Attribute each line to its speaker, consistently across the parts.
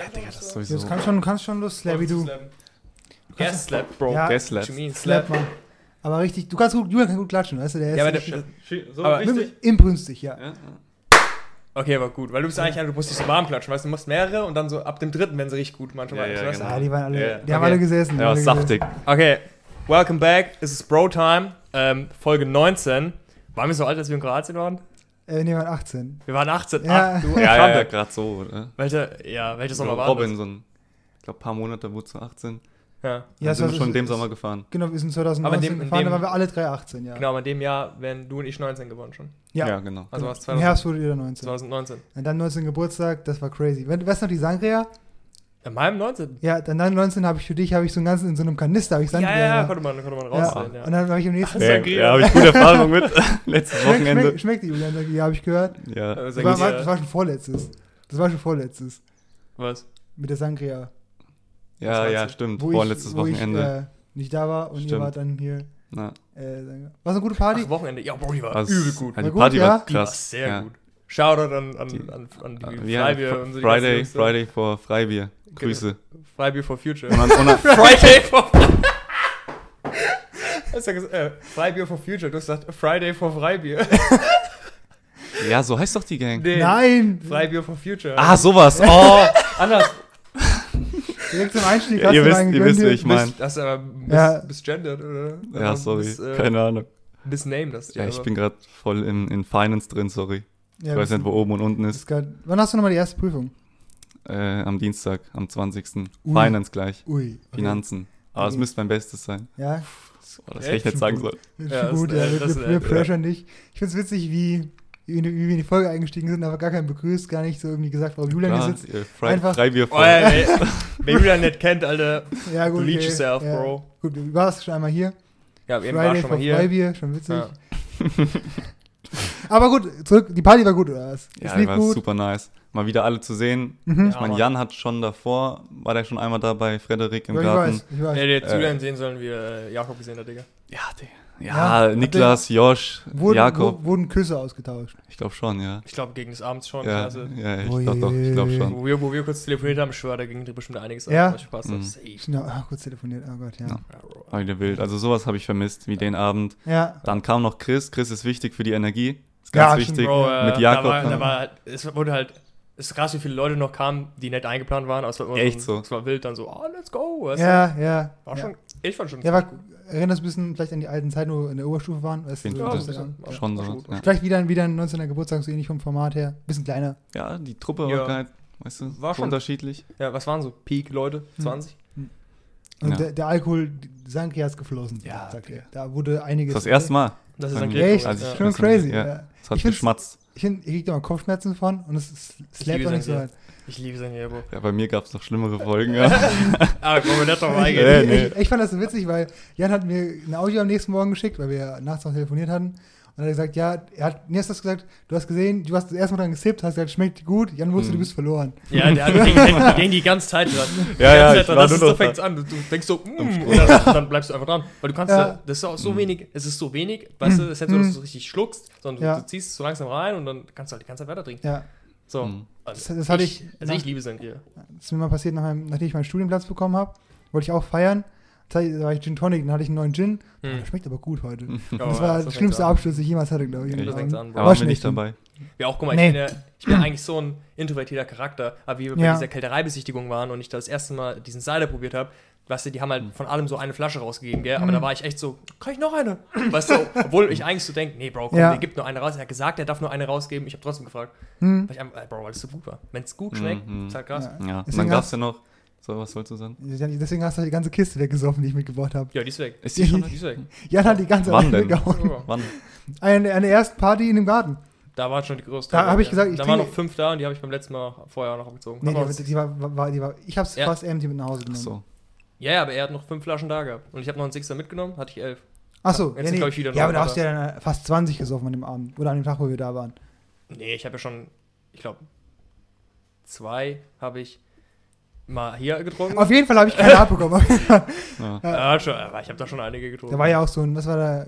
Speaker 1: Ja, Digga, das ist
Speaker 2: Das
Speaker 1: sowieso.
Speaker 2: kann schon, kannst schon los, Slappy, du.
Speaker 3: Er slap, bro.
Speaker 2: Ja,
Speaker 1: Der
Speaker 2: slap,
Speaker 3: What
Speaker 1: ist Slap.
Speaker 3: you mean, slap?
Speaker 2: Mann. Aber richtig, du kannst gut, Julian kann gut klatschen, weißt du, der
Speaker 3: Ja, aber
Speaker 2: ist
Speaker 3: der,
Speaker 4: So
Speaker 3: Aber-
Speaker 4: richtig?
Speaker 2: inbrünstig, ja.
Speaker 1: Ja,
Speaker 3: okay, aber gut, weil du bist eigentlich, einer, du musst dich so warm klatschen, weißt du, du machst mehrere und dann so ab dem dritten, wenn sie richtig gut manchmal
Speaker 1: Ja,
Speaker 3: ist,
Speaker 1: ja,
Speaker 3: weißt du?
Speaker 1: genau.
Speaker 2: Ah, die waren alle,
Speaker 1: Ja,
Speaker 2: die
Speaker 3: okay.
Speaker 2: haben alle gesessen. die
Speaker 1: ja
Speaker 2: haben alle
Speaker 1: saftig.
Speaker 3: Okay, welcome back, es ist Bro Time, ähm, Folge 19. Waren wir so alt, als wir in Kroatien waren?
Speaker 2: gesessen. Äh, nee, waren 18.
Speaker 3: Wir waren 18,
Speaker 2: Ja.
Speaker 3: ach du
Speaker 1: Ja, ja, ja
Speaker 3: Schande.
Speaker 1: gerade so. Ne?
Speaker 3: Welche, ja, welches Sommer war das?
Speaker 1: Robinson. Ich glaube, ein paar Monate wurde zu 18.
Speaker 3: Ja.
Speaker 1: Ja, sind
Speaker 2: so-
Speaker 1: wir schon in dem Sommer gefahren.
Speaker 2: Genau, wir sind
Speaker 3: Aber in
Speaker 2: 2019
Speaker 3: dem- in
Speaker 2: gefahren, da
Speaker 3: dem-
Speaker 2: waren wir alle drei 18, ja.
Speaker 3: Genau, aber in dem Jahr wären du und ich 19 geworden schon.
Speaker 2: Ja.
Speaker 1: genau.
Speaker 3: Also war es
Speaker 2: Im
Speaker 3: 2000
Speaker 2: Herbst wurde ihr 19.
Speaker 3: 2019.
Speaker 2: Und dann 19 Geburtstag, das war crazy. Wenn- Weißt du noch die Sangria?
Speaker 3: In meinem 19.
Speaker 2: Ja, dann, dann 19 habe ich für dich, habe ich so einen ganzen, in so einem Kanister habe ich
Speaker 3: Ja,
Speaker 2: Sangria.
Speaker 3: ja, ja,
Speaker 2: gemacht.
Speaker 3: konnte man, konnte man
Speaker 2: ja.
Speaker 3: raussehen, ja.
Speaker 2: Und dann habe ich am nächsten
Speaker 1: Ja,
Speaker 3: Sangria.
Speaker 1: ja habe ich gute Erfahrung mit. Letztes
Speaker 2: Schmeckt,
Speaker 1: Wochenende.
Speaker 2: schmeckt, schmeckt die Julian Sangria, habe ich gehört.
Speaker 1: Ja.
Speaker 3: Äh,
Speaker 2: Das war, war,
Speaker 3: Sangria.
Speaker 2: das war schon vorletztes. Das war schon vorletztes
Speaker 3: Was?
Speaker 2: mit der Sangria.
Speaker 1: Ja, ja,
Speaker 3: 20.
Speaker 1: stimmt.
Speaker 2: Wo
Speaker 1: Vorletztes
Speaker 2: ich, wo
Speaker 1: Wochenende.
Speaker 2: Ich, äh, nicht da war und ihr
Speaker 1: Stimmt.
Speaker 2: wart dann hier.
Speaker 1: Na,
Speaker 2: Äh, Sangria. war so eine gute Party.
Speaker 3: Ach, Wochenende. Ja, Bro, die war
Speaker 1: war's-
Speaker 3: übel gut.
Speaker 1: Ja, die
Speaker 2: War gut,
Speaker 1: Party
Speaker 2: ja?
Speaker 1: war
Speaker 3: Die war
Speaker 1: krass.
Speaker 3: sehr
Speaker 1: ja.
Speaker 3: gut. Shoutout an, an,
Speaker 1: Die-
Speaker 3: an, an die
Speaker 1: Äh, Ja,
Speaker 3: Freibier
Speaker 1: Fr-
Speaker 3: und so die ganzen
Speaker 1: Friday,
Speaker 3: Jungs da.
Speaker 1: Friday vor Freibier. Grüße.
Speaker 3: Freibier for Future.
Speaker 1: Und dann, und dann,
Speaker 3: Friday for. Hast du gesagt, äh, Freibier for Future. Du hast gesagt Friday for Freibier.
Speaker 1: ja, so heißt doch die Gang.
Speaker 3: Nee.
Speaker 2: Nein!
Speaker 3: Freibier for Future.
Speaker 1: Ah, sowas. Oh,
Speaker 3: anders.
Speaker 2: Direkt zum Einstieg
Speaker 1: Ja,
Speaker 2: hast
Speaker 1: ihr
Speaker 2: du
Speaker 1: wisst-
Speaker 2: einen
Speaker 1: ihr
Speaker 2: gegönnt,
Speaker 1: wisst,
Speaker 2: dir. Ähm,
Speaker 1: wie ich mein- Nein.
Speaker 3: Das ist aber bis,
Speaker 2: Ja.
Speaker 3: bis gendered, oder?
Speaker 1: ja,
Speaker 3: Äh,
Speaker 1: sorry.
Speaker 3: Bis, äh,
Speaker 1: Keine Ahnung.
Speaker 3: bis name das
Speaker 1: Ja, ich
Speaker 3: aber-
Speaker 1: bin gerade voll in, in Finance drin, sorry.
Speaker 2: Ja,
Speaker 1: ich weiß nicht, wo oben und unten
Speaker 2: das
Speaker 1: ist.
Speaker 2: ist grad, wann hast du nochmal die erste Prüfung?
Speaker 1: Äh, am Dienstag, am 20.
Speaker 2: Ui.
Speaker 1: Finance gleich.
Speaker 2: Ui. okay.
Speaker 1: Finanzen. Aber es
Speaker 2: Okay.
Speaker 1: müsste mein Bestes sein.
Speaker 2: Ja,
Speaker 1: Oh, das
Speaker 3: Echt?
Speaker 1: hätte ich nicht sagen sollen.
Speaker 2: ist
Speaker 3: Ja,
Speaker 2: schon
Speaker 3: das-
Speaker 2: gut. ja,
Speaker 3: äh,
Speaker 2: wir,
Speaker 3: das-
Speaker 2: wir,
Speaker 3: äh,
Speaker 2: wir
Speaker 3: ja.
Speaker 2: pressuren dich. Ich find's witzig, wie, wie, wie wir in die Folge eingestiegen sind, aber gar keinen begrüßt, gar nicht so irgendwie gesagt, warum Julian hier
Speaker 1: Klar,
Speaker 2: sitzt.
Speaker 1: äh, Fre
Speaker 2: Einfach-
Speaker 1: Freibier
Speaker 3: Oh,
Speaker 1: voll.
Speaker 3: ey, ey. Wer Julian nicht kennt, Alter,
Speaker 2: Ja, gut.
Speaker 3: bleach
Speaker 2: okay,
Speaker 3: yourself,
Speaker 2: ja.
Speaker 3: bro.
Speaker 2: Gut, du warst schon einmal hier.
Speaker 3: Ja, eben war
Speaker 2: Friday
Speaker 3: schon mal
Speaker 2: vor
Speaker 3: hier.
Speaker 2: Freibier, schon witzig.
Speaker 3: Ja.
Speaker 2: Aber gut, zurück, die Party war gut, oder was?
Speaker 1: Ja,
Speaker 2: es lief
Speaker 1: war
Speaker 2: gut.
Speaker 1: super nice. Mal wieder alle zu sehen.
Speaker 2: Mhm.
Speaker 1: Ich meine,
Speaker 3: Mann.
Speaker 1: Jan hat schon davor, war der schon einmal da bei Frederik im
Speaker 2: Ja, ich
Speaker 1: Garten.
Speaker 2: weiß, ich weiß.
Speaker 3: Ja, der
Speaker 1: Äh.
Speaker 3: Julian sehen sollen, wie äh, Jakob gesehen hat, Digga.
Speaker 1: Ja, der. Ja,
Speaker 2: Ja,
Speaker 1: Niklas, Josh,
Speaker 2: Wurden,
Speaker 1: Jakob.
Speaker 2: wo- wurden Küsse ausgetauscht.
Speaker 1: Ich glaube schon, ja.
Speaker 3: Ich glaube, gegen des Abends schon.
Speaker 1: Ja,
Speaker 3: Also,
Speaker 1: ja ich
Speaker 2: Ui.
Speaker 1: glaube doch, ich glaube schon.
Speaker 3: wo, wir, wo wir kurz telefoniert haben, ich schwör, da ging dir bestimmt einiges
Speaker 2: Ja.
Speaker 3: was Spaß hat.
Speaker 1: Mhm.
Speaker 2: Ich
Speaker 3: Safe.
Speaker 2: hab noch ah, kurz telefoniert, oh Gott, ja.
Speaker 1: Ja.
Speaker 3: Ja, Bro.
Speaker 1: War wieder wild. Also sowas habe ich vermisst, wie den Abend.
Speaker 2: Ja,
Speaker 1: Dann kam noch Chris. Chris ist wichtig für die Energie. Ist ganz
Speaker 2: Ja, stimmt,
Speaker 1: wichtig.
Speaker 3: Bro, äh,
Speaker 1: Mit Jakob.
Speaker 3: Da war,
Speaker 1: ne?
Speaker 3: da war, es wurde halt, es ist krass, wie viele Leute noch kamen, die nicht eingeplant waren. Aber es war immer
Speaker 1: Echt
Speaker 3: so.
Speaker 1: so.
Speaker 3: Es war wild, dann so, ah, let's go. weißt du?
Speaker 2: ja, ja.
Speaker 3: War
Speaker 2: ja.
Speaker 3: schon, ich fand
Speaker 1: Hm.
Speaker 3: schon.
Speaker 2: Ja, war, erinnerst du ein bisschen vielleicht an die alten Zeiten, wo wir in der Oberstufe waren? Weißt du,
Speaker 1: Auf
Speaker 2: so
Speaker 1: jeden
Speaker 3: Ja,
Speaker 1: Fall.
Speaker 2: das
Speaker 3: so ein
Speaker 2: dann-
Speaker 3: bisschen. War
Speaker 1: Schon
Speaker 3: war
Speaker 1: so, ne?
Speaker 3: gut.
Speaker 1: ja.
Speaker 2: Vielleicht wieder, wieder ein 19er Geburtstag, so ähnlich vom Format her. Bisschen kleiner.
Speaker 1: Ja, die Truppe
Speaker 3: Ja.
Speaker 1: war geil. Weißt du,
Speaker 3: War schon-
Speaker 1: unterschiedlich.
Speaker 3: Ja, was waren so Peak-Leute?
Speaker 2: Hm.
Speaker 3: 20?
Speaker 2: Und
Speaker 1: Ja.
Speaker 2: der, der Alkohol, die Sangria ist geflossen.
Speaker 1: Ja,
Speaker 2: sagt er.
Speaker 1: ja.
Speaker 2: Da wurde einiges.
Speaker 1: Das, das erste Mal.
Speaker 3: Das ist ein
Speaker 1: Irgendwie.
Speaker 3: Glück.
Speaker 2: Echt?
Speaker 1: Also
Speaker 3: ja.
Speaker 1: ich-
Speaker 2: Schon
Speaker 1: weiß nicht,
Speaker 2: crazy.
Speaker 1: ja.
Speaker 2: Ja.
Speaker 1: Es hat
Speaker 2: Ich find's-
Speaker 1: geschmatzt.
Speaker 2: Ich, ich krieg da mal Kopfschmerzen von und es- es slappt
Speaker 3: liebe
Speaker 2: auch nicht so
Speaker 3: Sangria.
Speaker 2: halt.
Speaker 3: Ich liebe Sangria, Bro.
Speaker 1: Ja, bei mir gab es noch schlimmere Folgen. Ja.
Speaker 3: Ah, wollen wir nicht drauf
Speaker 2: Ich,
Speaker 3: eingehen?
Speaker 1: Äh, nee.
Speaker 2: ich, ich fand das so witzig, weil Jan hat mir ein Audio am nächsten Morgen geschickt, weil wir ja nachts noch telefoniert hatten. Und er hat gesagt, ja, er hat, mir hast du das gesagt, du hast gesehen, du hast das erste Mal dran gesippt, hast gesagt, schmeckt gut, Jan wusste,
Speaker 1: Mhm.
Speaker 2: du bist verloren.
Speaker 3: Ja, der hat den, den, den die ganze Zeit dran. Die
Speaker 1: Ja, ja,
Speaker 3: ganze
Speaker 1: ich
Speaker 3: Zeit dran.
Speaker 1: war
Speaker 3: Das ist,
Speaker 1: nur
Speaker 3: so
Speaker 1: noch da.
Speaker 3: fängt's an. Du, du denkst so, mm, und dann, dann bleibst du einfach dran. Weil du kannst,
Speaker 2: Ja. Mhm.
Speaker 3: ja. das ist auch so wenig, es ist so wenig, weißt du, es ist nicht so, dass du es richtig schluckst, sondern
Speaker 2: Ja.
Speaker 3: du, du ziehst es so langsam rein und dann kannst du halt die ganze Zeit weiter trinken.
Speaker 2: Ja,
Speaker 3: So.
Speaker 1: Mhm.
Speaker 2: das, das hatte ich,
Speaker 3: Also ich liebe Sangria.
Speaker 2: das ist mir mal passiert, nach meinem, nachdem ich meinen Studienplatz bekommen habe, wollte ich auch feiern. Da war ich Gin Tonic, dann hatte ich einen neuen Gin.
Speaker 3: Hm. Oh,
Speaker 2: Das schmeckt aber gut heute.
Speaker 1: Hm.
Speaker 3: Ja,
Speaker 2: das war
Speaker 3: so
Speaker 2: der
Speaker 3: fängt's
Speaker 2: schlimmste
Speaker 3: an.
Speaker 2: Abschluss, den ich jemals hatte, glaube ich.
Speaker 1: Echt?
Speaker 3: Das fängt's an, Bro.
Speaker 1: Da waren wir
Speaker 2: schlecht.
Speaker 1: nicht dabei.
Speaker 3: Ja, auch guck mal,
Speaker 2: Nee.
Speaker 3: ich, bin ja, ich bin ja eigentlich so ein introvertierter Charakter, aber wie wir bei
Speaker 2: Ja.
Speaker 3: dieser Kältereibesichtigung waren und ich da das erste Mal diesen Cider probiert habe, weißt du, die haben halt von allem so eine Flasche rausgegeben, gell? Aber
Speaker 2: Hm.
Speaker 3: da war ich echt so, kann ich noch eine? Weißt du, obwohl ich eigentlich so denke, nee, Bro, komm,
Speaker 2: Ja.
Speaker 3: der gibt nur eine raus. Er hat gesagt, er darf nur eine rausgeben. Ich habe trotzdem gefragt,
Speaker 2: Hm.
Speaker 3: weil ich einfach, äh, Bro, weil es so gut war. Wenn es gut schmeckt,
Speaker 1: Mhm.
Speaker 3: ist halt krass. Ja,
Speaker 2: Ja.
Speaker 1: Ja. Und
Speaker 2: Deswegen
Speaker 1: dann gab es
Speaker 2: hast-
Speaker 1: ja noch. So, was sollst du sagen?
Speaker 2: Deswegen hast du die ganze Kiste weggesoffen, die ich mitgebracht habe.
Speaker 3: die ist weg.
Speaker 1: Ist die schon?
Speaker 3: Die ist weg.
Speaker 2: Jan hat die ganze
Speaker 1: Wann denn?
Speaker 2: weggehauen.
Speaker 3: Bro,
Speaker 1: Wann?
Speaker 2: An an der ersten Party in dem Garten.
Speaker 3: Da waren schon die größten.
Speaker 2: Da hab ich gesagt, ich
Speaker 3: Da waren noch
Speaker 2: trinke-
Speaker 3: fünf da und die habe ich beim letzten Mal vorher noch abgezogen.
Speaker 2: Nee,
Speaker 3: Aber-
Speaker 2: die, die, war, war- war, die war, ich hab's
Speaker 3: Ja.
Speaker 2: fast empty mit nach Hause
Speaker 1: Ach
Speaker 2: genommen.
Speaker 1: so.
Speaker 3: ja, ja, aber er hat noch fünf Flaschen da gehabt. Und ich habe noch einen Sixer mitgenommen, hatte ich elf.
Speaker 2: Ach so,
Speaker 3: Jetzt
Speaker 2: ja,
Speaker 3: sind,
Speaker 2: nee.
Speaker 3: glaub ich, wieder
Speaker 2: ja, aber
Speaker 3: neun,
Speaker 2: da hast du ja dann äh, fast 20 gesoffen an dem Abend. Oder an dem Tag, wo wir da waren.
Speaker 3: Nee, ich habe ja schon, ich glaube, zwei habe ich mal hier getrunken.
Speaker 2: Auf jeden Fall habe ich keine abbekommen.
Speaker 1: Ja.
Speaker 3: Ah, schon, aber ich habe da schon einige getrunken.
Speaker 2: da war ja auch so ein, was war da?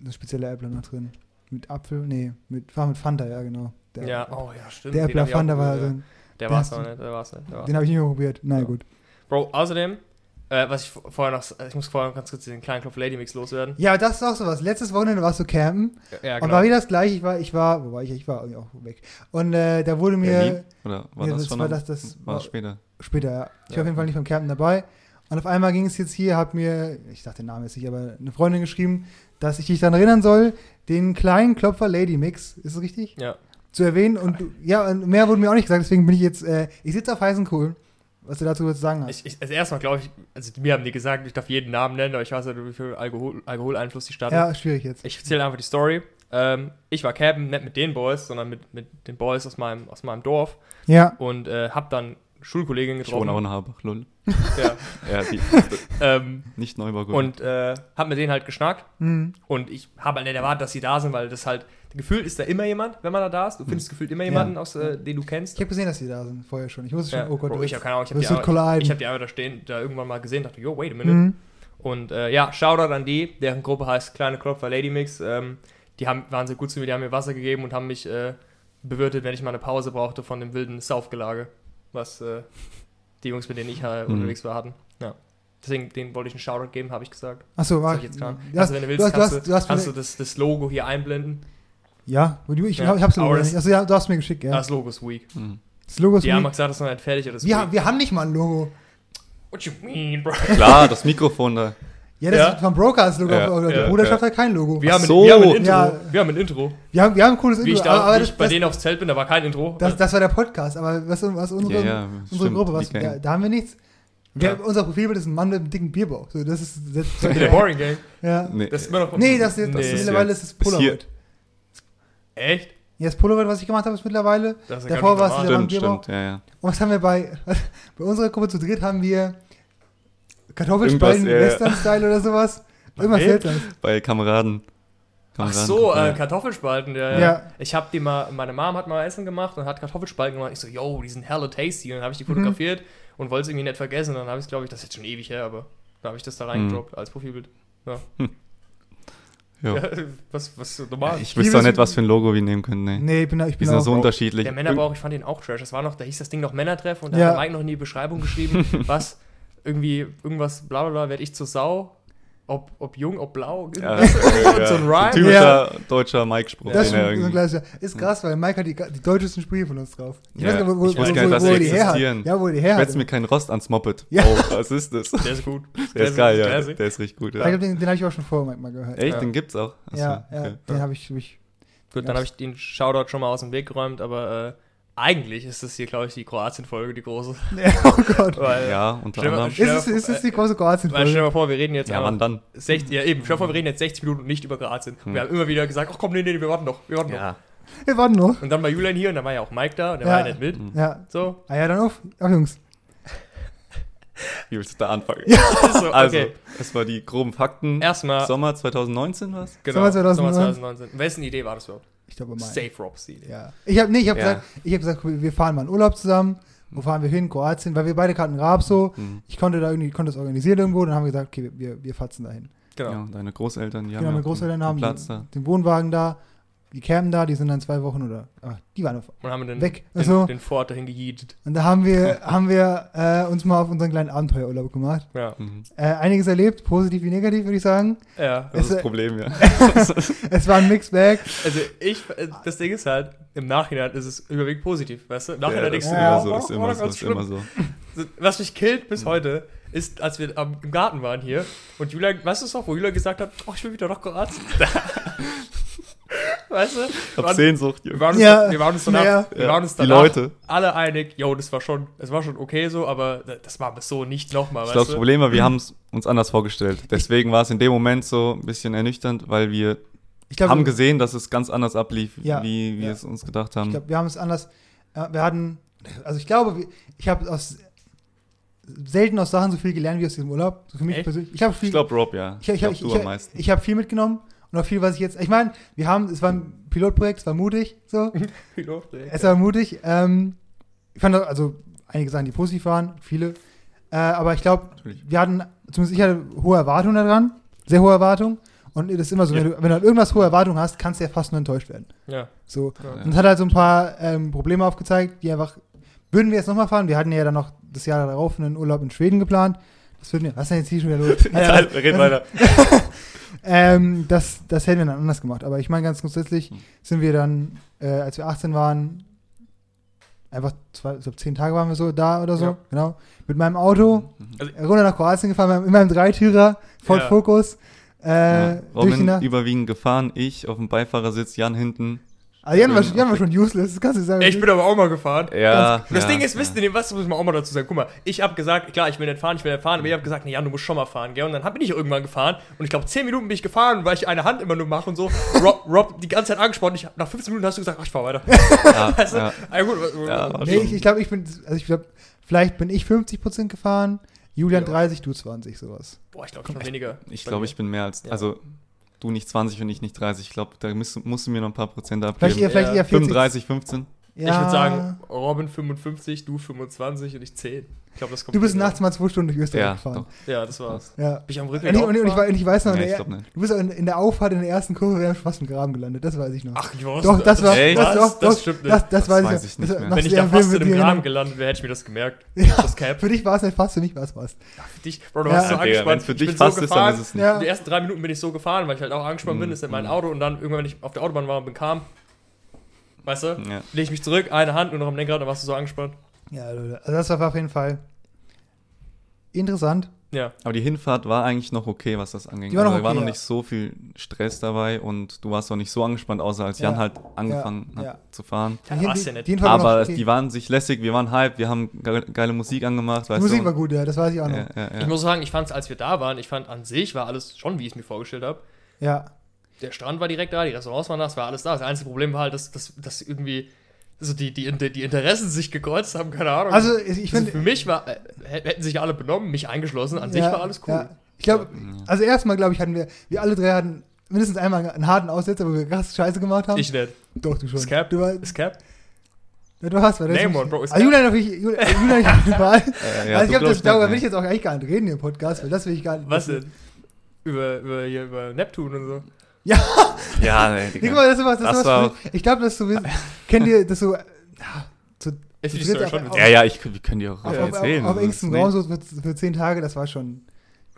Speaker 2: Eine spezielle Apple noch drin. Mit Apfel? Nee, mit, war mit Fanta, ja, genau. Der,
Speaker 3: Ja, oh ja, stimmt.
Speaker 2: der
Speaker 3: den
Speaker 2: Apple
Speaker 3: hab ich auch
Speaker 2: Fanta war
Speaker 3: gut,
Speaker 2: so
Speaker 3: ja.
Speaker 2: ein.
Speaker 3: Der
Speaker 2: Der
Speaker 3: war's
Speaker 2: hast
Speaker 3: noch
Speaker 2: du-
Speaker 3: nicht, der war's nicht. Der war's.
Speaker 2: Den habe ich nicht mehr probiert. Na ja. gut.
Speaker 3: Bro, außerdem, äh, was ich v- vorher noch, ich muss vorher noch ganz kurz den kleinen Klopf Lady Mix loswerden.
Speaker 2: Ja, aber das ist auch sowas. Letztes Wochenende warst du campen
Speaker 3: Ja, genau.
Speaker 2: und war wieder das gleiche. Ich war, ich war, wo war ich? Ich war irgendwie auch weg. Und äh, da wurde mir
Speaker 1: Berlin? Oder war
Speaker 2: Ja,
Speaker 1: das
Speaker 2: das
Speaker 1: schon
Speaker 2: war
Speaker 1: am- hm,
Speaker 2: das- das
Speaker 1: war
Speaker 2: war-
Speaker 1: das später?
Speaker 2: später, ja. Ich war
Speaker 3: Ja.
Speaker 2: auf jeden Fall nicht beim Campen dabei. Und auf einmal ging es jetzt hier, hat mir, ich dachte den Namen jetzt nicht, aber eine Freundin geschrieben, dass ich dich daran erinnern soll, den kleinen Klopfer Lady Mix, ist es richtig?
Speaker 3: Ja.
Speaker 2: Zu erwähnen. Und du- ja, und mehr wurde mir auch nicht gesagt, deswegen bin ich jetzt, äh, ich sitze auf heißen Kohlen. Was du dazu zu sagen hast.
Speaker 3: Ich, ich, also erstmal glaube ich, also mir haben die gesagt, ich darf jeden Namen nennen, aber ich weiß nicht, wie viel Alkohol, Alkoholeinfluss die Stadt hat.
Speaker 2: ja, schwierig jetzt.
Speaker 3: Ich erzähle einfach die Story. Ähm, ich war campen, nicht mit den Boys, sondern mit, mit den Boys aus meinem, aus meinem Dorf
Speaker 2: Ja,
Speaker 3: und äh, hab dann Schulkollegin
Speaker 1: Ich wohne auch
Speaker 3: getroffen.
Speaker 1: in Habach, lol.
Speaker 3: Ja,
Speaker 1: Ja, die,
Speaker 3: ähm,
Speaker 1: nicht Neuburg.
Speaker 3: und äh, hab mit denen halt geschnackt
Speaker 2: mhm.
Speaker 3: und ich habe halt nicht erwartet, dass sie da sind, weil das halt, gefühlt ist da immer jemand, wenn man da da ist. Du
Speaker 1: Mhm.
Speaker 3: findest gefühlt immer jemanden, aus, äh, den du kennst.
Speaker 2: ich habe gesehen, dass die da sind, vorher schon. Ich wusste schon,
Speaker 3: Ja,
Speaker 2: oh Gott,
Speaker 3: Bro,
Speaker 2: du
Speaker 3: ich habe keine Ahnung, ich habe
Speaker 2: das
Speaker 3: die,
Speaker 2: wird
Speaker 3: Arbeit-
Speaker 2: colliden.
Speaker 3: ich hab die einfach da stehen, da irgendwann mal gesehen, dachte, yo, wait a minute.
Speaker 2: mhm.
Speaker 3: Und äh, ja, Shoutout an die, deren Gruppe heißt Kleine Klopfer Lady Mix. Ähm, die haben, waren sehr gut zu mir, die haben mir Wasser gegeben und haben mich äh, bewirtet, wenn ich mal eine Pause brauchte von dem wilden Saufgelage, was äh, die Jungs, mit denen ich äh,
Speaker 1: Mhm.
Speaker 3: unterwegs war, hatten. Ja. Deswegen, denen wollte ich einen Shoutout geben, habe ich gesagt.
Speaker 2: Achso,
Speaker 3: Das
Speaker 2: war
Speaker 3: hab ich jetzt getan.
Speaker 2: Ja,
Speaker 3: also, wenn du willst,
Speaker 2: hast- du
Speaker 3: kannst,
Speaker 2: hast-
Speaker 3: du,
Speaker 2: du hast mir-
Speaker 3: kannst du das, das Logo hier einblenden.
Speaker 2: ja, und du- ich,
Speaker 3: Ja,
Speaker 2: ich hab's
Speaker 3: aber
Speaker 2: Logo
Speaker 3: das-
Speaker 2: nicht. Also, ja, du hast mir geschickt,
Speaker 3: Ah,
Speaker 2: ja.
Speaker 3: Das Logo ist weak.
Speaker 1: Mhm.
Speaker 2: Das Logo ist
Speaker 3: Die haben
Speaker 2: mir-
Speaker 3: mal gesagt, das ist noch nicht fertig. Oder das ist
Speaker 2: wir,
Speaker 3: weak.
Speaker 2: wir haben nicht mal ein Logo.
Speaker 3: What you mean, bro?
Speaker 1: Klar, das Mikrofon da.
Speaker 2: Ja, das
Speaker 3: Ja.
Speaker 2: ist vom Broker das Logo.
Speaker 1: Ja,
Speaker 2: aber die
Speaker 3: ja,
Speaker 2: Bruderschaft hat halt kein Logo.
Speaker 3: Wir
Speaker 1: Ach
Speaker 3: haben, ein-
Speaker 1: so.
Speaker 3: wir haben ein Intro.
Speaker 2: Ja.
Speaker 3: Wir haben ein Intro.
Speaker 2: Wir haben, wir haben ein cooles
Speaker 3: Wie ich
Speaker 2: Intro,
Speaker 3: da
Speaker 2: aber
Speaker 3: wie ich
Speaker 2: das,
Speaker 3: bei
Speaker 2: das,
Speaker 3: denen aufs Zelt bin, da war kein Intro.
Speaker 2: das, das war der Podcast. Aber was, was unsere,
Speaker 1: Ja, ja,
Speaker 2: unsere
Speaker 1: stimmt,
Speaker 2: Gruppe,
Speaker 1: die
Speaker 2: was,
Speaker 1: Gang.
Speaker 2: da, da haben wir nichts. Wir,
Speaker 3: Ja.
Speaker 2: Unser Profilbild ist ein Mann mit einem dicken Bierbauch. So, das ist, das,
Speaker 3: Äh, der Boring Gang.
Speaker 2: ja.
Speaker 1: Nee,
Speaker 3: Das ist immer noch.
Speaker 2: Nee, das, ist
Speaker 1: Das
Speaker 3: Nee.
Speaker 1: ist
Speaker 2: mittlerweile
Speaker 1: ja-
Speaker 2: ist es
Speaker 1: ist hier-
Speaker 2: Polaroid.
Speaker 3: Echt?
Speaker 2: Ja, das Polaroid, was ich gemacht habe, ist mittlerweile.
Speaker 3: Das ist ja
Speaker 2: Davor
Speaker 3: ganz
Speaker 2: war es
Speaker 3: normal.
Speaker 2: dieser Mann
Speaker 1: stimmt,
Speaker 2: Bierbauch.
Speaker 1: stimmt, ja, ja.
Speaker 2: Und was haben wir bei, bei unserer Gruppe zu dritt haben wir Kartoffelspalten,
Speaker 1: Irgendwas, äh, ja, ja.
Speaker 2: Western-Style oder sowas. Irgendwas
Speaker 3: Nee.
Speaker 2: seltsames.
Speaker 1: Bei Kameraden.
Speaker 3: Ach
Speaker 1: Kameraden-
Speaker 3: so,
Speaker 1: ja.
Speaker 3: äh, Kartoffelspalten, ja, ja.
Speaker 2: Ja.
Speaker 3: Ich hab die mal, meine Mom hat mal Essen gemacht und hat Kartoffelspalten gemacht. Ich so, yo, die sind hella tasty. Und dann habe ich die
Speaker 2: Mhm.
Speaker 3: fotografiert und wollte es irgendwie nicht vergessen. Und dann habe ich glaube ich, das ist jetzt schon ewig her, aber da habe ich das da reingedroppt als Profilbild. Ja.
Speaker 1: Mhm. Hm. Jo.
Speaker 3: Ja, was, was so normal.
Speaker 1: ich wüsste auch
Speaker 2: Liebes-
Speaker 1: nicht, was für ein Logo wir nehmen können, ne.
Speaker 2: Nee, ich bin, da- ich
Speaker 1: Die
Speaker 2: bin
Speaker 1: sind ja
Speaker 2: auch.
Speaker 1: so unterschiedlich.
Speaker 3: genau. der Männerbauch, ich fand den auch trash. Das war noch, da hieß das Ding noch Männertreff und da
Speaker 2: Ja.
Speaker 3: hat der Mike noch in die Beschreibung geschrieben, was irgendwie, irgendwas, bla bla bla, werd ich zur Sau. Ob, ob jung, ob blau.
Speaker 1: Ja,
Speaker 3: irgendwas.
Speaker 1: ja.
Speaker 3: So ein Rhyme. ne?
Speaker 1: typischer
Speaker 2: Ja.
Speaker 1: deutscher Mike-Spruch.
Speaker 2: Das ist,
Speaker 1: den er
Speaker 2: schon so ein
Speaker 1: irgendwie-
Speaker 2: klassischer. ist krass, weil Mike hat die, die deutschesten Sprüche von uns drauf.
Speaker 1: Ja, ich weiß gar nicht, dass
Speaker 2: wo
Speaker 1: sie
Speaker 2: er die her hat.
Speaker 1: existieren.
Speaker 2: Ja, wo er die her hat.
Speaker 1: Schwätzt
Speaker 2: Ich
Speaker 1: mir keinen Rost ans Moped.
Speaker 2: Ja.
Speaker 1: Oh, was ist das?
Speaker 3: Der ist gut.
Speaker 1: Der ist geil, ja.
Speaker 3: classic.
Speaker 1: Der ist richtig gut. Ja.
Speaker 2: glaube, den, den habe ich auch schon vorher Mike mal gehört.
Speaker 1: Echt,
Speaker 3: Ja.
Speaker 1: den gibt's auch. Ach so,
Speaker 2: ja, ja,
Speaker 1: okay.
Speaker 2: den habe ich, hab ich.
Speaker 3: Gut, dann habe ich den Shoutout schon mal aus dem Weg geräumt, aber äh, eigentlich ist das hier, glaube ich, die Kroatien-Folge, die große.
Speaker 2: oh Gott.
Speaker 3: Weil,
Speaker 1: Ja, unter
Speaker 3: Stell mal-
Speaker 1: anderem.
Speaker 2: Ist es, ist es die große kroatien
Speaker 3: weil stell dir
Speaker 2: folge
Speaker 3: mal vor, wir reden jetzt
Speaker 1: Ja,
Speaker 3: einmal
Speaker 1: wann dann?
Speaker 3: 60, ja eben, stell dir mal vor, wir reden jetzt 60 Minuten nicht über Kroatien. Und Wir haben immer wieder gesagt, ach komm, nee, nee, wir warten noch, wir warten
Speaker 1: Hm. Ja.
Speaker 2: Wir warten noch.
Speaker 3: noch. Und dann war Julian hier und dann war ja auch Mike da und der
Speaker 2: Ja.
Speaker 3: war ja nicht mit.
Speaker 1: Hm.
Speaker 2: Ja.
Speaker 3: So,
Speaker 2: Ah ja, dann auf. Auf, Jungs.
Speaker 1: Wie willst du da anfangen?
Speaker 3: ist so, okay.
Speaker 1: Also, das war die groben Fakten.
Speaker 3: Erstmal,
Speaker 1: Sommer 2019 war's?
Speaker 3: genau,
Speaker 2: Sommer 2019.
Speaker 3: Sommer 2019. Wessen Idee war das überhaupt?
Speaker 2: Ich glaube, mal.
Speaker 3: Safe Robs Idee.
Speaker 2: Ja. Ich habe nee, ich hab
Speaker 1: Ja.
Speaker 2: gesagt, ich hab gesagt, wir fahren mal einen Urlaub zusammen. Wo fahren wir hin? Kroatien, weil wir beide kannten Rabso.
Speaker 1: Mhm.
Speaker 2: Ich konnte da irgendwie, konnte das organisieren irgendwo. Dann haben wir gesagt, okay, wir- wir, wir fatzen dahin.
Speaker 3: Genau.
Speaker 1: Ja, deine Großeltern, die
Speaker 2: Genau,
Speaker 1: haben ja
Speaker 2: meine
Speaker 1: auch
Speaker 2: Großeltern
Speaker 1: den-
Speaker 2: haben
Speaker 1: den Platz da.
Speaker 2: den, den Wohnwagen da, die campen da, die sind dann zwei Wochen oder, ah, die waren auf.
Speaker 3: Und haben den,
Speaker 2: Weg.
Speaker 3: den,
Speaker 2: Also-
Speaker 3: den Ford dahin gejietet.
Speaker 2: Und da haben wir, haben wir äh, uns mal auf unseren kleinen Abenteuerurlaub gemacht.
Speaker 3: Ja.
Speaker 1: Mhm.
Speaker 2: Äh, einiges erlebt, positiv wie negativ, würde ich sagen.
Speaker 3: ja.
Speaker 1: Das
Speaker 2: Es-
Speaker 1: ist das Problem, ja.
Speaker 2: Es war ein Mixbag.
Speaker 3: Also ich, äh, das Ding ist halt, im Nachhinein ist es überwiegend positiv, weißt du? Nachhinein
Speaker 1: ja, das
Speaker 3: denkst
Speaker 1: ist
Speaker 3: du,
Speaker 1: immer
Speaker 2: ja,
Speaker 1: so,
Speaker 3: oh,
Speaker 1: ist
Speaker 3: oh,
Speaker 1: immer
Speaker 3: ganz
Speaker 1: so, ist
Speaker 3: schlimm.
Speaker 1: immer so. Mhm.
Speaker 3: So, Was mich killt bis heute, ist, als wir am, im Garten waren hier und Julian, weißt du es noch, wo Julian gesagt hat, oh, ich will wieder doch Kroatien. weißt du?
Speaker 1: Ich
Speaker 3: Wir
Speaker 1: hab
Speaker 3: waren,
Speaker 1: Sehnsucht,
Speaker 3: wir
Speaker 1: Junge.
Speaker 3: waren uns,
Speaker 2: Ja,
Speaker 3: wir waren uns danach,
Speaker 2: ja.
Speaker 3: wir waren uns
Speaker 1: Ja, die
Speaker 3: danach
Speaker 1: Leute.
Speaker 3: alle einig, yo, das war schon, das war schon okay so, aber das machen wir so nicht nochmal,
Speaker 1: Ich
Speaker 3: weißt
Speaker 1: glaube, das
Speaker 3: du?
Speaker 1: Problem war, wir haben es uns anders vorgestellt. Deswegen war es in dem Moment so ein bisschen ernüchternd, weil wir
Speaker 2: Ich glaube,
Speaker 1: haben
Speaker 2: ich
Speaker 1: gesehen, dass es ganz anders ablief,
Speaker 2: Ja,
Speaker 1: wie wir
Speaker 2: ja.
Speaker 1: es uns gedacht haben.
Speaker 2: glaub, wir haben es anders. Äh, wir hatten, also ich glaube, wir- ich habe aus selten aus Sachen so viel gelernt wie aus diesem Urlaub. So für mich
Speaker 3: Echt?
Speaker 2: persönlich. Ich habe viel,
Speaker 1: ich glaube, Rob, ja.
Speaker 2: Ich, ich,
Speaker 1: glaub,
Speaker 2: ich,
Speaker 1: du
Speaker 2: ich,
Speaker 1: am meisten.
Speaker 2: ich habe viel mitgenommen und auch viel, was ich jetzt. Ich meine, wir haben, es war ein Pilotprojekt, es war mutig, so. Es war mutig. Ähm, ich fand auch- also einige Sachen, die positiv waren, viele. Äh, aber ich glaube,
Speaker 1: Natürlich.
Speaker 2: wir hatten, zumindest ich hatte hohe Erwartungen daran, sehr hohe Erwartungen. Und das ist immer so, wenn, du, wenn du an irgendwas hohe Erwartungen hast, kannst du ja fast nur enttäuscht werden.
Speaker 3: Ja,
Speaker 2: So.
Speaker 3: ja.
Speaker 2: Und es hat halt so ein paar ähm, Probleme aufgezeigt, die einfach Würden wir jetzt nochmal fahren, wir hatten ja dann noch das Jahr darauf einen Urlaub in Schweden geplant. Das würden wir, was ist denn jetzt hier schon wieder los? Also,
Speaker 1: Egal, red weiter.
Speaker 2: ähm, das, das hätten wir dann anders gemacht. Aber ich meine, ganz grundsätzlich
Speaker 3: Hm.
Speaker 2: sind wir dann, äh, als wir 18 waren, einfach zwei, ich glaub, zehn Tage waren wir so da oder so,
Speaker 3: Ja.
Speaker 2: genau. Mit meinem Auto
Speaker 1: Mhm.
Speaker 3: Also-
Speaker 2: runter nach Kroatien gefahren, in meinem Dreitürer, voll
Speaker 3: Ja.
Speaker 2: Fokus. Äh,
Speaker 1: Ja.
Speaker 2: durch die
Speaker 1: Robin
Speaker 2: Nacht.
Speaker 1: überwiegend gefahren, ich auf dem Beifahrersitz, Jan hinten.
Speaker 2: Also Jan war, schon- Jan war schon useless, das kannst du sagen.
Speaker 3: Ich bin aber auch mal gefahren.
Speaker 1: Ja,
Speaker 3: Ganz- Das
Speaker 1: ja,
Speaker 3: Ding ist,
Speaker 1: ja.
Speaker 3: wisst ihr, was muss man auch mal dazu sagen? Guck mal, ich habe gesagt, klar, ich will nicht fahren, ich will nicht fahren, aber ich habe gesagt, nee, Jan, du musst schon mal fahren, gell? Und dann hab- bin ich irgendwann gefahren und ich glaube, 10 Minuten bin ich gefahren, weil ich eine Hand immer nur mache und so. Rob, Rob die ganze Zeit angesprochen, ich, nach 15 Minuten hast du gesagt, ach, ich fahr weiter.
Speaker 1: Ja,
Speaker 3: Weißt du?
Speaker 1: ja.
Speaker 3: Ah, gut,
Speaker 1: Ja, war
Speaker 2: nee, ich, ich glaube, ich bin, also ich glaube, vielleicht bin ich 50% gefahren, Julian
Speaker 3: Ja.
Speaker 2: 30, du 20, sowas.
Speaker 3: Boah, ich glaube, ich bin weniger.
Speaker 1: Ich glaube, ich bin mehr als.
Speaker 3: Ja.
Speaker 1: Also, du nicht 20 und ich nicht 30. Ich glaube, da musst, musst du mir noch ein paar Prozent
Speaker 2: Vielleicht eher,
Speaker 1: abgeben.
Speaker 2: vielleicht
Speaker 3: Ja.
Speaker 2: eher 40.
Speaker 1: 35, 15.
Speaker 3: Ich
Speaker 2: Ja.
Speaker 3: würde sagen, Robin 55, du 25 und ich 10. Ich glaube, das kommt.
Speaker 2: Du bist
Speaker 3: hin, ja.
Speaker 2: nachts mal zwei Stunden durch Österreich
Speaker 1: Ja,
Speaker 2: gefahren.
Speaker 1: doch.
Speaker 3: Ja, das war's.
Speaker 2: Ja.
Speaker 3: Bin ich am
Speaker 2: Und,
Speaker 3: Rückweg
Speaker 2: ich, und, ich- und, ich,
Speaker 3: aufgefahren?
Speaker 2: war- und ich weiß noch,
Speaker 1: Nee,
Speaker 2: in
Speaker 1: ich
Speaker 2: der,
Speaker 1: glaub nicht.
Speaker 2: du bist in, in der Auffahrt in der ersten Kurve, wir haben fast im Graben gelandet, das weiß ich noch.
Speaker 3: Ach, ich weiß
Speaker 2: doch, das war,
Speaker 1: Echt?
Speaker 2: das,
Speaker 3: Was?
Speaker 2: doch,
Speaker 3: Das
Speaker 2: doch,
Speaker 3: stimmt nicht.
Speaker 2: das, das, weiß, ich
Speaker 1: nicht
Speaker 2: noch.
Speaker 1: mehr.
Speaker 2: noch
Speaker 3: Wenn ich
Speaker 2: sehr
Speaker 3: da fast
Speaker 2: wild
Speaker 3: in einem
Speaker 2: mit
Speaker 3: Graben
Speaker 2: dir ne?
Speaker 3: gelandet wäre, hätte ich mir das gemerkt.
Speaker 2: Ja.
Speaker 3: Das Cap.
Speaker 2: genommen. Für dich war es nicht fast, für mich war es fast.
Speaker 3: Dich, Bro, du
Speaker 2: Ja.
Speaker 3: warst so
Speaker 1: Ja, Digga,
Speaker 3: angespannt.
Speaker 1: wenn's für
Speaker 3: Ich
Speaker 1: dich
Speaker 3: bin
Speaker 1: fast
Speaker 3: so
Speaker 1: ist, dann
Speaker 3: gefahren.
Speaker 1: ist es Mhm. nicht.
Speaker 2: Ja.
Speaker 3: Die ersten drei Minuten bin ich so gefahren, weil ich halt auch angespannt bin, ist in mein Auto und dann irgendwann, wenn ich auf der Autobahn war und bin kam, weißt du,
Speaker 1: Ja.
Speaker 3: lege ich mich zurück, eine Hand nur noch am Lenkrad, dann warst du so angespannt.
Speaker 2: Ja, Leute, also das war auf jeden Fall interessant.
Speaker 3: Ja,
Speaker 1: Aber die Hinfahrt war eigentlich noch okay, was das anging.
Speaker 2: Die war noch
Speaker 1: also, da war
Speaker 2: okay,
Speaker 1: noch
Speaker 2: ja.
Speaker 1: nicht so viel Stress dabei und du warst auch nicht so angespannt, außer als
Speaker 2: Ja.
Speaker 1: Jan halt angefangen
Speaker 2: Ja.
Speaker 1: hat
Speaker 2: Ja.
Speaker 1: zu fahren.
Speaker 3: Ja,
Speaker 2: Jeden-
Speaker 3: war's ja nicht.
Speaker 2: jeden Fall war noch
Speaker 1: Aber
Speaker 2: okay.
Speaker 1: die waren sich lässig, wir waren hype, wir haben ge- geile Musik angemacht.
Speaker 2: Die
Speaker 1: Weißt
Speaker 2: Musik
Speaker 1: du?
Speaker 2: war gut, ja, das weiß ich auch noch.
Speaker 1: Ja, ja,
Speaker 3: ich
Speaker 1: ja.
Speaker 3: muss sagen, ich fand es, als wir da waren, ich fand an sich war alles schon, wie ich es mir vorgestellt habe.
Speaker 2: ja.
Speaker 3: Der Strand war direkt da, die Restaurants waren da, es war alles da. Das einzige Problem war halt, dass, dass, dass irgendwie also die, die, die Interessen sich gekreuzt haben, keine Ahnung.
Speaker 2: Also ich
Speaker 3: also
Speaker 2: finde,
Speaker 3: für mich war, äh, hätten sich alle benommen, mich eingeschlossen, an sich war alles cool.
Speaker 2: Ich glaube, also erstmal glaube ich hatten wir, wir alle drei hatten mindestens einmal einen harten Aussetzer, wo wir krass Scheiße gemacht haben.
Speaker 3: Ich nicht.
Speaker 2: Doch du schon.
Speaker 3: Scap,
Speaker 2: Du warst,
Speaker 3: Scap.
Speaker 2: ja, du hast, weil das
Speaker 3: Nee,
Speaker 2: ist-
Speaker 3: Mann, Bro, ist
Speaker 2: Ah, Julian auf jeden Julian Julian auf jeden Fall.
Speaker 1: Äh, ja,
Speaker 2: Also ich glaube, das-
Speaker 1: du glaubst
Speaker 2: darüber
Speaker 1: nicht,
Speaker 2: will
Speaker 1: ne?
Speaker 2: ich jetzt auch eigentlich gar nicht reden im Podcast, weil das will ich gar nicht.
Speaker 3: Was denn? Über, über, hier, über Neptun und so.
Speaker 1: Ja, nee,
Speaker 2: Nee, guck
Speaker 1: Digga.
Speaker 2: mal, das ist was, das,
Speaker 1: Das
Speaker 2: ist
Speaker 1: war
Speaker 2: was für, Ich glaube, dass du kennt ihr das so ah, zu,
Speaker 3: Ich finde die
Speaker 2: zu dritt
Speaker 3: Story
Speaker 2: auf-
Speaker 3: schon
Speaker 2: auf-
Speaker 1: Ja, ja, ich, wir können dir auch
Speaker 2: auf, auf,
Speaker 1: erzählen.
Speaker 2: auf, auf
Speaker 1: also,
Speaker 2: engstem
Speaker 1: nee.
Speaker 2: Raum so für, für zehn Tage, das war schon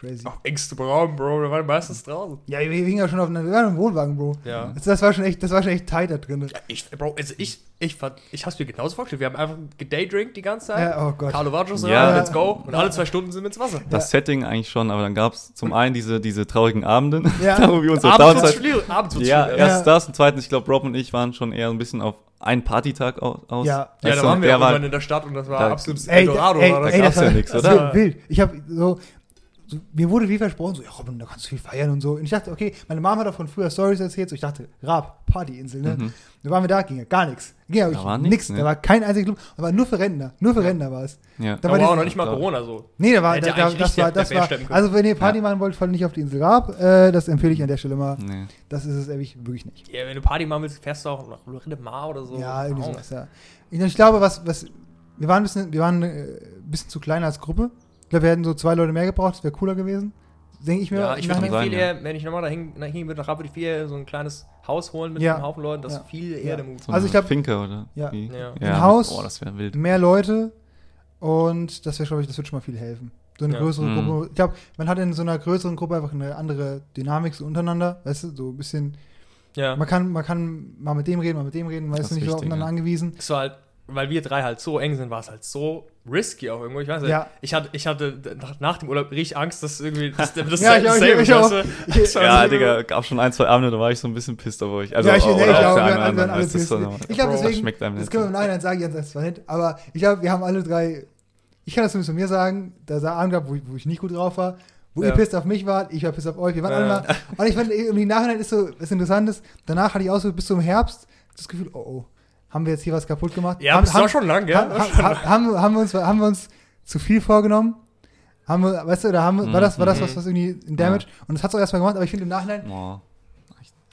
Speaker 2: crazy.
Speaker 3: Auf engstem Raum, Bro, da waren meistens draußen.
Speaker 2: Ja, wir hingen ja schon auf einem, wir waren im Wohnwagen, Bro.
Speaker 3: Ja.
Speaker 2: Das, das war schon echt, das war schon echt tight da drin.
Speaker 3: Ich, Bro, also ich, ich, fand, ich hab's mir genauso vorgestellt. Wir haben einfach gedaydrinkt die ganze Zeit.
Speaker 2: Ja, oh Gott.
Speaker 3: Carlo Vargas
Speaker 1: Ja.
Speaker 3: rein, let's go. Und alle zwei Stunden sind wir ins Wasser.
Speaker 1: Das Setting eigentlich schon, aber dann gab es zum einen diese, diese traurigen Abende,
Speaker 2: Ja.
Speaker 1: da wo wir uns auf
Speaker 3: Abends wird's
Speaker 1: Downside
Speaker 3: schwierig. Abends wird's
Speaker 1: Ja,
Speaker 3: schwierig.
Speaker 1: erst
Speaker 2: Ja.
Speaker 1: das und zweitens, ich glaube, Rob und ich waren schon eher ein bisschen auf einen Partytag au- aus.
Speaker 2: Ja.
Speaker 3: Ja,
Speaker 1: Weißt
Speaker 3: da
Speaker 1: du,
Speaker 3: waren wir
Speaker 1: Also, der
Speaker 3: irgendwann
Speaker 1: war,
Speaker 3: in der Stadt und das war
Speaker 1: Da-
Speaker 3: absolutes
Speaker 2: Ey,
Speaker 3: Eldorado.
Speaker 2: ey,
Speaker 3: war das.
Speaker 2: ey,
Speaker 1: gab's
Speaker 2: das war,
Speaker 1: ja nix,
Speaker 2: das
Speaker 1: oder?
Speaker 2: war Wild. Ich habe so, so, mir wurde wie versprochen, so, ja, Robin, da kannst du viel feiern und so. Und ich dachte, okay, meine Mama hat auch von früher Stories erzählt, so ich dachte, Raab, Partyinsel, ne?
Speaker 1: Mhm.
Speaker 2: Da waren wir da, ging ja gar nichts. Ging ja wirklich
Speaker 1: war nix,
Speaker 2: nichts.
Speaker 1: ne?
Speaker 2: Da war kein einziger Club, da war nur für Rentner. Nur für Rentner war es.
Speaker 1: ja.
Speaker 3: da
Speaker 2: da war
Speaker 3: war
Speaker 2: das-
Speaker 3: auch noch nicht mal
Speaker 1: da-
Speaker 3: Corona so.
Speaker 2: Nee, da war,
Speaker 3: Hätte
Speaker 2: da, da,
Speaker 3: eigentlich
Speaker 2: das
Speaker 3: richtig
Speaker 2: war, das
Speaker 3: der Bär
Speaker 2: war,
Speaker 3: steppen können.
Speaker 2: also wenn ihr Party machen wollt, fahrt nicht auf die Insel Raab. Äh, das empfehle ich an der Stelle mal.
Speaker 1: Oh, Nee.
Speaker 2: Das ist es ehrlich, wirklich nicht.
Speaker 3: Ja, wenn du Party machen willst, fährst du auch nach Lorette Mar oder so.
Speaker 2: Ja, irgendwie
Speaker 3: Keine
Speaker 2: sowas, ja. Ich, ich glaube, was, was, wir waren ein bisschen, wir waren, äh, ein bisschen zu klein als Gruppe. Ich glaube, wir hätten so zwei Leute mehr gebraucht, das wäre cooler gewesen. Denke ich mir.
Speaker 3: Ja, ich
Speaker 2: im
Speaker 3: würde
Speaker 1: Kann
Speaker 3: mir
Speaker 2: Nachhinein.
Speaker 1: sein,
Speaker 3: viel eher, wenn ich nochmal dahin, dahin würde, nach Rapp, würde ich viel eher so ein kleines Haus holen mit
Speaker 2: Ja.
Speaker 3: einem Haufen Leuten. Das
Speaker 2: Ja.
Speaker 3: ist viel eher
Speaker 2: Ja.
Speaker 3: der Move.
Speaker 1: So
Speaker 2: Also
Speaker 1: eine
Speaker 2: ich glaub-
Speaker 1: Finke oder?
Speaker 2: Ja.
Speaker 1: wie?
Speaker 3: Ja. Ein
Speaker 2: Haus.
Speaker 1: Oh, das wäre wild.
Speaker 2: mehr Leute und das wäre, glaube ich, das wird schon mal viel helfen. So eine
Speaker 3: Ja.
Speaker 2: größere
Speaker 1: Mhm.
Speaker 2: Gruppe. Ich glaube, man hat in so einer größeren Gruppe einfach eine andere Dynamik so untereinander. Weißt du, so ein bisschen,
Speaker 3: Ja.
Speaker 2: man kann, man kann mal mit dem reden, mal mit dem reden, man
Speaker 1: Das
Speaker 2: ist
Speaker 1: ist
Speaker 2: nicht so
Speaker 1: wichtig,
Speaker 2: aufeinander
Speaker 1: ja.
Speaker 2: angewiesen.
Speaker 3: Es war halt, weil wir drei halt so eng sind, war es halt so risky auch irgendwo. Ich weiß nicht.
Speaker 2: Ja.
Speaker 3: Ich hatte, ich hatte nach, nach dem Urlaub richtig Angst, dass irgendwie das, das
Speaker 2: Ja, ich auch,
Speaker 3: dasselbe
Speaker 2: ich auch.
Speaker 3: ist, weißt du? Das war
Speaker 1: Ja,
Speaker 3: so-
Speaker 1: Digga, gab schon ein, zwei Abende, da war ich so ein bisschen pisst auf euch. Also,
Speaker 2: ja, ich,
Speaker 1: oder
Speaker 2: nee, ich
Speaker 1: auf der
Speaker 2: glaube, wir
Speaker 1: einen
Speaker 2: werden alle,
Speaker 1: anderen,
Speaker 2: werden alle
Speaker 1: weißt du,
Speaker 2: pissed.
Speaker 1: so eine-
Speaker 2: Ich glaube,
Speaker 3: Bro,
Speaker 1: das
Speaker 2: deswegen,
Speaker 1: schmeckt einem
Speaker 2: das
Speaker 1: nicht
Speaker 2: können wir
Speaker 1: so.
Speaker 2: im Nachhinein sagen, Jens, das war nett, aber ich glaube, wir haben alle drei, ich kann das zumindest von mir sagen, da sah Abend gab, wo ich, wo ich nicht gut drauf war, wo
Speaker 3: Ja.
Speaker 2: ihr pisst auf mich wart, ich war pisst auf euch, wir waren alle
Speaker 3: Ja.
Speaker 2: mal. Und ich fand, irgendwie im Nachhinein ist so, was Interessantes, danach hatte ich auch so bis zum Herbst das Gefühl, oh oh, haben wir jetzt hier was kaputt gemacht?
Speaker 3: Ja,
Speaker 2: haben,
Speaker 3: das war schon lang, gell?
Speaker 2: haben, haben, haben, haben, haben, wir uns, haben wir uns zu viel vorgenommen? Haben wir, weißt du, oder haben, wir- war das, war das was, was irgendwie ein Damage? Und das hat es auch erstmal gemacht, aber ich finde im Nachhinein.
Speaker 1: Boah.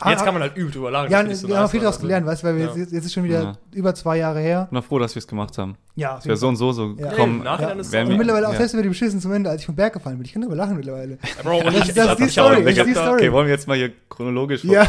Speaker 3: Jetzt kann man halt übel drüber lachen.
Speaker 2: ja,
Speaker 3: das find ich so
Speaker 2: wir haben
Speaker 3: nice,
Speaker 2: viel daraus
Speaker 3: also.
Speaker 2: gelernt, weißt du, weil wir
Speaker 3: Ja.
Speaker 2: jetzt, jetzt ist schon wieder
Speaker 1: Ja.
Speaker 2: über zwei Jahre her.
Speaker 1: Ich bin auch froh, dass wir es gemacht haben.
Speaker 2: Ja, auf
Speaker 1: Es wäre
Speaker 2: jeden
Speaker 1: so und so so
Speaker 2: Ja.
Speaker 3: Ey, im
Speaker 1: gekommen.
Speaker 3: Nachhinein
Speaker 2: Ja.
Speaker 3: ist es
Speaker 1: Wären
Speaker 2: Und mittlerweile auch
Speaker 1: Ja.
Speaker 2: selbst über die beschissensten Momente, als ich vom Berg gefallen bin. Ich kann darüber lachen mittlerweile.
Speaker 3: Bro, und
Speaker 2: Das-
Speaker 3: ich, ich
Speaker 2: das ist die
Speaker 3: hab- ich hab-
Speaker 2: Story,
Speaker 3: ich
Speaker 2: das
Speaker 3: hab
Speaker 2: ist die
Speaker 3: da-
Speaker 2: Story.
Speaker 1: Okay, wollen wir jetzt mal hier chronologisch
Speaker 2: Ja.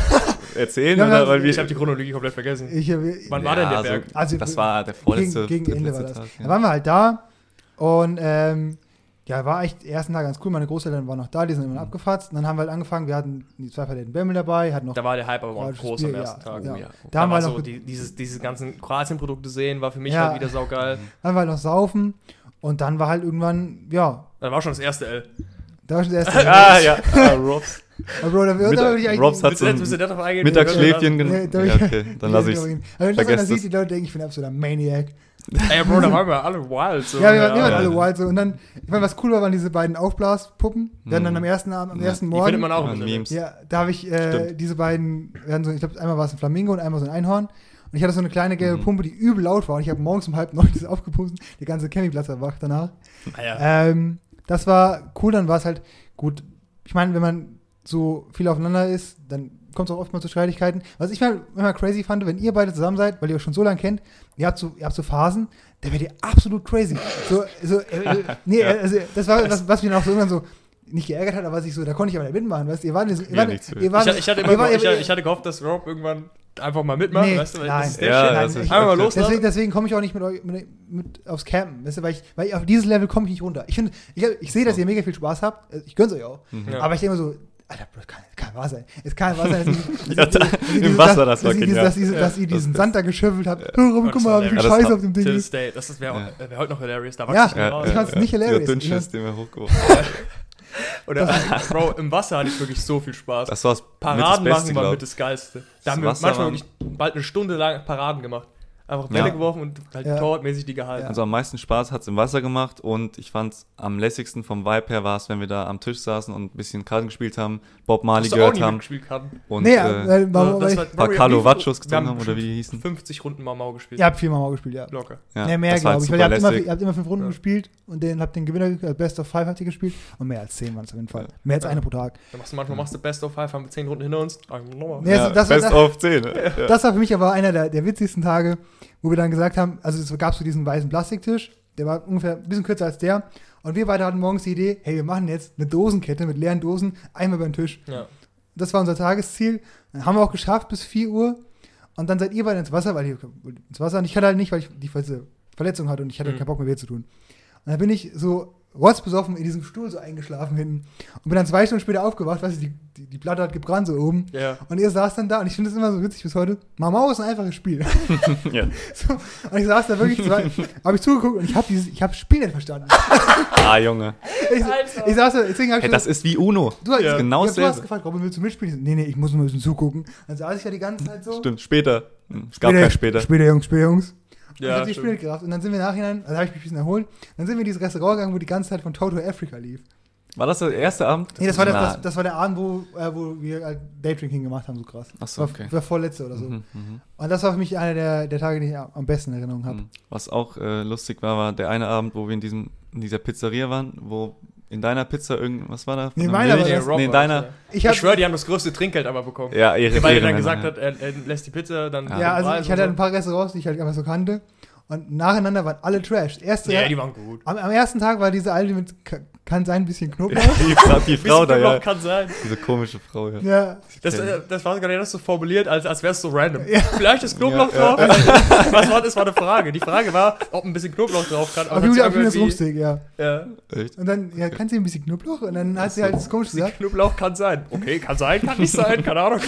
Speaker 1: erzählen?
Speaker 2: Ja,
Speaker 1: oder?
Speaker 2: ja,
Speaker 1: Weil wir,
Speaker 3: Ich habe die Chronologie komplett vergessen.
Speaker 2: Ich, äh,
Speaker 3: Wann war denn der Berg?
Speaker 1: So,
Speaker 2: also,
Speaker 1: das war der
Speaker 2: gegen,
Speaker 1: vorletzte.
Speaker 2: gegen Ende war das.
Speaker 1: drittletzte Tag,
Speaker 2: Da waren wir halt da und ähm, ja, war echt den ersten Tag ganz cool. Meine Großeltern waren noch da, die sind
Speaker 1: Mhm.
Speaker 2: immer noch abgefatzt. Und dann haben wir halt angefangen, wir hatten die zwei verletzten Bämmel dabei, hatten noch
Speaker 3: Da war der Hype aber
Speaker 2: Ja,
Speaker 3: auch
Speaker 2: das
Speaker 3: groß
Speaker 2: Bier,
Speaker 3: am ersten
Speaker 2: ja.
Speaker 3: Tag. oh
Speaker 2: Ja.
Speaker 1: ja.
Speaker 2: Da haben
Speaker 3: war
Speaker 2: wir halt
Speaker 3: so
Speaker 2: noch,
Speaker 3: die, dieses, diese ganzen Kroatien-Produkte sehen, war für mich
Speaker 2: Ja.
Speaker 3: halt wieder saugeil.
Speaker 2: haben wir halt noch saufen und dann war halt irgendwann, ja,
Speaker 3: Dann war schon das erste L.
Speaker 2: da war schon das erste.
Speaker 1: Ah, ja. Ah, Robs.
Speaker 2: Aber Bro, da, da
Speaker 1: Mit-
Speaker 2: würde ich eigentlich.
Speaker 1: Robs hat
Speaker 3: Willst du,
Speaker 1: so
Speaker 3: jetzt- willst du
Speaker 1: ein
Speaker 3: darauf eingehen?
Speaker 1: Mittagsschläfchen
Speaker 2: Nee,
Speaker 1: genommen.
Speaker 2: da
Speaker 1: Ja,
Speaker 2: würd ich-
Speaker 1: okay, dann lass ich's.
Speaker 2: Aber wenn das
Speaker 1: Vergesst
Speaker 2: einer sieht,
Speaker 1: es.
Speaker 2: die Leute denken, ich bin ein absoluter Maniac.
Speaker 3: Ey, Bro, da waren wir alle wild. So
Speaker 2: ja, wir waren, wir waren
Speaker 1: ja.
Speaker 2: alle wild so. Und dann, ich meine, was cool war, waren diese beiden Aufblaspuppen. Wir hatten dann am ersten Abend, am
Speaker 1: Mhm. Ja.
Speaker 2: ersten
Speaker 1: Die
Speaker 3: Die
Speaker 2: Morgen.
Speaker 3: findet man auch
Speaker 1: Ja,
Speaker 3: im Internet.
Speaker 1: Memes.
Speaker 2: Ja, da habe ich äh,
Speaker 1: Stimmt.
Speaker 2: diese beiden, wir hatten so, ich glaube, einmal war es ein Flamingo und einmal so ein Einhorn. Und ich hatte so eine kleine gelbe
Speaker 1: Mhm.
Speaker 2: Pumpe, die übel laut war. Und ich habe morgens um halb neun das aufgepustet. Der ganze Campingplatz war wach danach.
Speaker 3: Ah, ja.
Speaker 2: Ähm, das war cool, dann war es halt gut. Ich meine, wenn man so viel aufeinander ist, dann kommt es auch oft mal zu Streitigkeiten. Was ich mal immer crazy fand, wenn ihr beide zusammen seid, weil ihr euch schon so lange kennt, ihr habt so, ihr habt so Phasen, da werdet ihr absolut crazy. So, so, äh, äh, nee,
Speaker 3: Ja.
Speaker 2: äh, also, das war was, was mich dann auch so irgendwann so nicht geärgert hat, aber was ich so, da konnte ich aber nicht mitmachen, weißt du, ihr wart, ihr
Speaker 1: Ja,
Speaker 2: wart,
Speaker 1: nichts
Speaker 2: ihr wart,
Speaker 3: Ich, ich, hatte immer,
Speaker 2: ihr wart,
Speaker 3: ich,
Speaker 2: ihr-
Speaker 3: ich hatte gehofft, dass Rob irgendwann einfach mal mitmacht.
Speaker 2: Nee,
Speaker 3: weißt du, weil
Speaker 2: nein.
Speaker 3: Das ist der
Speaker 1: Ja,
Speaker 3: Shit.
Speaker 2: nein,
Speaker 1: das
Speaker 2: ich-
Speaker 1: ist
Speaker 3: Einmal mal los.
Speaker 2: Deswegen, deswegen komme ich auch nicht mit, euch, mit, mit aufs Campen, weißt du, weil ich, weil ich auf dieses Level komme ich nicht runter. Ich finde, ich, hab- ich sehe, dass ihr mega viel Spaß habt, ich gönn's euch auch.
Speaker 1: Mhm.
Speaker 3: Ja.
Speaker 2: Aber ich denke mir so, Alter, das kann, kann wahr sein. Es kann wahr sein, dass ihr,
Speaker 1: Ja, da-
Speaker 2: dass ihr
Speaker 1: im
Speaker 2: diese-
Speaker 1: Wasser, das
Speaker 2: dass
Speaker 1: war
Speaker 2: ihr diese-
Speaker 1: genial.
Speaker 2: dass, ihr-
Speaker 3: Ja,
Speaker 2: dass ihr
Speaker 1: das-
Speaker 2: diesen
Speaker 1: das-
Speaker 2: Sand da geschüffelt habt. Hör rum,
Speaker 3: Ja,
Speaker 2: guck
Speaker 3: das
Speaker 2: mal,
Speaker 3: war
Speaker 2: wie viel
Speaker 1: lecker. Ja, das
Speaker 2: Scheiße
Speaker 1: war-
Speaker 2: auf dem
Speaker 3: Till
Speaker 2: Ding
Speaker 3: this
Speaker 2: ist.
Speaker 3: day. Das wäre
Speaker 1: Ja.
Speaker 3: wär heute noch hilarious. Da
Speaker 2: Ja,
Speaker 3: wachse ich mir
Speaker 2: ja,
Speaker 3: raus.
Speaker 2: ich fand's nicht hilarious. ne?
Speaker 1: Der Dünnschiss, den wir hochgehoben
Speaker 3: Oder, äh, Bro, im Wasser hatte ich wirklich so viel Spaß.
Speaker 1: Das war's.
Speaker 3: Paraden
Speaker 1: mit das Beste,
Speaker 3: machen war
Speaker 1: glaub
Speaker 3: mit das Geilste. Da haben wir
Speaker 1: Wasser
Speaker 3: manchmal
Speaker 1: waren-
Speaker 3: wirklich bald eine Stunde lang Paraden gemacht. Einfach Bälle
Speaker 1: Ja.
Speaker 3: geworfen und halt
Speaker 2: Ja.
Speaker 3: torwartmäßig die gehalten.
Speaker 1: Also am meisten Spaß hat es im Wasser gemacht und ich fand es am lässigsten vom Vibe her war es, wenn wir da am Tisch saßen und ein bisschen Karten gespielt haben, Bob Marley
Speaker 3: Hast du auch
Speaker 1: gehört
Speaker 3: nie
Speaker 1: haben
Speaker 3: mitgespielt haben.
Speaker 1: und
Speaker 2: Nee,
Speaker 1: äh,
Speaker 2: weil, warum, weil
Speaker 1: ein paar
Speaker 3: eh
Speaker 1: Carlo Vaccios gezogen haben oder wie die hießen.
Speaker 3: 50 Runden mal Mau gespielt.
Speaker 2: ihr habt viermal Mau gespielt, ja.
Speaker 3: Locker.
Speaker 1: Ja,
Speaker 2: nee, mehr,
Speaker 1: das war
Speaker 2: glaube ich. Weil
Speaker 1: super
Speaker 2: ihr habt, immer,
Speaker 1: lässig.
Speaker 2: ihr habt immer fünf Runden
Speaker 3: Ja.
Speaker 2: gespielt und den, habt den Gewinner, ge- äh, Best of Five habt ihr gespielt und mehr als zehn waren es auf jeden Fall. Mehr als
Speaker 3: Ja.
Speaker 2: eine pro Tag.
Speaker 3: Dann machst du manchmal machst du Best of Five, haben wir 10 Runden hinter uns. Ah, nochmal.
Speaker 2: Nee, also
Speaker 1: ja,
Speaker 2: das- das-
Speaker 1: Best
Speaker 2: das-
Speaker 1: of 10. ne? Ja.
Speaker 2: Das war für mich aber einer der, der witzigsten Tage, wo wir dann gesagt haben, also es gab so diesen weißen Plastiktisch, der war ungefähr ein bisschen kürzer als der. Und wir beide hatten morgens die Idee, hey, wir machen jetzt eine Dosenkette mit leeren Dosen, einmal über den Tisch.
Speaker 3: Ja.
Speaker 2: Das war unser Tagesziel. Dann haben wir auch geschafft bis 4 Uhr. Und dann seid ihr beide ins Wasser, weil ihr ins Wasser. Und ich hatte halt nicht, weil ich die Verse- Verletzung hatte und ich hatte
Speaker 3: Mhm.
Speaker 2: keinen Bock mehr weh zu tun. Und dann bin ich so rotzbesoffen in diesem Stuhl so eingeschlafen hinten. Und bin dann zwei Stunden später aufgewacht, weißt du, die, die, die Platte hat gebrannt so oben.
Speaker 3: Ja.
Speaker 2: Und ihr saß dann da und ich finde es immer so witzig bis heute. Mamau ist ein einfaches Spiel.
Speaker 1: Ja.
Speaker 2: so, und ich saß da wirklich zwei, habe ich zugeguckt und ich habe dieses, ich habe das Spiel nicht verstanden.
Speaker 1: Ah, Junge.
Speaker 2: Ich,
Speaker 3: Alter.
Speaker 2: ich saß da, deswegen habe ich
Speaker 1: Hey,
Speaker 2: so-
Speaker 1: das ist wie Uno.
Speaker 2: Du hast,
Speaker 3: Ja.
Speaker 1: Genau
Speaker 2: ja, du hast
Speaker 1: dasselbe.
Speaker 2: gefragt, Robin, willst du mitspielen? Ich so, Nee, nee, ich muss nur ein bisschen zugucken. Dann saß ich ja die ganze Zeit so.
Speaker 1: Stimmt, später. Hm, Es gab kein später.
Speaker 2: Später, Jungs, später, Jungs. Und ich
Speaker 3: Ja,
Speaker 2: hab die
Speaker 3: stimmt.
Speaker 2: Spiele gerafft. Und dann sind wir nachhinein, also habe ich mich ein bisschen erholt, dann sind wir in dieses Restaurant gegangen, wo die ganze Zeit von Toto Africa lief.
Speaker 1: War das der erste Abend?
Speaker 2: Nee, das war, der,
Speaker 1: Na,
Speaker 2: das, das war der Abend, wo, äh, wo wir halt Daydrinking gemacht haben, so krass.
Speaker 1: Ach so,
Speaker 2: war,
Speaker 1: okay.
Speaker 2: war vorletzte oder so.
Speaker 1: Mhm, mhm.
Speaker 2: Und das war für mich einer der, der Tage, die ich am am besten in Erinnerung habe.
Speaker 1: Mhm. Was auch äh, lustig war, war der eine Abend, wo wir in, diesem, in dieser Pizzeria waren, wo in deiner Pizza irgend was war da? Von
Speaker 2: Nee,
Speaker 1: einem
Speaker 2: meiner war
Speaker 1: Milch?
Speaker 2: das.
Speaker 1: Nee,
Speaker 3: war
Speaker 1: deiner.
Speaker 3: das, ja.
Speaker 2: Ich
Speaker 3: Ich,
Speaker 2: hab,
Speaker 3: schwöre, die haben das größte Trinkgeld aber bekommen.
Speaker 1: Ja, Ehre,
Speaker 3: Weil er dann
Speaker 1: Ehrenmänner,
Speaker 3: gesagt
Speaker 1: ja.
Speaker 3: hat, er, er lässt die Pizza, dann.
Speaker 1: Ja.
Speaker 2: ja, also
Speaker 3: Preis
Speaker 2: ich
Speaker 3: und
Speaker 2: hatte
Speaker 3: so.
Speaker 2: ein paar Restaurants, die ich halt einfach so kannte. Und nacheinander waren alle Trash. Das Erste,
Speaker 3: Ja, die waren gut.
Speaker 2: am, am ersten Tag war diese alte mit, ka- kann sein, ein bisschen Knoblauch.
Speaker 1: Die Frau, die Frau da,
Speaker 3: Knoblauch
Speaker 1: ja.
Speaker 3: kann sein.
Speaker 1: Diese komische Frau, ja.
Speaker 2: ja.
Speaker 3: Das,
Speaker 1: Okay.
Speaker 3: äh, das war gerade so formuliert, als, als wäre es so random.
Speaker 2: Ja.
Speaker 3: Vielleicht ist Knoblauch
Speaker 1: Ja,
Speaker 3: drauf. Was war das? war eine Frage. Die Frage war, ob ein bisschen Knoblauch drauf kann.
Speaker 2: Auf
Speaker 3: hat's
Speaker 2: Julia, auf Julias
Speaker 3: irgendwie-
Speaker 2: Rumsteak, ja.
Speaker 3: Ja,
Speaker 1: Echt?
Speaker 2: Und dann, ja, kannst du ein bisschen Knoblauch? Und dann hat sie halt das komisch
Speaker 3: sie-
Speaker 2: gesagt.
Speaker 3: Knoblauch kann sein. Okay, kann sein, kann nicht sein, keine Ahnung.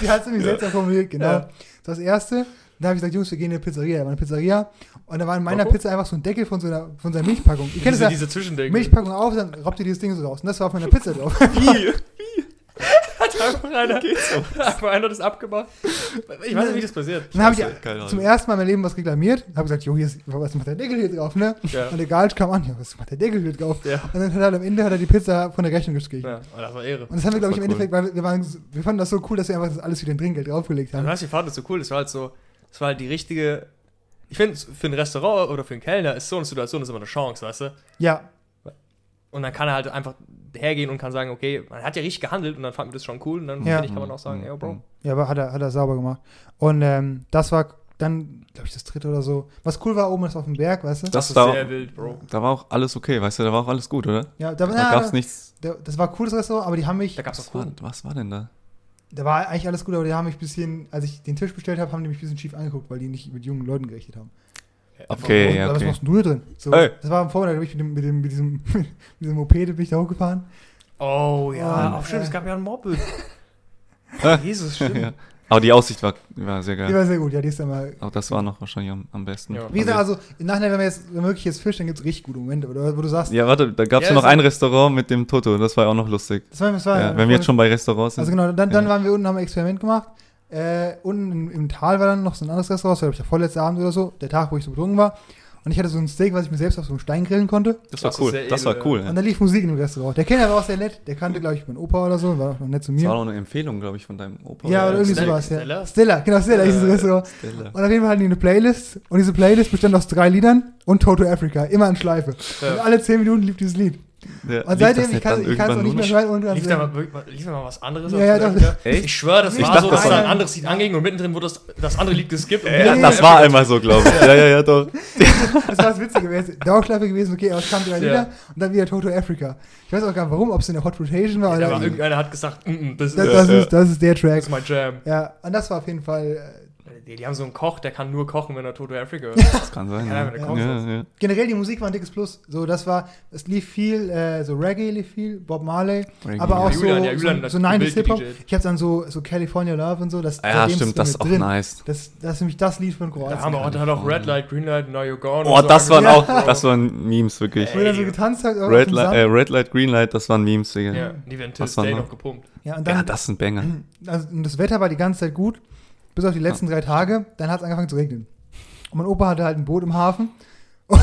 Speaker 2: Sie hat es irgendwie seltsam formuliert, genau.
Speaker 3: Ja.
Speaker 2: Das war das Erste. Dann habe ich gesagt, Jungs, wir gehen in eine Pizzeria. Da war eine Pizzeria. Und da war in meiner
Speaker 3: Warum?
Speaker 2: Pizza einfach so ein Deckel von so einer, von so einer Milchpackung. Ich kenne
Speaker 3: diese,
Speaker 2: das ja.
Speaker 3: diese Zwischendinge.
Speaker 2: Milchpackung auf, dann robbt ihr dieses Ding so raus. Und das war auf meiner Pizza drauf.
Speaker 1: Wie?
Speaker 3: Hat einfach einer, einfach einer das abgemacht. Ich weiß nicht, wie das passiert.
Speaker 2: Dann habe
Speaker 1: Keine
Speaker 2: ich
Speaker 1: Ahnung.
Speaker 2: zum ersten Mal in meinem Leben was reklamiert. Habe gesagt, jo, hier ist, was macht der Deckel hier drauf, ne?
Speaker 3: Ja.
Speaker 2: Und egal, ich kam an, ja, was macht der Deckel hier drauf?
Speaker 3: Ja.
Speaker 2: Und dann hat er am Ende hat er die Pizza von der Rechnung gestrichen.
Speaker 3: Ja, aber Oh, das war Ehre.
Speaker 2: Und das haben wir, glaube ich,
Speaker 1: Das
Speaker 2: im
Speaker 1: war
Speaker 2: Endeffekt, weil wir, waren, so- wir fanden das so cool, dass wir einfach das alles wieder in Trinkgeld draufgelegt
Speaker 3: Und
Speaker 2: haben.
Speaker 3: weißt du, ich fand das so cool. Das war halt so, das war halt die richtige. Ich finde, für ein Restaurant oder für einen Kellner ist so eine Situation ist immer eine Chance, weißt du?
Speaker 2: Ja,
Speaker 3: Und dann kann er halt einfach hergehen und kann sagen, okay, man hat ja richtig gehandelt und dann fand mir das schon cool. Und dann
Speaker 2: Ja.
Speaker 3: finde ich, kann man auch sagen,
Speaker 1: Mhm.
Speaker 3: ey, Bro.
Speaker 2: Ja, aber hat er, hat er sauber gemacht. Und ähm, das war dann, glaube ich, das dritte oder so. Was cool war, oben ist auf dem Berg, weißt du?
Speaker 1: Das
Speaker 3: ist
Speaker 1: war-
Speaker 3: sehr wild, Bro.
Speaker 1: Da war auch alles okay, weißt du, da war auch alles gut, oder?
Speaker 2: ja, da,
Speaker 1: Da
Speaker 2: na,
Speaker 1: gab's nichts.
Speaker 2: da- das war ein cooles Restaurant, aber die haben mich.
Speaker 3: Da gab's auch
Speaker 1: Was war,
Speaker 3: Kuchen.
Speaker 1: was war denn da?
Speaker 2: da war eigentlich alles gut, aber die haben mich ein bisschen, als ich den Tisch bestellt habe, haben die mich ein bisschen schief angeguckt, weil die nicht mit jungen Leuten gerechnet haben.
Speaker 1: Okay,
Speaker 2: Und,
Speaker 1: ja,
Speaker 2: Was
Speaker 1: okay.
Speaker 2: machst denn du hier drin? So,
Speaker 1: Ey.
Speaker 2: Das war am Vormittag, da bin ich mit, dem, mit, dem, mit, diesem, mit diesem Moped bin ich da hochgefahren.
Speaker 3: Oh ja,
Speaker 2: Oh,
Speaker 3: auch stimmt,
Speaker 2: äh.
Speaker 3: es gab ja einen Mobbel.
Speaker 1: Ah.
Speaker 3: Jesus, stimmt.
Speaker 1: ja. Aber die Aussicht war, war sehr
Speaker 2: Die
Speaker 1: geil.
Speaker 2: war sehr gut, ja, die ist dann mal.
Speaker 1: Auch das war noch wahrscheinlich am, am besten.
Speaker 3: Ja.
Speaker 2: Wie gesagt, also im Nachhinein, wenn man jetzt wenn man wirklich jetzt fischt, dann gibt es richtig gute Momente, oder wo du sagst,
Speaker 1: ja, warte, da gab es
Speaker 3: Ja,
Speaker 1: noch
Speaker 3: also-
Speaker 1: ein Restaurant mit dem Toto, das war auch noch lustig.
Speaker 2: das war, das war
Speaker 1: Ja, wenn wir jetzt schon bei Restaurants sind.
Speaker 2: Also genau, dann, dann
Speaker 1: Ja.
Speaker 2: waren wir unten, haben ein Experiment gemacht. Äh, unten im, im Tal war dann noch so ein anderes Restaurant, das war, glaube ich, der vorletzte Abend oder so, der Tag, wo ich so betrunken war. Und ich hatte so ein Steak, was ich mir selbst auf so einem Stein grillen konnte.
Speaker 1: das war
Speaker 3: Das ist
Speaker 1: cool.
Speaker 3: sehr
Speaker 1: das
Speaker 3: edel,
Speaker 1: war cool. Ja.
Speaker 2: eh Und da lief Musik in dem Restaurant. Der Kellner war auch sehr nett. Der kannte, glaube ich, meinen Opa oder so, war auch noch nett zu
Speaker 1: Das
Speaker 2: mir.
Speaker 1: war auch eine Empfehlung, glaube ich, von deinem Opa.
Speaker 2: ja, oder irgendwie
Speaker 3: Stella-
Speaker 2: sowas.
Speaker 3: Stella?
Speaker 2: Ja. Stella, genau, Stella hieß das
Speaker 3: Äh,
Speaker 2: Restaurant.
Speaker 1: Stella.
Speaker 2: Und auf jeden Fall hatten die eine Playlist. Und diese Playlist bestand aus drei Liedern und Toto Africa, immer in Schleife. Und
Speaker 3: Ja.
Speaker 2: alle zehn Minuten lief dieses Lied.
Speaker 1: Ja,
Speaker 2: Und
Speaker 1: lief das
Speaker 2: seitdem, ich
Speaker 1: nicht
Speaker 2: kann
Speaker 1: dann
Speaker 2: es auch
Speaker 1: irgendwann
Speaker 2: nicht
Speaker 1: nur
Speaker 2: mehr
Speaker 1: noch?
Speaker 2: hören und
Speaker 3: Lief da, mal, wirklich- lief da mal was anderes?
Speaker 2: Ja,
Speaker 3: auf
Speaker 2: ja,
Speaker 3: der
Speaker 2: doch.
Speaker 3: Liga?
Speaker 1: Echt?
Speaker 3: Ich schwöre, das
Speaker 1: Ich
Speaker 3: war
Speaker 1: dachte,
Speaker 3: so,
Speaker 1: das
Speaker 3: dass da
Speaker 1: war-
Speaker 3: ein anderes Lied anging und mittendrin wurde das, das andere Lied geskippt. und wieder
Speaker 1: Ja, das
Speaker 3: ein
Speaker 1: war
Speaker 3: anderes
Speaker 1: einmal so, glaube ich. Ja, ja, ja, doch.
Speaker 2: Das war das Witzige gewesen. Dauerschleife gewesen, okay, aber es kam
Speaker 3: Ja.
Speaker 2: drei Lieder und dann wieder Toto Africa. Ich weiß auch gar nicht warum, ob es in der Hot Rotation war
Speaker 3: Lied.
Speaker 2: oder.
Speaker 3: Aber irgendeiner hat gesagt, mm, mm, das,
Speaker 2: das,
Speaker 3: ist-
Speaker 2: das,
Speaker 1: Ja,
Speaker 2: ist, das ist der
Speaker 3: das
Speaker 2: Track.
Speaker 3: ist mein Jam.
Speaker 2: Ja, und das war auf jeden Fall. Äh,
Speaker 3: Die, die haben so einen Koch, der kann nur kochen, wenn er Toto Africa hört.
Speaker 1: Das kann sein.
Speaker 3: Ja, wenn du
Speaker 1: Ja,
Speaker 3: kommst,
Speaker 1: ja, ja.
Speaker 2: generell die Musik war ein dickes Plus. So, das war, es lief viel, äh, so Reggae lief viel, Bob Marley,
Speaker 1: Reggae,
Speaker 2: aber
Speaker 1: ja.
Speaker 2: auch
Speaker 3: Julian, ja,
Speaker 2: so,
Speaker 3: Julian
Speaker 2: so, so
Speaker 3: hat
Speaker 2: 90s
Speaker 3: wild
Speaker 2: Hip-Hop.
Speaker 3: gedjayt.
Speaker 2: Ich hab dann so, so California Love und so. Das,
Speaker 1: Ah ja
Speaker 2: seitdem ist
Speaker 1: stimmt,
Speaker 2: bei
Speaker 1: das
Speaker 2: mir
Speaker 1: ist auch
Speaker 2: drin.
Speaker 1: nice.
Speaker 2: Das, das ist nämlich das Lied von Kroatien.
Speaker 3: Da haben wir auch, da hat auch Red Light, Green Light, Now You're Gone.
Speaker 1: Oh,
Speaker 3: und so
Speaker 1: das waren
Speaker 3: angefangen.
Speaker 1: auch, das waren Memes, wirklich.
Speaker 2: Wo er so
Speaker 3: Ey.
Speaker 2: getanzt hat. auf
Speaker 1: Red
Speaker 2: dem
Speaker 1: Light,
Speaker 2: Sand.
Speaker 1: äh, Red Light, Green Light, das waren Memes, Digga.
Speaker 3: Ja,
Speaker 1: Ja,
Speaker 3: die werden
Speaker 1: Was
Speaker 3: Till
Speaker 1: war
Speaker 3: Day
Speaker 1: noch?
Speaker 3: noch gepumpt.
Speaker 2: ja, und dann,
Speaker 1: das sind Banger.
Speaker 2: also, und das Wetter war die ganze Zeit gut, bis auf die letzten drei Tage. Dann hat es angefangen zu regnen. Und mein Opa hatte halt ein Boot im Hafen. Und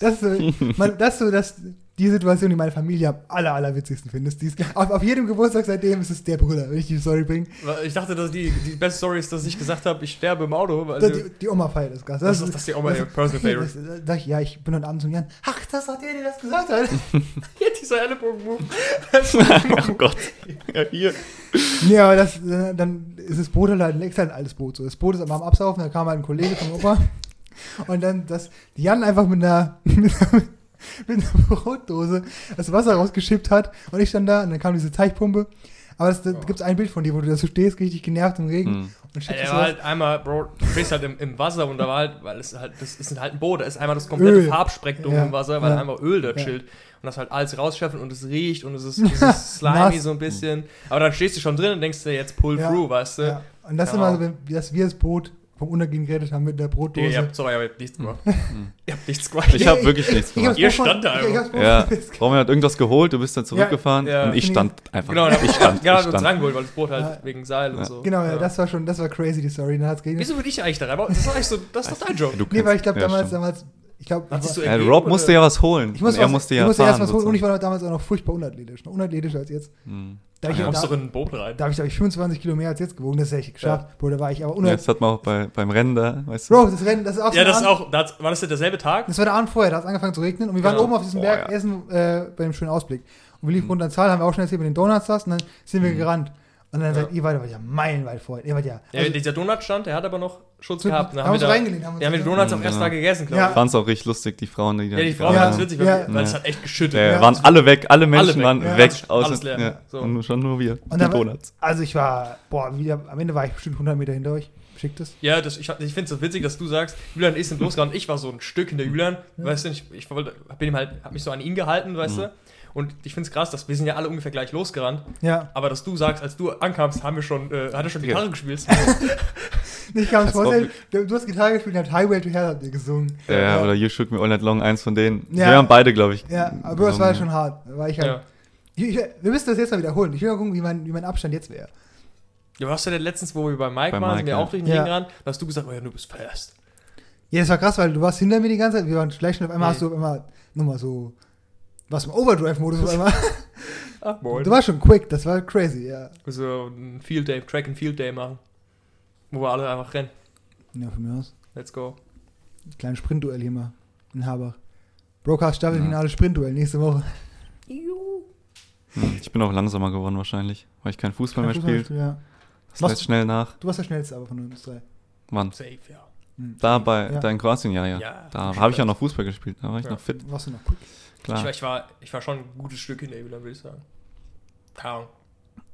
Speaker 2: das ist so, man, das ist so das, die Situation, die meine Familie am aller, allerwitzigsten findet. ist dies- Auf, auf jedem Geburtstag seitdem ist es der Bruder, wenn ich die Story bringe.
Speaker 3: Weil Ich dachte, dass die, die beste Story ist, dass ich gesagt habe, ich sterbe im Auto. Weil
Speaker 2: die, die Oma feiert das Ganze.
Speaker 3: Also, Das ist- das ist die Oma, ihr personal
Speaker 2: hier,
Speaker 3: favorite.
Speaker 2: das- Sag ich, ja, ich bin heute Abend zum Jan. Ach, das hat der, der das gesagt hat.
Speaker 3: ja, dieser Ellenbogen-Move.
Speaker 1: oh Gott. Ja, hier.
Speaker 2: Ja, aber das, äh, dann ist das Boot halt ein extra ein altes Boot. So. Das Boot ist aber am Absaufen, da kam halt ein Kollege vom Opa. Und dann, das, die Jan einfach mit einer, mit einer, mit einer Brotdose das Wasser rausgeschippt hat. Und ich stand da und dann kam diese Teichpumpe. Aber es da gibt's ein Bild von dir, wo du da so stehst, richtig genervt im Regen.
Speaker 1: Hm.
Speaker 2: Und schiebst
Speaker 3: Er
Speaker 2: das
Speaker 3: war
Speaker 2: raus.
Speaker 3: halt einmal, Bro, du stehst halt im, im Wasser und da war halt, weil es halt, das ist halt ein Boot, da ist einmal das komplette
Speaker 2: Öl.
Speaker 3: Farbspektrum
Speaker 2: Ja,
Speaker 3: im Wasser, weil
Speaker 2: ja.
Speaker 3: einmal Öl da
Speaker 2: Ja.
Speaker 3: chillt. Und das halt alles rausschöpfen und es riecht und es ist, es ist slimy
Speaker 2: Nass.
Speaker 3: so ein bisschen. Aber dann stehst du schon drin und denkst dir jetzt pull
Speaker 2: Ja.
Speaker 3: through, weißt du?
Speaker 2: ja. Und das
Speaker 3: Keine
Speaker 2: immer so,
Speaker 3: Ahnung.
Speaker 2: wenn- dass wir das Boot vom Untergehen gerettet haben mit der Brotdose.
Speaker 3: Ihr, ihr habt, sorry, aber ihr habt
Speaker 2: Mhm.
Speaker 3: nichts gemacht. ihr habt nichts gemacht.
Speaker 1: Mhm. Ich hab wirklich nichts
Speaker 2: Ich hab's
Speaker 1: gemacht.
Speaker 3: Ihr
Speaker 2: Boot von-
Speaker 3: stand da
Speaker 2: ich- ich
Speaker 3: einfach.
Speaker 2: hab's Boot
Speaker 1: Ja,
Speaker 2: verpisst.
Speaker 1: Romy hat irgendwas geholt, du bist dann zurückgefahren
Speaker 3: Ja, ja.
Speaker 1: und ich stand einfach.
Speaker 3: genau,
Speaker 1: ich stand.
Speaker 3: genau,
Speaker 1: ich
Speaker 3: uns
Speaker 1: stand.
Speaker 3: rangeholt, weil das Boot halt
Speaker 2: Ja.
Speaker 3: wegen Seil und
Speaker 1: Ja.
Speaker 3: so.
Speaker 2: Genau, ja, das war schon, das war crazy, die Story. Dann hat's geregnet.
Speaker 3: Wieso bin ich eigentlich da rein? Das ist doch eigentlich so, das ist doch dein Job.
Speaker 1: Du
Speaker 2: Nee,
Speaker 1: kennst-
Speaker 2: weil ich glaube,
Speaker 1: ja,
Speaker 2: damals,
Speaker 1: stimmt.
Speaker 2: damals, ich glaube,
Speaker 3: Hast du
Speaker 2: ich,
Speaker 1: Ja,
Speaker 3: ergeben,
Speaker 1: Rob
Speaker 3: oder?
Speaker 1: musste ja was holen.
Speaker 2: ich muss,
Speaker 1: er
Speaker 2: was,
Speaker 1: musste
Speaker 2: ich
Speaker 1: ja
Speaker 2: musste
Speaker 1: fahren,
Speaker 2: erst was holen und ich
Speaker 1: sozusagen.
Speaker 2: war doch damals auch noch furchtbar unathletisch. Noch unathletischer als jetzt.
Speaker 1: Hm.
Speaker 2: Da hab
Speaker 3: Ich
Speaker 2: ich,
Speaker 1: Ja.
Speaker 3: kommst
Speaker 2: da,
Speaker 3: doch in ein Boot rein.
Speaker 2: da hab ich, glaub ich, 25 Kilo mehr als jetzt gewogen. Das hätte ich geschafft. Bro, da war ich aber
Speaker 1: Ja,
Speaker 2: unathletisch.
Speaker 1: das hat man auch bei, beim Rennen da, weißt du.
Speaker 2: Bro, das Rennen, das ist auch so
Speaker 3: Ja,
Speaker 2: ein
Speaker 3: das ist
Speaker 2: Abend-
Speaker 3: auch, da hat's- war das ja derselbe Tag?
Speaker 2: Das war der Abend vorher, da hat es angefangen zu regnen und wir waren
Speaker 3: Genau.
Speaker 2: oben auf diesem
Speaker 1: Boah,
Speaker 2: Berg
Speaker 1: ja. Mhm.
Speaker 2: essen äh, bei dem schönen Ausblick. Und wir liefen runter ins Tal, haben wir auch schon erzählt mit den Donuts das und dann sind wir gerannt. Und dann
Speaker 3: Ja.
Speaker 2: seid ihr weiter, wart ja meilenweit vorher. Ihr wart ja.
Speaker 3: Ja, dieser Donut stand, der hat aber noch Schutz
Speaker 2: So,
Speaker 3: gehabt. Dann
Speaker 2: also haben uns
Speaker 3: wir da-
Speaker 2: reingelehnt, haben uns
Speaker 3: Ja, haben wir die
Speaker 2: reingelehnt.
Speaker 3: Donuts am
Speaker 1: Mhm,
Speaker 3: ersten
Speaker 1: genau.
Speaker 3: Tag gegessen, glaube
Speaker 2: Ja.
Speaker 3: ich.
Speaker 1: Fand's auch richtig lustig, die Frauen, die da
Speaker 3: Ja, die Frauen
Speaker 2: Ja.
Speaker 3: waren es witzig, weil,
Speaker 2: Ja.
Speaker 3: weil es
Speaker 1: Ja.
Speaker 3: hat echt geschüttet.
Speaker 1: Ja,
Speaker 2: Ja.
Speaker 1: waren alle weg, alle Menschen
Speaker 3: weg.
Speaker 1: waren
Speaker 2: Ja.
Speaker 1: weg.
Speaker 3: Alles-
Speaker 1: außer,
Speaker 3: alles leer.
Speaker 1: Ja.
Speaker 3: So.
Speaker 1: Und schon nur wir,
Speaker 2: Und
Speaker 1: die
Speaker 2: dann war-
Speaker 1: Donuts.
Speaker 2: Also ich war, boah, wieder, am Ende war ich bestimmt 100 Meter hinter euch. Schickt es.
Speaker 3: Ja, das, ich, ich finde es so witzig, dass du sagst, Julian und ich sind losgerannt. Ich war so ein Stück hinter Julian.
Speaker 2: Hm.
Speaker 3: Weißt du, ich, ich wollte, hab, ihn halt, hab mich so an ihn gehalten, weißt du. Und ich finde es krass, dass wir sind ja alle ungefähr gleich losgerannt.
Speaker 2: Ja.
Speaker 3: Aber dass du sagst, als du ankamst, haben wir schon, äh, hat er schon
Speaker 1: Ja.
Speaker 3: Gitarre gespielt.
Speaker 2: Ich kann es
Speaker 1: war
Speaker 2: vorstellen, du hast Gitarre gespielt und habt Highway to Hell habt ihr gesungen.
Speaker 1: Ja, oder You Shook Me All Night Long, eins von denen.
Speaker 2: Ja.
Speaker 1: Wir haben beide, glaube ich.
Speaker 2: Ja, aber es war
Speaker 1: genommen.
Speaker 2: schon hart. Da War ich halt,
Speaker 3: ja.
Speaker 2: Ich, ich, wir müssen das jetzt mal wiederholen. Ich will mal gucken, wie mein, wie mein Abstand jetzt wäre.
Speaker 3: Du hast ja denn letztens, wo wir bei Mike
Speaker 1: Bei
Speaker 3: waren, sind
Speaker 1: Mike,
Speaker 3: wir
Speaker 1: ja.
Speaker 3: auch durch den
Speaker 2: Ja.
Speaker 3: Regen ran, da hast du gesagt, oh ja, du bist fast.
Speaker 2: Ja, das war krass, weil du warst hinter mir die ganze Zeit. Wir waren schlecht und auf einmal
Speaker 3: Nee.
Speaker 2: hast du auf einmal nochmal so was im Overdrive-Modus auf einmal.
Speaker 3: Ach,
Speaker 2: Du warst schon quick, das war crazy, ja.
Speaker 3: So ein Field Day, Track and Field Day machen. Wo wir alle einfach rennen.
Speaker 2: Ja, von mir aus.
Speaker 3: Let's go.
Speaker 2: Kleines Sprintduell hier mal in Habach. Brokers Staffelfinale Sprintduell nächste Woche.
Speaker 1: Hm, Ich bin auch langsamer geworden wahrscheinlich, weil ich keinen Fußball mehr
Speaker 2: Fußball-
Speaker 1: spiele.
Speaker 2: ja.
Speaker 1: Das
Speaker 2: Machst-
Speaker 1: lässt schnell nach.
Speaker 2: Du warst der schnellste aber von uns drei.
Speaker 1: Wann?
Speaker 3: Safe, ja.
Speaker 1: Da, bei,
Speaker 2: Ja.
Speaker 1: da in Kroatien, ja, ja.
Speaker 3: Ja,
Speaker 1: da
Speaker 3: ich
Speaker 1: habe ich ja
Speaker 3: weiß.
Speaker 1: noch Fußball gespielt, da war ich
Speaker 3: Ja.
Speaker 1: noch fit,
Speaker 2: Warst du noch quick?
Speaker 1: klar.
Speaker 3: Ich, war- ich, war, ich war schon ein gutes Stück hinter Julian, würde ich sagen. Keine Ahnung.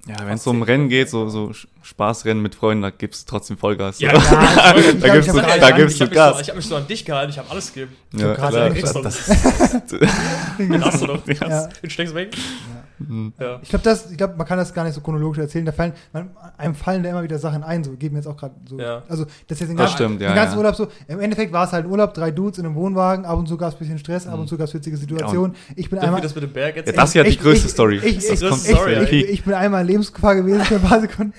Speaker 1: Ja, wenn es so um Rennen geht, so, so Sch- Spaßrennen mit Freunden, da gibst du trotzdem Vollgas.
Speaker 3: Ja,
Speaker 2: Ja,
Speaker 1: so.
Speaker 2: ich
Speaker 1: da
Speaker 2: glaub,
Speaker 1: gibst
Speaker 2: ich hab-
Speaker 1: du, da gibst
Speaker 3: ich
Speaker 1: du
Speaker 3: hab mich so-
Speaker 1: Gas.
Speaker 3: Ich habe mich so an dich gehalten, ich habe alles gegeben.
Speaker 1: Ja,
Speaker 2: hab
Speaker 1: klar.
Speaker 2: gerade
Speaker 1: das,
Speaker 3: angeschaut. Hast du doch.
Speaker 1: Ja.
Speaker 2: Ja.
Speaker 3: Du steckst weg.
Speaker 1: Mhm.
Speaker 3: Ja.
Speaker 2: Ich glaube, das, ich glaube, man kann das gar nicht so chronologisch erzählen. Da fallen, man, einem fallen da immer wieder Sachen ein, so geben jetzt auch gerade so.
Speaker 3: Ja.
Speaker 2: Also das ist jetzt den
Speaker 1: Das
Speaker 2: ganzen-
Speaker 1: stimmt, ja,
Speaker 2: den ganzen
Speaker 1: ja.
Speaker 2: Urlaub so. Im Endeffekt war es halt Urlaub, drei Dudes in einem Wohnwagen, ab und zu gab es ein bisschen Stress, ab und zu gab es witzige Situationen. ich bin
Speaker 3: Dürfen wir
Speaker 2: einmal.
Speaker 3: das mit dem Berg
Speaker 1: Mhm. ja,
Speaker 3: erzählen?
Speaker 1: das ist ja die
Speaker 2: Ich-
Speaker 1: größte
Speaker 2: ich-
Speaker 1: Story.
Speaker 2: ich-
Speaker 1: das
Speaker 2: ich-
Speaker 1: kommt
Speaker 3: ich-
Speaker 1: der
Speaker 3: ich-
Speaker 2: ich,
Speaker 1: Peak.
Speaker 2: ich bin einmal in Lebensgefahr gewesen für ein paar Sekunden.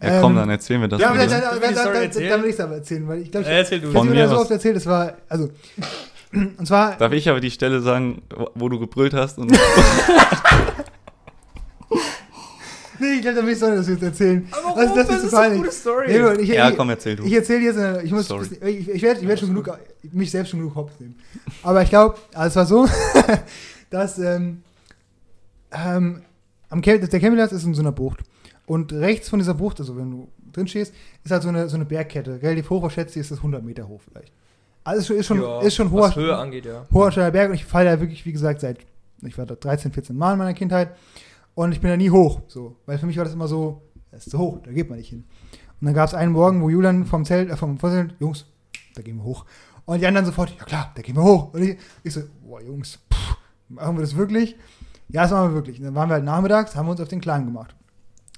Speaker 2: Ähm,
Speaker 1: Ja, komm, dann erzählen wir das.
Speaker 2: Ja, aber
Speaker 1: wieder.
Speaker 2: dann,
Speaker 3: Willst du
Speaker 2: dann, dann,
Speaker 3: die
Speaker 2: dann,
Speaker 3: Story
Speaker 2: dann,
Speaker 3: erzählen?
Speaker 2: dann will ich es aber erzählen, weil ich glaube, ich,
Speaker 3: Äh, Erzähl du.
Speaker 2: ich habe
Speaker 1: Von mir
Speaker 2: mir so
Speaker 1: aus.
Speaker 2: oft erzählt, es war, also, und zwar,
Speaker 1: Darf ich aber die Stelle sagen, wo- wo du gebrüllt hast? Und
Speaker 2: nee, ich glaube, da will ich es das jetzt erzählen.
Speaker 3: Aber
Speaker 2: Also, das
Speaker 3: warum?
Speaker 2: ist so
Speaker 3: doch
Speaker 2: peinlich.
Speaker 3: Story.
Speaker 2: Nee, Leute, ich,
Speaker 1: ja,
Speaker 2: ich,
Speaker 1: komm, erzähl du.
Speaker 2: Ich erzähle jetzt, äh, ich muss,
Speaker 1: Sorry.
Speaker 2: ich, ich werde ich werd schon genug, mich selbst schon genug hops nehmen. Aber ich glaube, also es war so, dass ähm, ähm, am Camp, der Campingplatz ist in so einer Bucht. Und rechts von dieser Bucht, also wenn du drin stehst, ist halt so eine, so eine Bergkette. Gell, die hoch schätzt, die ist das 100 Meter hoch vielleicht. Also ist schon, ist schon,
Speaker 3: Ja,
Speaker 2: ist schon hoher,
Speaker 3: was Höhe angeht, ja.
Speaker 2: hoher steiner Berg und ich falle da wirklich, wie gesagt, seit, ich war da 13, 14 Mal in meiner Kindheit und ich bin da nie hoch, so, weil für mich war das immer so, das ist zu hoch, da geht man nicht hin. Und dann gab es einen Morgen, wo Julian vom Zelt, äh, vom Vorzelt, Jungs, da gehen wir hoch. Und die anderen sofort, ja klar, da gehen wir hoch. Und ich, ich so, boah, Jungs, pff, machen wir das wirklich? Ja, das machen wir wirklich. Und dann waren wir halt nachmittags, haben wir uns auf den Kleinen gemacht.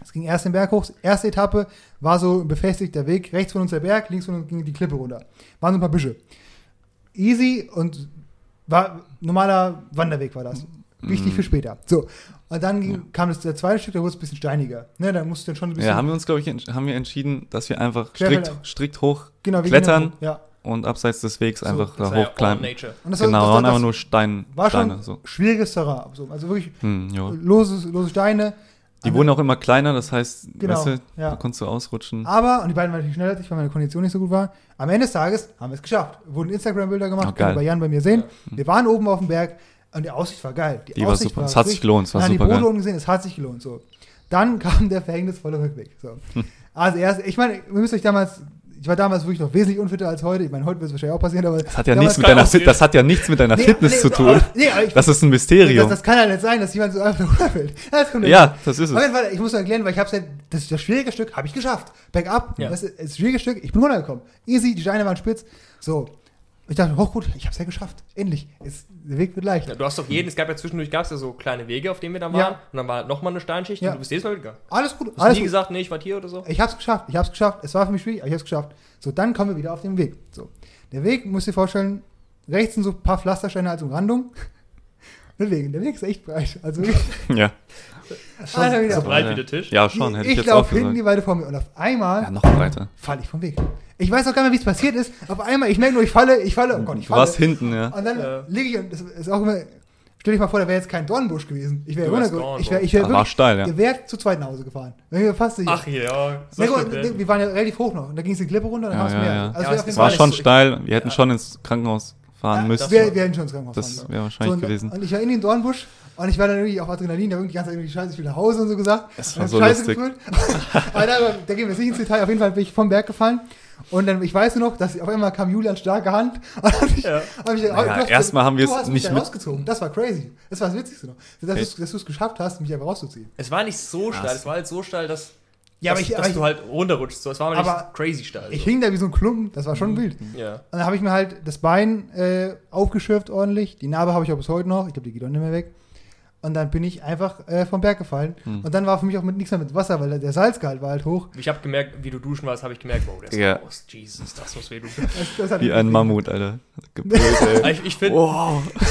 Speaker 2: Es ging erst den Berg hoch. Erste Etappe war so ein befestigter Weg. Rechts von uns der Berg, links von uns ging die Klippe runter. Waren so ein paar Büsche. Easy und war normaler Wanderweg war das. Wichtig für später. So. Und dann ging, kam das, der zweite Stück, da wurde es ein bisschen steiniger. Ne, da musst du dann schon ein bisschen.
Speaker 1: Ja, haben wir uns, glaube ich, entsch- haben wir entschieden, dass wir einfach strikt,
Speaker 2: Querfelder.
Speaker 1: strikt hoch
Speaker 2: genau, wir
Speaker 1: klettern.
Speaker 2: gehen dann- Ja.
Speaker 1: und abseits des Wegs
Speaker 3: Das
Speaker 1: einfach da
Speaker 3: war ja all
Speaker 1: hochklimmen.
Speaker 3: Nature.
Speaker 2: Und das war-
Speaker 1: Genau,
Speaker 2: das,
Speaker 1: waren
Speaker 2: das,
Speaker 1: einfach nur Stein,
Speaker 2: war schon
Speaker 1: Steine. So.
Speaker 2: schwieriges Terrain. So. Also wirklich
Speaker 1: Hm, ja.
Speaker 2: lose, lose Steine.
Speaker 1: Die
Speaker 2: An-
Speaker 1: wurden auch immer kleiner, das heißt,
Speaker 2: Genau,
Speaker 1: weißt du,
Speaker 2: ja. Ah,
Speaker 1: da konntest du ausrutschen.
Speaker 2: Aber, und die beiden waren natürlich schneller als ich, weil meine Kondition nicht so gut war. Am Ende des Tages haben wir es geschafft. Wurden Instagram-Bilder
Speaker 1: Ah,
Speaker 2: gemacht,
Speaker 1: geil.
Speaker 2: könnt ihr bei Jan bei mir sehen. Wir waren oben auf dem Berg und die Aussicht war geil.
Speaker 1: Die war super. Es hat sich
Speaker 2: richtig-
Speaker 1: gelohnt, es war
Speaker 2: Dann
Speaker 1: super
Speaker 2: die Boote
Speaker 1: geil.
Speaker 2: unten gesehen, es hat sich gelohnt. So. Dann kam der verhängnisvolle Rückweg. So. Also erst, ich meine, ihr müsst euch damals, ich war damals wirklich noch wesentlich unfitter als heute. Ich meine, heute wird es wahrscheinlich auch passieren, aber
Speaker 1: Das hat, ja
Speaker 2: damals-
Speaker 1: nichts mit deiner,
Speaker 3: Damals-
Speaker 1: Fit- das hat ja nichts mit deiner
Speaker 2: Nee,
Speaker 1: Fitness
Speaker 2: nee,
Speaker 1: zu tun.
Speaker 2: Nee, aber ich,
Speaker 1: Das ist ein
Speaker 2: das,
Speaker 1: Mysterium.
Speaker 2: das kann ja nicht sein, dass jemand so einfach runterfällt. Das kommt
Speaker 1: ja, das ist
Speaker 2: Auf
Speaker 1: es.
Speaker 2: jeden Fall, ich muss noch erklären, weil ich hab's ja, das, das schwierige Stück habe ich geschafft. Backup,
Speaker 3: Ja.
Speaker 2: das, ist- das schwierige Stück, ich bin runtergekommen. Easy, die Steine waren spitz. So. Ich dachte, oh gut, ich hab's ja geschafft. Endlich. Es, der Weg wird leicht.
Speaker 3: Ja, du hast doch jeden, es gab ja zwischendurch gab's ja so kleine Wege, auf denen wir dann
Speaker 2: Hm. Ja.
Speaker 3: waren. Und dann war halt nochmal eine Steinschicht
Speaker 2: Ja.
Speaker 3: und du bist jedes Mal mitgegangen.
Speaker 2: Alles gut,
Speaker 3: Du hast
Speaker 2: alles
Speaker 3: nie
Speaker 2: gut.
Speaker 3: gesagt, nee, ich war hier oder so.
Speaker 2: Ich hab's geschafft, ich hab's geschafft. Es war für mich schwierig, aber ich hab's geschafft. So, dann kommen wir wieder auf den Weg. So. Der Weg, musst du dir vorstellen, rechts sind so ein paar Pflastersteine als Umrandung. Deswegen, der Weg ist echt breit. Also, wirklich,
Speaker 1: Ja. Also
Speaker 2: Alter, wieder.
Speaker 3: so breit wie der Tisch.
Speaker 1: Ja, schon, hätte ich,
Speaker 2: ich
Speaker 1: jetzt auch
Speaker 2: laufe hinten
Speaker 1: gesagt.
Speaker 2: die Weide vor mir und auf einmal
Speaker 1: Ja, noch breiter.
Speaker 2: falle ich vom Weg. Ich weiß auch gar nicht, wie es passiert ist. Auf einmal, ich merke nur, ich falle, ich falle, oh Gott, ich
Speaker 1: Du
Speaker 2: falle.
Speaker 1: warst hinten, ja.
Speaker 2: und dann
Speaker 3: Ja.
Speaker 2: liege ich und das ist auch immer. Stell dich mal vor, da wäre jetzt kein Dornbusch gewesen. Ich wäre
Speaker 3: Du wärst
Speaker 2: runtergekommen.
Speaker 3: Dornbusch.
Speaker 2: Ich wäre ich
Speaker 1: Das
Speaker 2: wär
Speaker 1: war
Speaker 2: wirklich.
Speaker 1: steil, ja.
Speaker 2: Ihr wärt zu zweit nach Hause gefahren. Wenn wir fast sicher.
Speaker 3: Ach ja, so
Speaker 2: Na gut,
Speaker 3: stimmt, ja.
Speaker 2: wir waren ja relativ hoch noch. Und da ging es die Klippe runter, dann
Speaker 1: Ja,
Speaker 2: war es
Speaker 1: ja,
Speaker 2: mehr.
Speaker 1: ja.
Speaker 3: Ja,
Speaker 2: Also wir
Speaker 3: es-
Speaker 2: auf jeden
Speaker 1: Es
Speaker 3: das
Speaker 1: war
Speaker 2: Fall-
Speaker 3: nicht
Speaker 1: schon
Speaker 3: so-
Speaker 1: steil. Wir hätten
Speaker 3: Ja.
Speaker 1: schon ins Krankenhaus fahren
Speaker 2: Ja,
Speaker 1: müssen.
Speaker 3: wär-
Speaker 2: Wir, wir hätten schon ins Krankenhaus
Speaker 1: Das
Speaker 2: fahren
Speaker 1: wäre
Speaker 2: sollen.
Speaker 1: wahrscheinlich
Speaker 2: und,
Speaker 1: gewesen.
Speaker 2: Und ich war in den Dornbusch und ich war dann irgendwie auf Adrenalin, da irgendwie die ganze Zeit irgendwie Scheiße, ich will nach Hause und so gesagt.
Speaker 1: Es war
Speaker 2: Und
Speaker 1: so
Speaker 2: Scheiße
Speaker 1: lustig.
Speaker 2: gefühlt. aber da, da gehen wir jetzt nicht ins Detail. Auf jeden Fall bin ich vom Berg gefallen. Und dann, ich weiß nur noch, dass auf einmal kam Julian starke Hand und hab ich,
Speaker 3: Ja.
Speaker 2: hab ich
Speaker 1: Naja,
Speaker 2: du hast-
Speaker 1: erstmal haben wir
Speaker 2: du
Speaker 1: es
Speaker 2: hast mich
Speaker 1: nicht
Speaker 2: da
Speaker 1: mit-
Speaker 2: rausgezogen. Das war crazy. Das war das Witzigste noch. Dass du's- dass du es geschafft hast, mich einfach rauszuziehen.
Speaker 3: Es war nicht so steil, es war halt so steil, dass,
Speaker 2: Ja, aber
Speaker 3: dass,
Speaker 2: ich-
Speaker 3: dass
Speaker 2: aber ich-
Speaker 3: du halt runterrutschst. So, es war aber nicht
Speaker 2: Aber
Speaker 3: crazy steil.
Speaker 2: Ich
Speaker 1: Also.
Speaker 3: so.
Speaker 2: hing da wie so ein Klumpen, das war schon
Speaker 1: Mhm.
Speaker 2: wild.
Speaker 3: ja.
Speaker 2: Und dann habe ich mir halt das Bein äh, aufgeschürft ordentlich. Die Narbe habe ich auch bis heute noch. Ich glaube, die geht auch nicht mehr weg. Und dann bin ich einfach äh, vom Berg gefallen.
Speaker 1: Hm.
Speaker 2: Und dann war für mich auch mit, nichts mehr mit Wasser, weil der- der Salzgehalt war halt hoch.
Speaker 3: Ich habe gemerkt, wie du duschen warst, habe ich gemerkt, wow, der ist
Speaker 1: Ja.
Speaker 3: raus. Jesus, das muss weh tun.
Speaker 2: Das, das hat
Speaker 1: Wie
Speaker 2: mich
Speaker 1: ein
Speaker 2: gesehen.
Speaker 1: Mammut, Alter. Gebrüllt, ey.
Speaker 3: Ich, ich finde,
Speaker 1: Wow.
Speaker 3: ich
Speaker 1: Oh,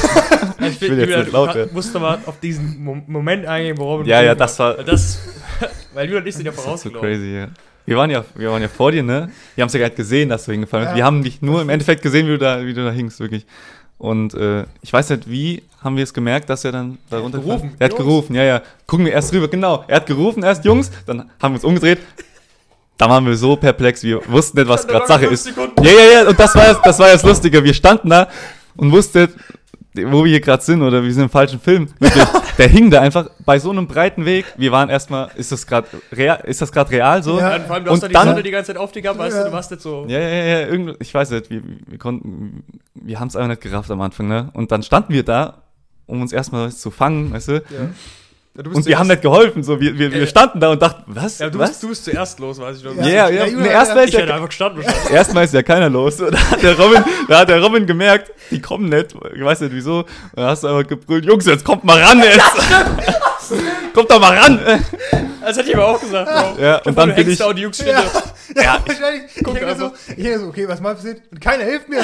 Speaker 1: will
Speaker 3: find,
Speaker 1: jetzt
Speaker 3: Julian,
Speaker 1: nicht laut
Speaker 3: du
Speaker 1: werden.
Speaker 3: musst aber auf diesen Mo Moment eingehen, warum
Speaker 1: Ja, ja, das war-
Speaker 3: Das, weil Julian und ich sind ja
Speaker 1: Das ist so
Speaker 3: vorausgelaufen.
Speaker 1: crazy, ja. Wir waren ja, wir waren ja vor dir, ne? Wir haben es ja gerade gesehen, dass du hingefallen bist.
Speaker 2: Ja.
Speaker 1: Wir haben dich nur im Endeffekt gesehen, wie du da, wie du da hingst, wirklich. Und äh, ich weiß nicht, wie haben wir es gemerkt, dass er dann da runter
Speaker 3: gerufen,
Speaker 1: Er hat
Speaker 3: Jungs.
Speaker 1: gerufen, ja, ja. Gucken wir erst rüber, genau. Er hat gerufen erst, Jungs, dann haben wir uns umgedreht. Da waren wir so perplex, wir wussten nicht, was
Speaker 3: Stand da
Speaker 1: gerade
Speaker 3: noch
Speaker 1: Sache
Speaker 3: fünf
Speaker 1: ist.
Speaker 3: Sekunden.
Speaker 1: Ja, ja, ja, und das war, das war das Lustige. Wir standen da und wussten, wo wir hier gerade sind oder wir sind im falschen Film. Wirklich, der hing da einfach bei so einem breiten Weg. Wir waren erstmal, ist das gerade real, ist das gerade real so?
Speaker 2: Ja.
Speaker 1: Ja.
Speaker 3: Ja, vor allem, du
Speaker 1: Und
Speaker 3: hast da die
Speaker 1: dann-
Speaker 3: Sonne die ganze Zeit auf dir gehabt, weißt
Speaker 2: Ja.
Speaker 3: du, du warst jetzt so.
Speaker 1: Ja, ja, ja, irgend- ich weiß nicht, wir, wir konnten, wir haben es einfach nicht gerafft am Anfang, ne? Und dann standen wir da, um uns erstmal zu fangen, weißt du?
Speaker 3: Ja, du bist
Speaker 1: Und wir
Speaker 3: zuerst-
Speaker 1: haben nicht geholfen. So, wir, wir, wir
Speaker 3: Ja.
Speaker 1: standen da und dachten, was?
Speaker 3: Ja, du
Speaker 1: was?
Speaker 3: bist, du bist zuerst los, weiß ich noch.
Speaker 1: Ja, ja.
Speaker 2: Ja,
Speaker 1: ja,
Speaker 2: Julian,
Speaker 1: nee, erstmal ist
Speaker 3: Ich hätte
Speaker 1: ja,
Speaker 3: einfach gestanden.
Speaker 1: erstmal ist ja keiner los. Und da, hat der Robin, da hat der Robin gemerkt, die kommen nicht. Ich weiß nicht wieso. Und da hast du einfach gebrüllt, Jungs, jetzt kommt mal ran jetzt. kommt doch mal ran.
Speaker 3: Das hätte ich aber auch gesagt. Bro.
Speaker 1: Ja, und dann
Speaker 3: du
Speaker 1: bin
Speaker 3: hängst
Speaker 1: ich,
Speaker 3: da und die Jungs stehen da.
Speaker 2: Ja,
Speaker 1: Ja, ich-
Speaker 2: wahrscheinlich. Ich,
Speaker 3: guck
Speaker 2: denke so,
Speaker 3: einfach.
Speaker 2: ich denke so, okay, was mal passiert? Und keiner hilft mir.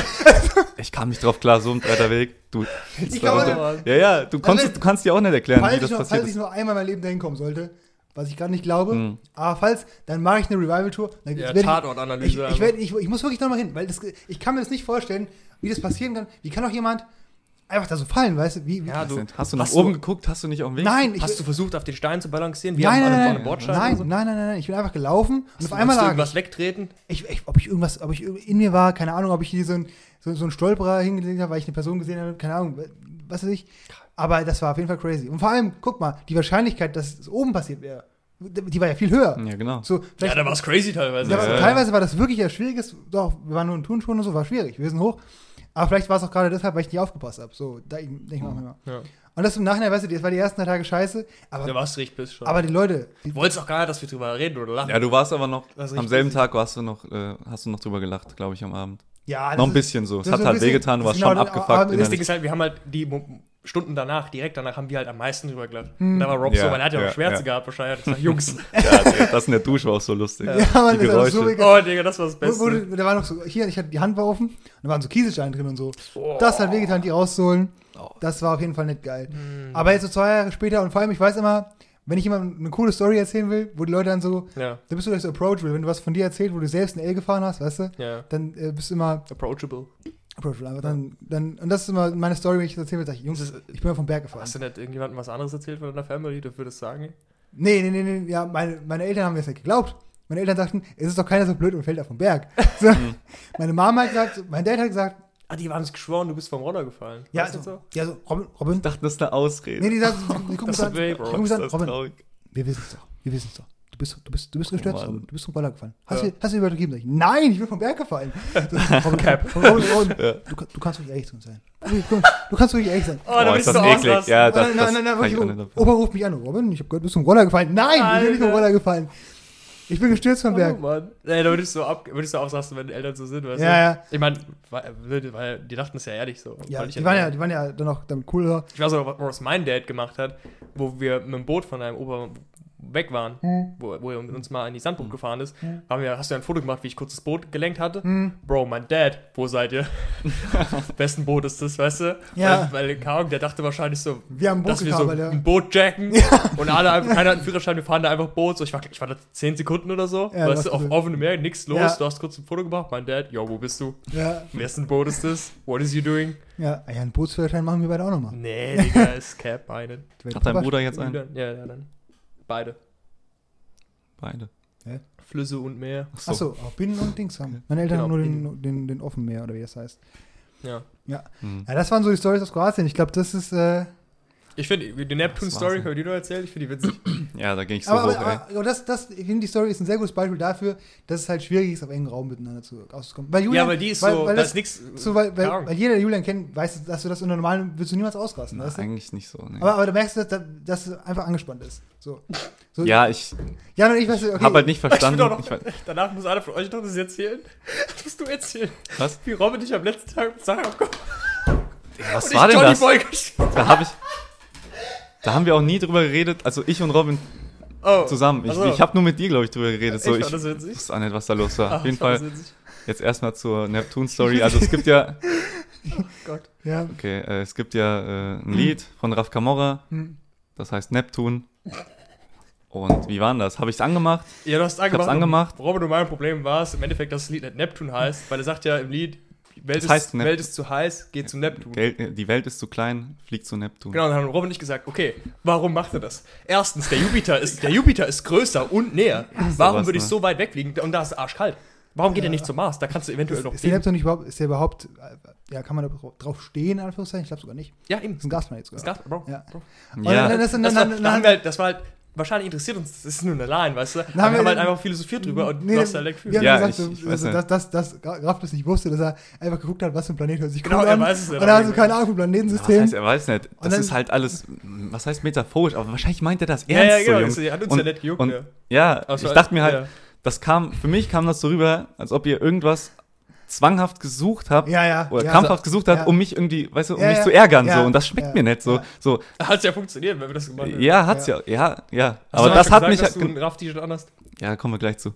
Speaker 1: ich kam nicht drauf klar, so ein breiter Weg. Du,
Speaker 2: Ich
Speaker 1: da
Speaker 2: glaube,
Speaker 1: runter. ja, ja, du, konntest,
Speaker 2: wenn-
Speaker 1: du kannst dir auch nicht erklären, wie
Speaker 2: Also falls, ich
Speaker 1: das
Speaker 2: noch,
Speaker 1: passiert
Speaker 2: falls
Speaker 1: ist.
Speaker 2: ich nur einmal in meinem Leben dahin kommen sollte, was ich gerade nicht glaube,
Speaker 1: Mhm.
Speaker 2: aber falls, dann mache ich eine Revival-Tour. Dann
Speaker 3: Ja,
Speaker 2: werd ich- Ich,
Speaker 3: Tatortanalyse. also.
Speaker 2: ich, werd, ich, ich muss wirklich nochmal hin, weil das, ich kann mir das nicht vorstellen, wie das passieren kann. Wie kann doch jemand einfach da so fallen, weißt du? Wie, wie,
Speaker 3: Ja, du-
Speaker 1: Hast du nach
Speaker 3: hast
Speaker 1: oben
Speaker 3: du-
Speaker 1: geguckt? Hast du nicht auf dem Weg?
Speaker 2: nein, ich,
Speaker 3: Hast du versucht, auf den Stein zu balancieren?
Speaker 2: nein,
Speaker 3: haben
Speaker 2: nein,
Speaker 3: alle
Speaker 2: nein,
Speaker 3: vorne
Speaker 2: nein,
Speaker 3: Bordstein
Speaker 2: nein,
Speaker 3: und so.
Speaker 2: nein, nein, nein, ich bin einfach gelaufen und
Speaker 3: Hast
Speaker 2: auf einmal
Speaker 3: du
Speaker 2: lag
Speaker 3: irgendwas
Speaker 2: ich,
Speaker 3: wegtreten?
Speaker 2: ich, ich, ob ich irgendwas, ob ich in mir war, keine Ahnung, ob ich hier so ein, so, so ein Stolperer hingelegt habe, weil ich eine Person gesehen habe, keine Ahnung, was weiß ich. Aber das war auf jeden Fall crazy. Und vor allem, guck mal, die Wahrscheinlichkeit, dass es oben passiert wäre, die war ja viel höher.
Speaker 1: Ja, genau.
Speaker 2: So,
Speaker 3: Ja,
Speaker 2: vielleicht
Speaker 3: da war es crazy teilweise.
Speaker 2: Ja, aber
Speaker 1: Ja, ja.
Speaker 2: teilweise war das wirklich ja schwieriges. Doch, wir waren nur in Turnschuhen und so, war schwierig. Wir sind hoch. Aber vielleicht war es auch gerade deshalb, weil ich nicht aufgepasst habe. So, da denke ich mal auch immer.
Speaker 1: Mhm.
Speaker 3: Ja.
Speaker 2: Und das im Nachhinein, weißt du, das war die ersten drei Tage scheiße.
Speaker 3: Da
Speaker 2: Aber,
Speaker 3: warst du richtig piss schon.
Speaker 2: aber die Leute, die,
Speaker 3: Wolltest auch gar nicht, dass wir drüber reden oder lachen.
Speaker 1: Ja, du warst aber noch,
Speaker 3: Das ist
Speaker 1: am
Speaker 3: richtig
Speaker 1: selben Tag warst du noch, äh, hast du noch drüber gelacht, glaube ich, am Abend.
Speaker 2: ja, Also das
Speaker 1: noch ein
Speaker 2: ist-
Speaker 1: bisschen so. Es
Speaker 2: das
Speaker 1: hat
Speaker 2: ist so ein
Speaker 1: halt
Speaker 2: bisschen-
Speaker 1: wehgetan, du
Speaker 2: das
Speaker 1: warst
Speaker 2: ist
Speaker 1: schon
Speaker 2: genau das-
Speaker 1: abgefuckt.
Speaker 2: aber das
Speaker 3: Das Ding
Speaker 1: innerlich.
Speaker 3: ist halt, wir haben halt die Mo- Stunden danach, direkt danach, haben wir halt am meisten drüber gelacht. Und Da war Rob
Speaker 1: Ja,
Speaker 3: so, weil er hat ja auch
Speaker 1: ja,
Speaker 3: Schmerze
Speaker 1: ja.
Speaker 3: gehabt wahrscheinlich. Ich gesagt, Jungs,
Speaker 1: ja, Digga, das in der Dusche war auch so lustig.
Speaker 2: Ja, Mann,
Speaker 1: äh, Die
Speaker 2: das ist auch so
Speaker 1: Geräusche.
Speaker 2: egal.
Speaker 3: oh Digga, das war das
Speaker 2: Wo, wo,
Speaker 3: Beste.
Speaker 2: da war noch so, hier, ich hatte die Hand war offen und da waren so Kieselsteine drin und so.
Speaker 3: Oh.
Speaker 2: Das hat wehgetan, die rauszuholen.
Speaker 1: Oh. Mhm.
Speaker 2: Das war auf jeden Fall nicht geil.
Speaker 3: Hm,
Speaker 2: Aber jetzt so zwei Jahre später und vor allem, ich weiß immer, wenn ich jemandem eine coole Story erzählen will, wo die Leute dann so,
Speaker 3: Ja,
Speaker 2: da bist du gleich so approachable, wenn du was von dir erzählst, wo du selbst ein L gefahren hast, weißt du,
Speaker 3: ja.
Speaker 2: dann äh, bist du immer
Speaker 3: Approachable.
Speaker 2: approachable. Aber dann, dann, und das ist immer meine Story, wenn ich das erzähle, sage ich, Jungs,
Speaker 3: Das
Speaker 2: ich
Speaker 3: ist-
Speaker 2: bin mal vom Berg gefahren.
Speaker 3: Hast du nicht irgendjemandem was anderes erzählt von deiner Family? Du würdest sagen?
Speaker 2: Nee, nee, nee, nee, ja, meine, meine Eltern haben mir das nicht geglaubt. Meine Eltern sagten, es ist doch keiner so blöd und fällt da vom Berg. So, meine Mama hat gesagt, mein Dad hat gesagt,
Speaker 3: Ah, die haben es geschworen, du bist vom Roller gefallen.
Speaker 2: ja, also-
Speaker 3: Weißt du
Speaker 2: so, ja, so, Robin, Robin.
Speaker 1: Ich dachte, das ist eine Ausrede.
Speaker 2: Nee, die sagten, die gucken
Speaker 3: Das
Speaker 2: so an,
Speaker 3: tut weh,
Speaker 2: die
Speaker 3: Bro.
Speaker 2: gucken so an,
Speaker 1: das ist
Speaker 2: Robin, Äh,
Speaker 1: traurig.
Speaker 2: wir wissen es doch, wir wissen es doch. Du bist, du bist, du bist gestürzt,
Speaker 1: Mann.
Speaker 2: Robin. Du bist vom Roller gefallen. Hast,
Speaker 3: Ja.
Speaker 2: du, hast du übertrieben? Sag ich, nein, ich bin vom Berg gefallen. So, Robin, Robin, Robin, Robin
Speaker 1: Ja.
Speaker 2: du, kann- du kannst ruhig ehrlich zu uns sein. Du, komm, du kannst ruhig ehrlich sein.
Speaker 3: Oh, da
Speaker 1: Boah,
Speaker 3: bist
Speaker 1: ist das
Speaker 3: du
Speaker 1: eklig.
Speaker 3: ausrast.
Speaker 1: Ja, das,
Speaker 2: nein,
Speaker 1: das
Speaker 2: nein, nein, nein,
Speaker 1: kann ich
Speaker 2: wirklich.
Speaker 1: auch nicht
Speaker 2: Opa,
Speaker 1: davon.
Speaker 2: Opa ruft mich an. Robin, ich habe gehört, du bist vom Roller gefallen. Nein, ich bin nicht vom
Speaker 3: Alter.
Speaker 2: Roller gefallen. Ich bin gestürzt vom Berg.
Speaker 3: Oh, Mann. Nee, da würdest du, ab, würdest du ausrasten, wenn die Eltern so sind, weißt
Speaker 2: Ja,
Speaker 3: du?
Speaker 2: ja.
Speaker 3: Ich meine, weil, weil die dachten es ja ehrlich so.
Speaker 2: Ja,
Speaker 3: Weil
Speaker 2: die waren ja, die waren ja dann auch damit cool. oder?
Speaker 3: Ich weiß auch noch, was mein Dad gemacht hat, wo wir mit dem Boot von deinem Opa weg waren, wo, wo er mit uns mal in die Sandburg
Speaker 2: Mhm.
Speaker 3: gefahren ist. Haben wir, hast du ja ein Foto gemacht, wie ich kurz das Boot gelenkt hatte?
Speaker 2: Hm.
Speaker 3: Bro, mein Dad, wo seid ihr? Wessen Boot ist das, weißt du?
Speaker 2: Ja.
Speaker 3: Weil, weil Karung, der dachte wahrscheinlich so,
Speaker 2: Wir haben ein Boot
Speaker 3: Also, dass wir so
Speaker 2: gekapert, ja.
Speaker 3: ein Boot jacken und alle, einfach- keiner hat einen Führerschein, wir fahren da einfach Boot. So, ich, war, ich war da 10 Sekunden oder so,
Speaker 2: Ja,
Speaker 3: weißt
Speaker 2: das
Speaker 3: du, auf
Speaker 2: ist-
Speaker 3: offenem Meer, nichts los.
Speaker 2: Ja.
Speaker 3: Du hast kurz ein Foto gemacht, mein Dad, yo, wo bist du?
Speaker 2: Ja,
Speaker 3: Wessen Boot ist das? What is you doing?
Speaker 2: ja. Ah ja einen Bootsführerschein machen wir beide auch nochmal.
Speaker 3: Nee, Digga, ist Cap, meinen.
Speaker 1: Hat dein Bruder jetzt
Speaker 2: Äh,
Speaker 1: einen?
Speaker 3: Dann, ja, ja, dann. Beide.
Speaker 1: Beide.
Speaker 3: Flüsse und Meer.
Speaker 1: Achso.
Speaker 2: Achso, auch Binnen und Dings haben. Meine Eltern
Speaker 3: Genau,
Speaker 2: haben nur den, den, den Offenmeer oder wie das heißt.
Speaker 3: Ja.
Speaker 1: Hm.
Speaker 2: Ja, das waren so die Stories aus Kroatien. Ich glaube, das ist. Äh,
Speaker 3: Ich finde, die Neptune-Story,
Speaker 1: Wahnsinn.
Speaker 3: habe die noch erzählt? Ich finde die witzig.
Speaker 1: Ja, da ging ich so
Speaker 2: aber
Speaker 1: hoch,
Speaker 2: aber, aber, aber das, das, ich finde, die Story ist ein sehr gutes Beispiel dafür, dass es halt schwierig ist, auf engem Raum miteinander zu, auszukommen. Weil
Speaker 3: ja, weil die ist so,
Speaker 2: weil
Speaker 3: da
Speaker 2: das,
Speaker 3: ist nichts.
Speaker 2: so, weil,
Speaker 3: keine
Speaker 2: weil,
Speaker 3: Ahnung.
Speaker 2: weil jeder, der Julian kennt, weiß, dass du das unter normalen willst du niemals ausrasten.
Speaker 1: ey.
Speaker 2: weißt du?
Speaker 1: Eigentlich nicht so. Nee.
Speaker 2: Aber, aber du merkst, dass, dass es einfach angespannt ist. So. so
Speaker 1: ja, ich
Speaker 2: Jan und ich, weißt du, okay.
Speaker 1: habe halt nicht verstanden.
Speaker 3: Ich bin auch
Speaker 1: Ich weiß-
Speaker 3: Danach muss einer von euch noch das erzählen. Das musst du erzählen.
Speaker 1: was?
Speaker 3: Wie Robin dich am letzten Tag mit Sachen abkommt.
Speaker 1: Was war denn
Speaker 3: Johnny
Speaker 1: das?
Speaker 3: Boy gespielt.
Speaker 1: Da habe ich. Da haben wir auch nie drüber geredet. Also ich und Robin
Speaker 3: Oh.
Speaker 1: zusammen. Ich,
Speaker 2: Also,
Speaker 3: Ach so.
Speaker 1: ich habe nur mit dir, glaube ich, drüber geredet. So,
Speaker 3: Ich
Speaker 1: ich
Speaker 3: fand das witzig.
Speaker 1: wusste auch nicht, was da los
Speaker 2: Ah,
Speaker 1: war.
Speaker 3: Ach,
Speaker 1: Auf jeden
Speaker 3: ich fand
Speaker 1: Fall
Speaker 3: das witzig.
Speaker 1: jetzt erstmal zur Neptun-Story. Also es gibt ja,
Speaker 3: Gott.
Speaker 2: Ja.
Speaker 1: okay, äh, es gibt ja äh, ein Lied von Raf Camora,
Speaker 2: Hm.
Speaker 1: das heißt Neptun. Und wie war denn das? Habe ich es angemacht?
Speaker 3: Ja, du hast es angemacht.
Speaker 1: angemacht.
Speaker 3: Robin und mein Problem war es im Endeffekt, dass das Lied nicht Neptun heißt, weil er sagt ja im Lied, Welt,
Speaker 1: Das heißt
Speaker 3: ist,
Speaker 1: Nep-
Speaker 3: Welt ist zu heiß, geht zu Neptun.
Speaker 1: Gel äh, die Welt ist zu klein, fliegt zu Neptun.
Speaker 3: Genau, dann haben Robin und ich gesagt, okay, warum macht er das? Erstens, der Jupiter ist, der Jupiter ist größer und näher. Warum
Speaker 1: sowas,
Speaker 3: würde ich
Speaker 1: ne?
Speaker 3: so weit wegfliegen? Und da ist es arschkalt. Warum geht er nicht zum Mars? Da kannst du eventuell noch
Speaker 2: Ist der
Speaker 3: fliegen.
Speaker 2: Laptop nicht überhaupt, ist der überhaupt, äh, ja, kann man da drauf stehen, in Anführungszeichen? Ich glaube sogar nicht.
Speaker 3: Ja, eben.
Speaker 2: Ist ein Gasplanet sogar.
Speaker 3: Das gab- Bro.
Speaker 2: Ja.
Speaker 3: Bro.
Speaker 2: Und
Speaker 1: Ja.
Speaker 2: dann, dann,
Speaker 3: Das
Speaker 2: dann,
Speaker 3: war-
Speaker 2: dann,
Speaker 3: da
Speaker 2: dann,
Speaker 3: haben wir halt- das war halt wahrscheinlich interessiert uns, das ist nur eine Line, weißt du? Aber
Speaker 2: haben
Speaker 3: wir
Speaker 2: wir-
Speaker 3: haben halt einfach philosophiert drüber und halt
Speaker 2: Nee,
Speaker 3: lost our leg
Speaker 2: Wir haben
Speaker 3: fuel.
Speaker 1: Ja,
Speaker 2: gesagt,
Speaker 1: ich- ich
Speaker 2: so-
Speaker 1: weiß
Speaker 2: also,
Speaker 1: nicht.
Speaker 2: dass, dass, dass Graf das nicht wusste, dass er einfach geguckt hat, was für ein Planet hört sich
Speaker 3: Genau,
Speaker 2: cool
Speaker 3: er
Speaker 2: an.
Speaker 3: weiß es ja
Speaker 2: Und
Speaker 3: dann
Speaker 2: er hat
Speaker 3: nicht
Speaker 2: so
Speaker 3: mehr.
Speaker 2: keine Ahnung vom
Speaker 1: Was heißt,
Speaker 2: Planetensystem.
Speaker 1: er weiß nicht. Das
Speaker 2: dann-
Speaker 1: ist halt alles, was heißt metaphorisch, aber wahrscheinlich meint er das
Speaker 3: Ja, ja,
Speaker 1: ernst.
Speaker 3: genau,
Speaker 1: so,
Speaker 3: das
Speaker 1: Jungs.
Speaker 3: hat uns
Speaker 1: Und-
Speaker 3: ja nicht gejuckt.
Speaker 1: und-
Speaker 3: ja.
Speaker 1: Ja,
Speaker 3: Also,
Speaker 1: ich dachte mir halt,
Speaker 3: ja.
Speaker 1: das kam, für mich kam das so rüber, als ob ihr irgendwas zwanghaft gesucht habt.
Speaker 2: Ja, ja.
Speaker 1: Oder
Speaker 2: ja.
Speaker 1: krampfhaft gesucht habt,
Speaker 2: ja.
Speaker 1: um mich irgendwie, weißt du, um
Speaker 2: Ja,
Speaker 1: mich
Speaker 2: ja,
Speaker 1: zu ärgern,
Speaker 2: ja,
Speaker 1: so. Und das schmeckt
Speaker 2: ja,
Speaker 1: mir nicht, so.
Speaker 2: ja.
Speaker 1: So,
Speaker 3: Hat es ja funktioniert, wenn wir das gemacht hätten.
Speaker 1: ja, hat's ja, ja, ja. Aber das hat mich, halt
Speaker 3: Hast du ein Raff-T-Shirt anders?
Speaker 1: ja, kommen wir gleich zu.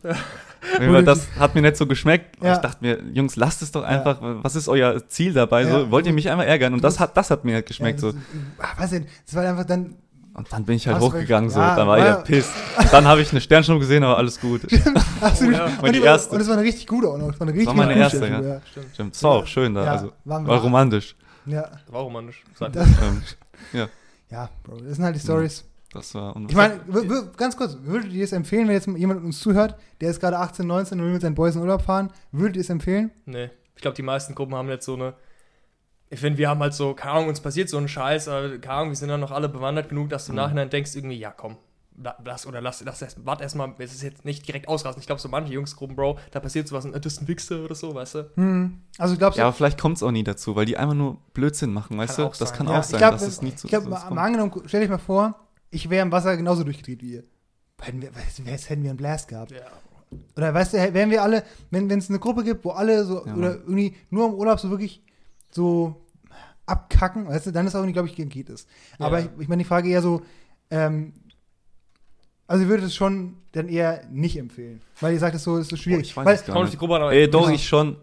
Speaker 1: Aber das hat mir nicht so geschmeckt.
Speaker 2: Ja.
Speaker 1: Ich dachte mir, Jungs, lasst es doch einfach, was ist euer Ziel dabei, so?
Speaker 2: Ja.
Speaker 1: Wollt ihr mich einmal ärgern? Und das hat, das hat mir nicht
Speaker 2: Ja,
Speaker 1: geschmeckt,
Speaker 2: das-
Speaker 1: so.
Speaker 2: Ah, weiß nicht, das war einfach dann.
Speaker 1: Und dann bin ich halt
Speaker 2: Hast du
Speaker 1: hochgegangen, so.
Speaker 2: recht. Ja,
Speaker 1: Dann war ich
Speaker 2: war-
Speaker 1: ja pisst. Dann habe ich eine Sternschnuppe gesehen, aber alles gut.
Speaker 2: Absolut.
Speaker 3: ja.
Speaker 1: Oh, Und die
Speaker 2: war-
Speaker 1: erste.
Speaker 2: Und das war eine richtig gute auch noch. Das war eine richtig
Speaker 1: meine
Speaker 2: gute
Speaker 1: erste,
Speaker 2: Stelle,
Speaker 1: ja.
Speaker 2: ja.
Speaker 1: Stimmt, das war auch schön da,
Speaker 2: Ja,
Speaker 1: also,
Speaker 2: waren
Speaker 1: war
Speaker 2: wir-
Speaker 1: romantisch.
Speaker 2: Ja,
Speaker 3: Das war romantisch. Sag
Speaker 2: das,
Speaker 1: ähm,
Speaker 2: ja, Bro, das sind halt die Stories.
Speaker 1: das war
Speaker 2: Ich meine, w- w- ganz kurz, würdet ihr es empfehlen, wenn jetzt jemand uns zuhört, der ist gerade 18, 19 und will mit seinen Boys in Urlaub fahren, würdet ihr es empfehlen?
Speaker 3: Nee. Ich glaube, die meisten Gruppen haben jetzt so eine. Ich finde, wir haben halt so, keine Ahnung, uns passiert so ein Scheiß, aber keine Ahnung, wir sind dann noch alle bewandert genug, dass du
Speaker 1: Mhm.
Speaker 3: im Nachhinein denkst, irgendwie, ja komm, la- lass oder lass, lass erst, warte erstmal, es ist jetzt nicht direkt ausrasten. Ich glaube, so manche Jungsgruppen, Bro, da passiert sowas, und, äh, das ist ein Wichser oder so, weißt
Speaker 1: Mhm.
Speaker 3: du?
Speaker 2: Hm. Also glaubst du,
Speaker 1: Ja, aber vielleicht kommt es auch nie dazu, weil die einfach nur Blödsinn machen, weißt du?
Speaker 3: auch
Speaker 1: Das
Speaker 3: sein.
Speaker 1: kann
Speaker 2: Ja,
Speaker 1: auch sein,
Speaker 2: glaub,
Speaker 1: dass es nie zu
Speaker 2: Ich glaube,
Speaker 1: so-
Speaker 2: mal,
Speaker 1: kommt.
Speaker 2: mal angenommen, stell dich mal vor, ich wäre im Wasser genauso durchgedreht wie ihr. Hätten wir, was- was- hätten wir einen Blast gehabt.
Speaker 3: Ja.
Speaker 2: Oder weißt du, wären wir alle, wenn es eine Gruppe gibt, wo alle so,
Speaker 1: Ja,
Speaker 2: oder
Speaker 1: Mann.
Speaker 2: irgendwie nur im Urlaub so wirklich so abkacken, weißt du, dann ist auch nicht, glaube ich, geht es. Aber
Speaker 3: Ja.
Speaker 2: ich, ich meine, die Frage eher so, ähm, also ich würde es schon dann eher nicht empfehlen. Weil ihr sagt, es so, es ist so schwierig.
Speaker 1: Oh, ich weiß
Speaker 2: weil,
Speaker 1: es gar
Speaker 3: Kommt auf die
Speaker 1: nicht.
Speaker 3: Gruppe an, aber
Speaker 1: Ey, doch,
Speaker 2: Genau.
Speaker 1: ich schon.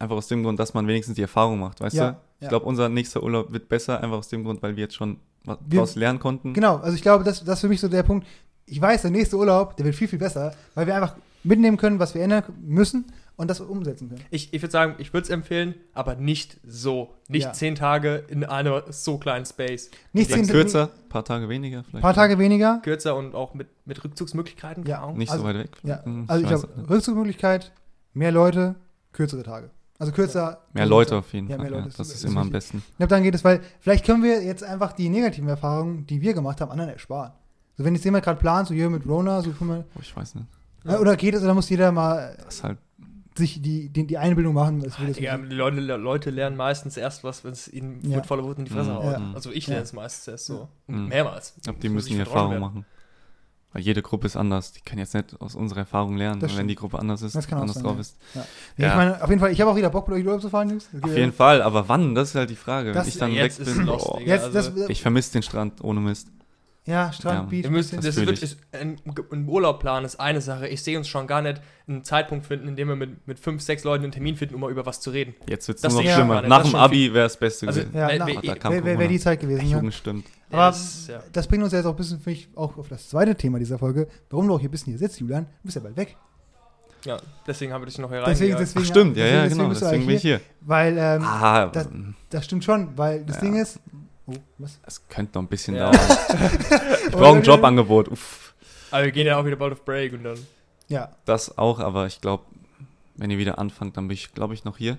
Speaker 1: Einfach aus dem Grund, dass man wenigstens die Erfahrung macht, weißt
Speaker 2: Ja,
Speaker 1: du? Ich
Speaker 2: ja.
Speaker 1: glaube, unser nächster Urlaub wird besser, einfach aus dem Grund, weil wir jetzt schon was
Speaker 2: Wir-
Speaker 1: daraus lernen konnten.
Speaker 2: Genau, also ich glaube, das, das ist für mich so der Punkt. Ich weiß, der nächste Urlaub, der wird viel, viel besser, weil wir einfach mitnehmen können, was wir ändern müssen und das umsetzen können.
Speaker 3: ich, ich würde sagen, ich würde es empfehlen, aber nicht so. Nicht
Speaker 2: Ja.
Speaker 3: zehn Tage in einer so kleinen Space.
Speaker 2: Nicht
Speaker 1: Vielleicht
Speaker 2: zehn-
Speaker 1: kürzer, paar Tage weniger, vielleicht.
Speaker 2: Ein paar Tage weniger.
Speaker 3: Kürzer und auch mit, mit Rückzugsmöglichkeiten.
Speaker 2: Ja.
Speaker 3: keine Ahnung.
Speaker 1: Nicht
Speaker 2: also-
Speaker 1: so weit weg.
Speaker 2: Ja,
Speaker 1: Hm,
Speaker 2: also ich
Speaker 1: weiß
Speaker 2: glaube,
Speaker 1: nicht.
Speaker 2: Rückzugsmöglichkeit, mehr Leute, kürzere Tage. Also kürzer.
Speaker 1: Mehr Leute auf jeden
Speaker 2: Ja,
Speaker 1: Fall.
Speaker 2: mehr Leute
Speaker 1: ja,
Speaker 2: ist-
Speaker 1: das
Speaker 2: ist
Speaker 1: ist immer am
Speaker 2: wichtig.
Speaker 1: besten.
Speaker 2: Ich glaube, dann geht es, weil vielleicht können wir jetzt einfach die negativen Erfahrungen, die wir gemacht haben, anderen ersparen. So, wenn jetzt jemand gerade plant, so hier mit Rona, so können
Speaker 1: Oh, ich weiß nicht.
Speaker 2: wir, Oder geht es, oder muss jeder mal
Speaker 1: Das ist halt.
Speaker 2: sich die, die, die Einbildung machen, dass wir das
Speaker 3: Digga,
Speaker 2: müssen.
Speaker 3: die Leute, Leute lernen meistens erst was, wenn es ihnen
Speaker 2: Ja.
Speaker 3: mit voller Wut in die Fresse
Speaker 1: Mhm.
Speaker 3: haut.
Speaker 2: Ja.
Speaker 3: Also ich
Speaker 2: Ja.
Speaker 3: lerne es meistens erst so.
Speaker 1: Mhm.
Speaker 3: Mehrmals.
Speaker 1: Ich glaube, die
Speaker 3: Muss
Speaker 1: müssen
Speaker 3: ich
Speaker 1: die
Speaker 3: vertrauen werden.
Speaker 1: Erfahrung machen. Weil jede Gruppe ist anders. Die kann jetzt nicht aus unserer Erfahrung lernen,
Speaker 2: Das
Speaker 1: weil wenn
Speaker 2: stimmt.
Speaker 1: die Gruppe anders ist,
Speaker 2: Das kann auch
Speaker 1: anders
Speaker 2: sein,
Speaker 1: drauf
Speaker 2: ja.
Speaker 1: ist.
Speaker 2: Ja. Ich
Speaker 1: Ja.
Speaker 2: meine, auf jeden Fall, ich habe auch wieder Bock, mit euch Urlaub zu fahren, Jungs.
Speaker 1: Auf jeden Fall, aber wann? Das ist halt die Frage.
Speaker 2: Das-
Speaker 1: Wenn ich dann
Speaker 3: Jetzt
Speaker 1: weg
Speaker 3: ist
Speaker 1: bin,
Speaker 3: lost,
Speaker 1: boah,
Speaker 3: Digga.
Speaker 2: Jetzt, das,
Speaker 3: Also,
Speaker 1: ich vermisse den Strand ohne Mist.
Speaker 2: ja, Strand,
Speaker 1: Ja.
Speaker 2: Beach.
Speaker 3: Wir müssen, das
Speaker 1: Natürlich.
Speaker 3: wird, ist, ein, ein Urlaub planen ist eine Sache. Ich sehe uns schon gar nicht einen Zeitpunkt finden, in dem wir mit, mit fünf, sechs Leuten einen Termin finden, um mal über was zu reden.
Speaker 1: Jetzt wird es
Speaker 3: Das
Speaker 1: nur noch
Speaker 3: sehe ich
Speaker 1: schlimmer.
Speaker 3: schon gerade.
Speaker 1: Nach
Speaker 3: Das ist
Speaker 1: dem
Speaker 3: schon
Speaker 1: Abi wäre es Beste
Speaker 3: Also,
Speaker 1: gewesen.
Speaker 2: Ja,
Speaker 3: weil-
Speaker 2: na-
Speaker 3: weil-
Speaker 1: Ach, da kam
Speaker 2: Wäre wär, wär die
Speaker 1: Corona.
Speaker 2: Zeit gewesen, ja.
Speaker 1: Jugend stimmt.
Speaker 2: Aber
Speaker 3: Das ist, ja.
Speaker 2: das bringt uns jetzt auch ein bisschen, finde ich, auch auf das zweite Thema dieser Folge. Warum du auch hier ein bisschen hier sitzt, Julian. Du bist ja bald weg.
Speaker 3: ja, deswegen haben wir dich noch hier
Speaker 2: Deswegen,
Speaker 3: reingejagt.
Speaker 1: Ach,
Speaker 2: deswegen,
Speaker 1: stimmt, ja, ja,
Speaker 2: deswegen
Speaker 1: genau.
Speaker 2: bist du
Speaker 1: Deswegen bin ich
Speaker 2: eigentlich
Speaker 1: hier.
Speaker 2: Weil, ähm,
Speaker 1: Ah,
Speaker 2: das- das stimmt schon, weil das
Speaker 1: Ja.
Speaker 2: Ding ist. Oh, was?
Speaker 1: es könnte noch ein bisschen
Speaker 3: Ja.
Speaker 1: dauern. Ich brauche ein Jobangebot. Uff,
Speaker 3: Aber wir gehen ja auch wieder bald auf Break und dann.
Speaker 2: Ja,
Speaker 1: das auch, aber ich glaube, wenn ihr wieder anfangt, dann bin ich, glaube ich, noch hier.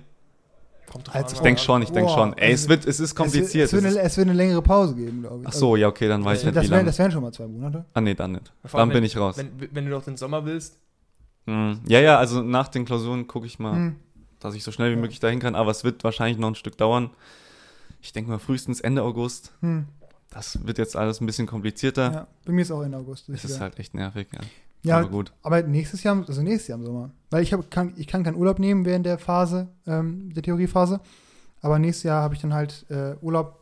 Speaker 3: Kommt drauf an,
Speaker 2: Also
Speaker 1: Ich
Speaker 2: Oh,
Speaker 3: Mann.
Speaker 1: denke schon, ich denke
Speaker 2: boah,
Speaker 1: schon. Ey,
Speaker 2: also
Speaker 1: es, wird, es ist kompliziert.
Speaker 2: Es, wird- es, wird eine, es wird eine längere Pause geben, glaube ich.
Speaker 1: ach so, ja, okay, dann weiß
Speaker 2: also,
Speaker 1: ich nicht,
Speaker 2: das,
Speaker 1: wie
Speaker 2: wären,
Speaker 1: lange.
Speaker 2: das wären schon mal zwei Monate.
Speaker 1: Ah, nee, dann nicht.
Speaker 3: Vor allem,
Speaker 1: Dann bin ich raus.
Speaker 3: Wenn, wenn du noch den Sommer willst,
Speaker 1: Mm, Ja, ja, also nach den Klausuren gucke ich mal,
Speaker 2: Hm.
Speaker 1: dass ich so schnell wie möglich dahin kann, aber es wird wahrscheinlich noch ein Stück dauern. Ich denke mal frühestens Ende August.
Speaker 2: Hm.
Speaker 1: Das wird jetzt alles ein bisschen komplizierter.
Speaker 2: Ja, bei mir ist auch Ende August.
Speaker 1: es ist halt echt nervig. Ja.
Speaker 2: ja,
Speaker 1: aber gut.
Speaker 2: Aber nächstes Jahr, also nächstes Jahr im Sommer. Weil ich, hab, kann, ich kann keinen Urlaub nehmen während der Phase, ähm, der Theoriephase. Aber nächstes Jahr habe ich dann halt äh, Urlaub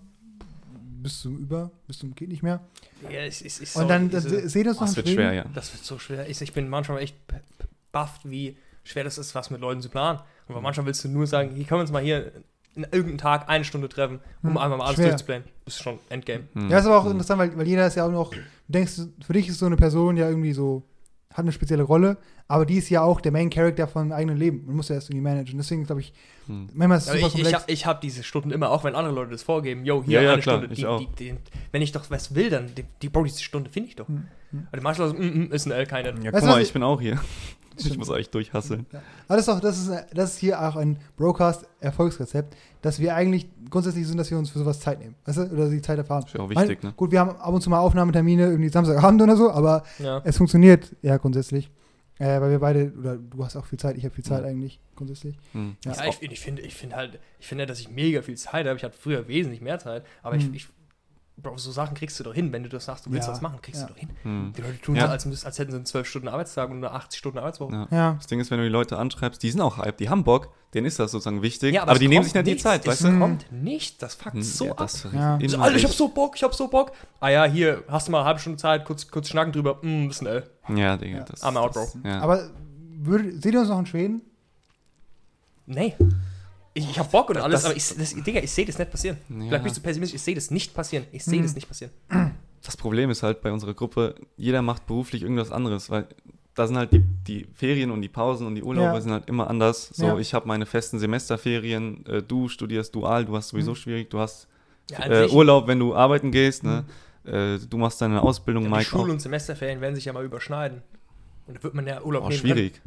Speaker 2: bis zum Über, bis zum geht nicht mehr.
Speaker 3: ja, es ist, ist
Speaker 2: Und dann se- seht ihr uns
Speaker 1: Oh,
Speaker 2: noch
Speaker 1: es
Speaker 2: in
Speaker 1: wird
Speaker 2: Schweden.
Speaker 1: schwer, ja.
Speaker 3: Das wird so schwer. Ich, ich bin manchmal echt p- p- baff, wie schwer das ist, was mit Leuten zu planen. Und
Speaker 2: Mhm.
Speaker 3: bei manchmal willst du nur sagen, hier können wir uns mal hier in irgendeinem Tag eine Stunde treffen, um
Speaker 2: Hm,
Speaker 3: einmal mal alles
Speaker 2: schwer.
Speaker 3: durchzuplanen. Das ist schon Endgame.
Speaker 1: Hm.
Speaker 2: Ja, ist aber auch
Speaker 1: Hm.
Speaker 2: interessant, weil, weil jeder ist ja auch noch, du denkst, für dich ist so eine Person ja irgendwie so, hat eine spezielle Rolle, aber die ist ja auch der Main Character von eigenen Leben und muss ja erst irgendwie managen. Deswegen glaube ich,
Speaker 1: Hm.
Speaker 2: manchmal ist es
Speaker 3: Aber
Speaker 2: super
Speaker 3: ich ich
Speaker 2: komplex.
Speaker 3: habe ich hab diese Stunden immer, auch wenn andere Leute das vorgeben. Yo, hier
Speaker 1: Ja, ja,
Speaker 3: eine
Speaker 1: klar,
Speaker 3: Stunde.
Speaker 1: ich
Speaker 3: die,
Speaker 1: auch.
Speaker 3: Die, die, wenn ich doch was will, dann die, die Bro, diese Stunde finde ich doch.
Speaker 2: Hm, hm.
Speaker 3: Also manchmal so, mm, mm, ist ein L keine.
Speaker 1: Ja,
Speaker 2: Weißt
Speaker 1: guck
Speaker 2: du, was
Speaker 1: mal,
Speaker 2: ich-
Speaker 1: ich bin auch hier. Ich muss euch durchhasseln.
Speaker 2: Aber das ist, auch, das, ist, das ist hier auch ein Broadcast-Erfolgsrezept, dass wir eigentlich grundsätzlich sind, dass wir uns für sowas Zeit nehmen. Weißt du? Oder die Zeit erfahren.
Speaker 1: Ist ja auch wichtig, ne?
Speaker 2: Gut, wir haben ab und zu mal Aufnahmetermine, irgendwie Samstagabend oder so, aber
Speaker 3: Ja.
Speaker 2: es funktioniert ja grundsätzlich. Äh, weil wir beide, oder du hast auch viel Zeit, ich habe viel Zeit eigentlich grundsätzlich.
Speaker 1: Hm.
Speaker 2: Ja.
Speaker 3: Ja, ich, ich finde ich find halt, ich finde, dass ich mega viel Zeit habe. Ich hatte früher wesentlich mehr Zeit, aber ich,
Speaker 2: Mhm.
Speaker 3: ich, Bro, so Sachen kriegst du doch hin. Wenn du das sagst, du willst
Speaker 2: Ja,
Speaker 3: was machen, kriegst
Speaker 2: ja.
Speaker 3: du doch hin.
Speaker 1: Hm.
Speaker 3: Die Leute tun
Speaker 1: Ja.
Speaker 3: so, als, müß- als hätten sie einen 12-Stunden-Arbeitstag und eine 80-Stunden-Arbeitswoche.
Speaker 1: Ja.
Speaker 2: Ja.
Speaker 1: Das Ding ist, wenn du die Leute anschreibst, die sind auch hype, die haben Bock, denen ist das sozusagen wichtig, aber,
Speaker 3: es
Speaker 1: die nehmen sich
Speaker 3: kommt nichts.
Speaker 1: nicht die Zeit,
Speaker 3: es
Speaker 1: weißt du?
Speaker 3: kommt nicht. Das fuckt
Speaker 1: Hm,
Speaker 3: so
Speaker 1: ja,
Speaker 3: ab.
Speaker 1: das ist
Speaker 2: Ja.
Speaker 1: immer
Speaker 3: So, Alter, ich hab
Speaker 1: echt-
Speaker 3: so Bock, ich hab so Bock. Ah ja, hier, hast du mal eine halbe Stunde Zeit, kurz, kurz schnacken drüber. Mm, bisschen L.
Speaker 1: Ja, Digga,
Speaker 2: Ja.
Speaker 1: das
Speaker 3: I'm out,
Speaker 1: das- Ja.
Speaker 2: Aber würdet, seht ihr uns noch in Schweden?
Speaker 3: Nee. Ich, ich hab Bock und alles,
Speaker 1: das-
Speaker 3: aber ich, das, Digga, ich sehe das nicht passieren.
Speaker 1: Ja.
Speaker 3: Vielleicht bist du pessimistisch, ich sehe das nicht passieren. Ich sehe
Speaker 2: Hm.
Speaker 3: das nicht passieren.
Speaker 1: das Problem ist halt bei unserer Gruppe, jeder macht beruflich irgendwas anderes, weil da sind halt die, die Ferien und die Pausen und die Urlaube
Speaker 2: Ja.
Speaker 1: sind halt immer anders. So,
Speaker 2: Ja.
Speaker 1: ich habe meine festen Semesterferien, äh, du studierst dual, du hast
Speaker 2: Mhm.
Speaker 1: sowieso schwierig, du hast
Speaker 3: Ja, an
Speaker 1: äh,
Speaker 3: sich, Mhm.
Speaker 1: Urlaub, wenn du arbeiten gehst, ne? Äh, du machst deine Ausbildung,
Speaker 3: die
Speaker 1: Mike.
Speaker 3: Schule
Speaker 1: Auch.
Speaker 3: und Semesterferien werden sich ja mal überschneiden. Und da wird man ja Urlaub
Speaker 1: Oh,
Speaker 3: nehmen ne?
Speaker 1: schwierig.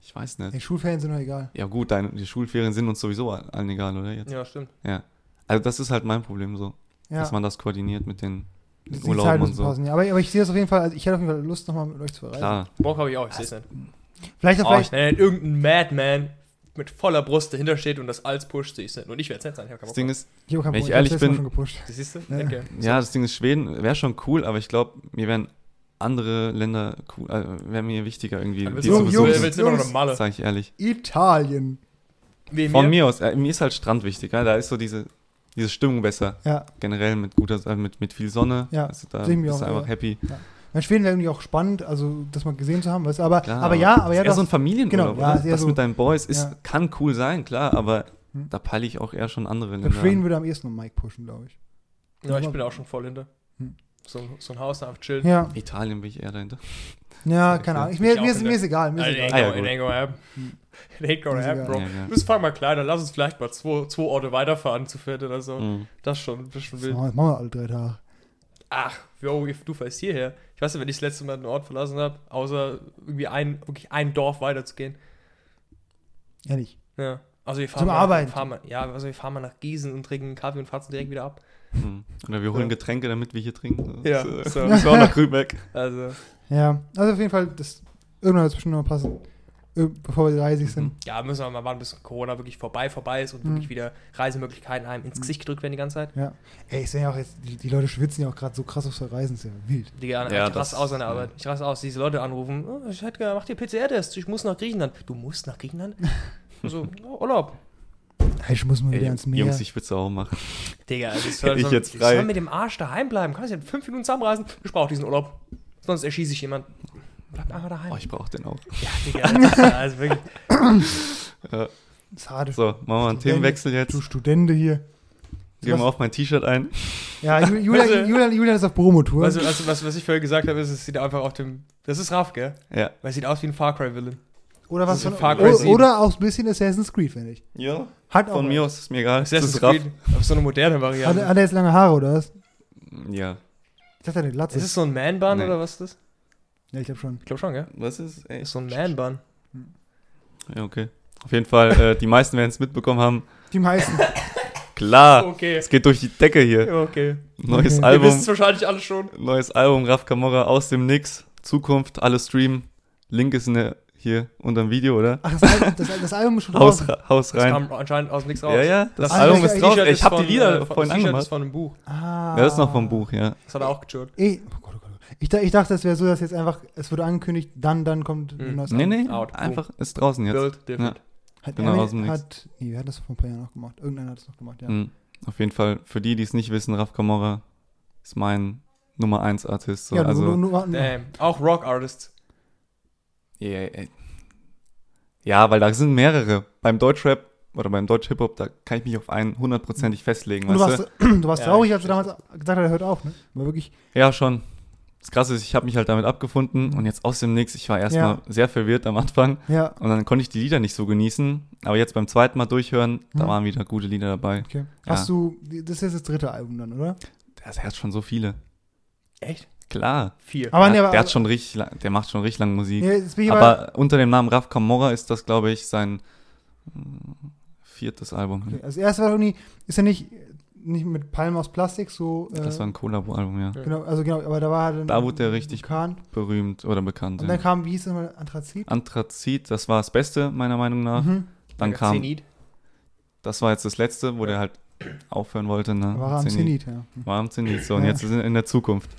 Speaker 1: Ich weiß nicht.
Speaker 2: Die Schulferien sind doch egal.
Speaker 1: Ja gut, deine, die Schulferien sind uns sowieso allen egal, oder jetzt?
Speaker 3: Können. Ja, stimmt.
Speaker 1: Ja. Also das ist halt mein Problem so,
Speaker 2: Ja.
Speaker 1: dass man das koordiniert mit den,
Speaker 2: Die
Speaker 1: mit
Speaker 2: Zeit
Speaker 1: Urlauben und
Speaker 2: müssen
Speaker 1: so.
Speaker 2: passen, ja. aber, aber ich sehe das auf jeden Fall, also ich hätte auf jeden Fall Lust, nochmal mit euch zu reisen.
Speaker 1: Klar.
Speaker 3: Bock habe ich auch, ich sehe es
Speaker 1: Also,
Speaker 3: nicht.
Speaker 2: Vielleicht,
Speaker 3: Oh,
Speaker 2: vielleicht,
Speaker 3: ich, wenn irgendein Madman mit voller Brust dahinter steht und das als pusht, sehe ich es nicht. Und ich werde es nicht sein. Ich hab keinen
Speaker 1: Das
Speaker 3: Bock
Speaker 1: Ding
Speaker 3: drauf.
Speaker 1: ist,
Speaker 2: ich habe keinen
Speaker 1: Wenn
Speaker 2: Bock,
Speaker 1: ich ehrlich
Speaker 2: hab's letztes Mal
Speaker 1: bin-
Speaker 2: schon gepusht.
Speaker 3: das siehst du?
Speaker 2: Ja.
Speaker 3: Danke.
Speaker 1: ja, das Ding ist, Schweden wäre schon cool, aber ich glaube, mir wären andere Länder cool, äh, wären mir wichtiger irgendwie,
Speaker 3: Dann
Speaker 1: die
Speaker 3: willst
Speaker 1: zu
Speaker 3: du,
Speaker 2: sowieso-
Speaker 3: willst,
Speaker 1: besuchen.
Speaker 3: willst du immer noch eine
Speaker 2: Jungs.
Speaker 3: Malle?
Speaker 1: Sag ich ehrlich.
Speaker 2: Italien.
Speaker 3: Wie
Speaker 1: Von mir aus, äh, mir ist halt Strand wichtig, ja? da ist so diese, diese Stimmung besser.
Speaker 2: Ja.
Speaker 1: Generell mit guter, äh, mit, mit viel Sonne.
Speaker 2: Ja,
Speaker 1: Also da
Speaker 2: seh ich mir
Speaker 1: bist du
Speaker 2: auch,
Speaker 1: einfach
Speaker 2: ja.
Speaker 1: happy.
Speaker 2: Mein Schweden wäre irgendwie auch spannend, also das mal gesehen zu haben, weißt du. Aber,
Speaker 1: Klar,
Speaker 2: aber ja, aber ja,
Speaker 1: ist eher
Speaker 2: das,
Speaker 1: so ein Familienurlaub,
Speaker 2: Genau, ja,
Speaker 1: oder?
Speaker 2: ist eher
Speaker 1: Das
Speaker 2: so-
Speaker 1: mit deinen Boys ist,
Speaker 2: ja.
Speaker 1: kann cool sein, klar, aber
Speaker 2: Hm.
Speaker 1: da peile ich auch eher schon andere
Speaker 2: der
Speaker 1: Länder
Speaker 2: Schweden
Speaker 1: an.
Speaker 2: würde am ehesten um Mike pushen, glaube ich.
Speaker 3: Ja, ich bin auch schon voll hinter.
Speaker 2: Hm.
Speaker 3: So, ein- so ein Haus einfach chillen.
Speaker 2: Ja,
Speaker 1: Italien bin ich eher dahinter.
Speaker 2: ja, keine Ahnung. Ich, mir,
Speaker 3: Ich auch
Speaker 2: mir, ist,
Speaker 3: in der-
Speaker 2: mir ist egal, mir ist
Speaker 3: Alter, it
Speaker 1: Ah,
Speaker 2: egal.
Speaker 1: ja, Hm.
Speaker 3: ain't gonna- it ain't gonna happen. It ain't gonna
Speaker 2: Ist
Speaker 3: happen,
Speaker 2: egal.
Speaker 3: bro.
Speaker 1: Ja, ja.
Speaker 3: Bis fang mal klein, dann lass uns vielleicht mal zwei, zwei Orte weiterfahren zu viert oder so.
Speaker 1: Mhm.
Speaker 3: Das ist schon ein bisschen
Speaker 2: Das
Speaker 3: wild.
Speaker 2: machen wir alle drei Tage.
Speaker 3: Ach, yo, if du fährst hierher. Ich weiß nicht, wenn ich das letzte Mal einen Ort verlassen habe, außer irgendwie ein, wirklich ein Dorf weiterzugehen.
Speaker 2: Ehrlich.
Speaker 3: Ja. Also wir fahren
Speaker 2: Zum
Speaker 3: mal,
Speaker 2: Arbeiten.
Speaker 3: Fahren mal, ja, also wir fahren mal nach Gießen und trinken einen Kaffee und fahren direkt wieder ab.
Speaker 1: Mhm. Oder wir holen
Speaker 3: Ja.
Speaker 1: Getränke, damit wir hier trinken.
Speaker 3: Ja,
Speaker 1: Das, äh,
Speaker 3: so.
Speaker 1: müssen wir auch nach Grünberg.
Speaker 3: Also,
Speaker 2: Ja, also auf jeden Fall, das, irgendwann wird es bestimmt noch mal passen, Äh, bevor wir 30 sind.
Speaker 3: ja, müssen wir mal warten, bis Corona wirklich vorbei, vorbei ist und
Speaker 2: Mhm.
Speaker 3: wirklich wieder Reisemöglichkeiten einem ins Gesicht gedrückt werden die ganze Zeit.
Speaker 2: Ja. Ey, ich sehe ja auch jetzt, die, die Leute schwitzen ja auch gerade so krass auf so Reisen, ist ja wild.
Speaker 3: Digga,
Speaker 1: Ja,
Speaker 3: ich raste
Speaker 1: das-
Speaker 3: aus an der
Speaker 1: ja.
Speaker 3: Arbeit. Ich raste aus, diese Leute anrufen. Oh, ich hätte gerne, mach dir PCR-Test, ich muss nach Griechenland. Du musst nach Griechenland? Also, oh, Urlaub.
Speaker 2: Ey, ich muss mal wieder
Speaker 1: Ey,
Speaker 2: ans Meer.
Speaker 1: Jungs, ich würde es auch machen.
Speaker 3: Digga, also ich
Speaker 1: Ich jetzt frei.
Speaker 3: soll mit dem Arsch daheim bleiben. Kannst du ja fünf Minuten zusammenreisen? Ich brauche diesen Urlaub. Sonst erschieße ich jemanden. Bleib einfach daheim.
Speaker 1: Oh, ich brauche den auch.
Speaker 3: ja, Digga. also wirklich.
Speaker 1: Ja.
Speaker 2: das ist hart.
Speaker 1: So, machen wir einen Themenwechsel jetzt.
Speaker 2: Du Studente hier.
Speaker 1: Geh mal auf mein T-Shirt ein.
Speaker 2: Ja, Ju- Julian,
Speaker 3: Weißt du-
Speaker 2: Julian, Julian ist auf Promotour.
Speaker 3: Also, also was, was ich vorher gesagt habe, ist, es sieht einfach auf dem. Das ist Raff, gell?
Speaker 1: Ja.
Speaker 3: Weil es sieht aus wie ein Far Cry-Villain.
Speaker 2: oder was
Speaker 3: das ist
Speaker 2: von,
Speaker 3: Far Cry
Speaker 2: o-
Speaker 3: 7.
Speaker 2: oder auch ein bisschen Assassin's Creed, finde ich.
Speaker 1: Ja.
Speaker 2: Hat auch
Speaker 1: Von mir aus ist mir egal. Das
Speaker 3: Assassin's
Speaker 1: ist Raff.
Speaker 3: Creed. Aber so eine moderne
Speaker 2: Hat,
Speaker 3: Variante.
Speaker 2: hat er jetzt lange Haare oder was?
Speaker 1: Ja.
Speaker 2: Ich dachte, er hat eine Glatze.
Speaker 3: Ist es so ein Man-Bun
Speaker 1: Nee.
Speaker 3: oder was ist das?
Speaker 2: ja, ich glaube schon.
Speaker 3: Ich glaube schon, gell?
Speaker 1: Was ist? Ey.
Speaker 3: Ist so ein Man-Bun.
Speaker 1: Ja, okay. Auf jeden Fall, äh, die meisten werden es mitbekommen haben.
Speaker 2: Die meisten.
Speaker 1: Klar.
Speaker 3: Okay.
Speaker 1: Es geht durch die Decke hier.
Speaker 3: Okay.
Speaker 1: Neues
Speaker 2: Okay.
Speaker 3: Ihr wisst
Speaker 1: Ah. Album.
Speaker 3: es wahrscheinlich alle schon.
Speaker 1: Neues Album, Raff Camorra aus dem Nix. Zukunft, alle streamen. Link ist in der, hier unterm Video, oder?
Speaker 2: Ach, das, Al- das, das Album ist schon
Speaker 1: Haus,
Speaker 2: draußen.
Speaker 1: haus
Speaker 3: Das
Speaker 1: rein.
Speaker 3: kam anscheinend aus nichts raus.
Speaker 1: Ja, ja, das,
Speaker 2: Ah,
Speaker 1: Album
Speaker 2: das
Speaker 1: ist
Speaker 2: ist-
Speaker 1: drauf.
Speaker 3: T-Shirt
Speaker 1: Ich
Speaker 3: ist
Speaker 1: habe
Speaker 3: von,
Speaker 1: die Lieder
Speaker 3: äh, von-
Speaker 1: vorhin
Speaker 3: das T-Shirt ist
Speaker 1: angemacht.
Speaker 3: von einem Buch.
Speaker 2: Ah.
Speaker 1: Ja, das ist noch vom Buch, ja.
Speaker 3: Das hat er auch gechurrt.
Speaker 2: Ey, oh Gott, oh Gott. Ich, da, ich dachte, es wäre so, dass jetzt einfach, es wurde angekündigt, dann, dann kommt
Speaker 3: Mhm.
Speaker 2: ein neues
Speaker 1: Nee,
Speaker 2: Album.
Speaker 1: nee,
Speaker 3: Out, boom.
Speaker 1: einfach ist draußen jetzt.
Speaker 3: Build different.
Speaker 2: Hat,
Speaker 1: Genau,
Speaker 2: Eminem-
Speaker 1: aus dem Nix.
Speaker 2: hat, nee, wer hat das vor ein paar Jahren noch gemacht? Irgendeiner hat es noch gemacht, ja.
Speaker 1: Mhm. Auf jeden Fall, für die, die es nicht wissen, Raff Camorra ist mein Nummer 1 Artist. So.
Speaker 2: ja,
Speaker 1: also,
Speaker 2: nur, nur, nur, nur,
Speaker 3: Damn. Auch Rock Artists.
Speaker 1: Ja, ja, ja. ja, weil da sind mehrere. Beim Deutschrap oder beim Deutsch-Hip-Hop, da kann ich mich auf einen hundertprozentig festlegen,
Speaker 2: und du
Speaker 1: weißt du?
Speaker 2: warst, du warst
Speaker 3: Ja,
Speaker 2: traurig,
Speaker 3: ich
Speaker 2: als du damals gesagt hast, er hört auf, ne? War wirklich,
Speaker 1: Ja, schon. Das Krasse ist, ich habe mich halt damit abgefunden und jetzt aus dem Nix, ich war erstmal sehr verwirrt am Anfang
Speaker 2: ja,
Speaker 1: und dann konnte ich die Lieder nicht so genießen. Aber jetzt beim zweiten Mal durchhören, da
Speaker 2: Mhm.
Speaker 1: waren wieder gute Lieder dabei.
Speaker 2: okay. Hast du, das ist jetzt das dritte Album dann, oder?
Speaker 1: Das hat schon so viele.
Speaker 3: Echt?
Speaker 1: Klar.
Speaker 3: Vier.
Speaker 2: Aber nee,
Speaker 1: der,
Speaker 2: aber,
Speaker 1: der, hat schon richtig lang, der macht schon richtig lange Musik.
Speaker 2: nee, jetzt bin ich aber,
Speaker 1: aber unter dem Namen Raf Kamora ist das, glaube ich, sein mm, viertes Album.
Speaker 2: okay, also das erste war doch nie, ist ja nicht, nicht mit Palmen aus Plastik so. Äh,
Speaker 1: Das war ein Collabo-Album, ja.
Speaker 2: genau, also genau, aber da war dann.
Speaker 1: Da wurde der richtig
Speaker 2: Kahn.
Speaker 1: berühmt oder bekannt.
Speaker 2: Und
Speaker 1: Ja.
Speaker 2: dann kam, wie hieß das mal, Anthrazit?
Speaker 1: Anthrazit, das war das Beste, meiner Meinung nach.
Speaker 2: Mhm.
Speaker 1: Dann kam,
Speaker 3: Zenit.
Speaker 1: das war jetzt das Letzte, wo der halt aufhören wollte. Ne?
Speaker 2: War er am
Speaker 1: Zenit.
Speaker 2: Zenit, ja.
Speaker 1: War am Zenit, so. Und
Speaker 2: Ja.
Speaker 1: jetzt ist er in der Zukunft.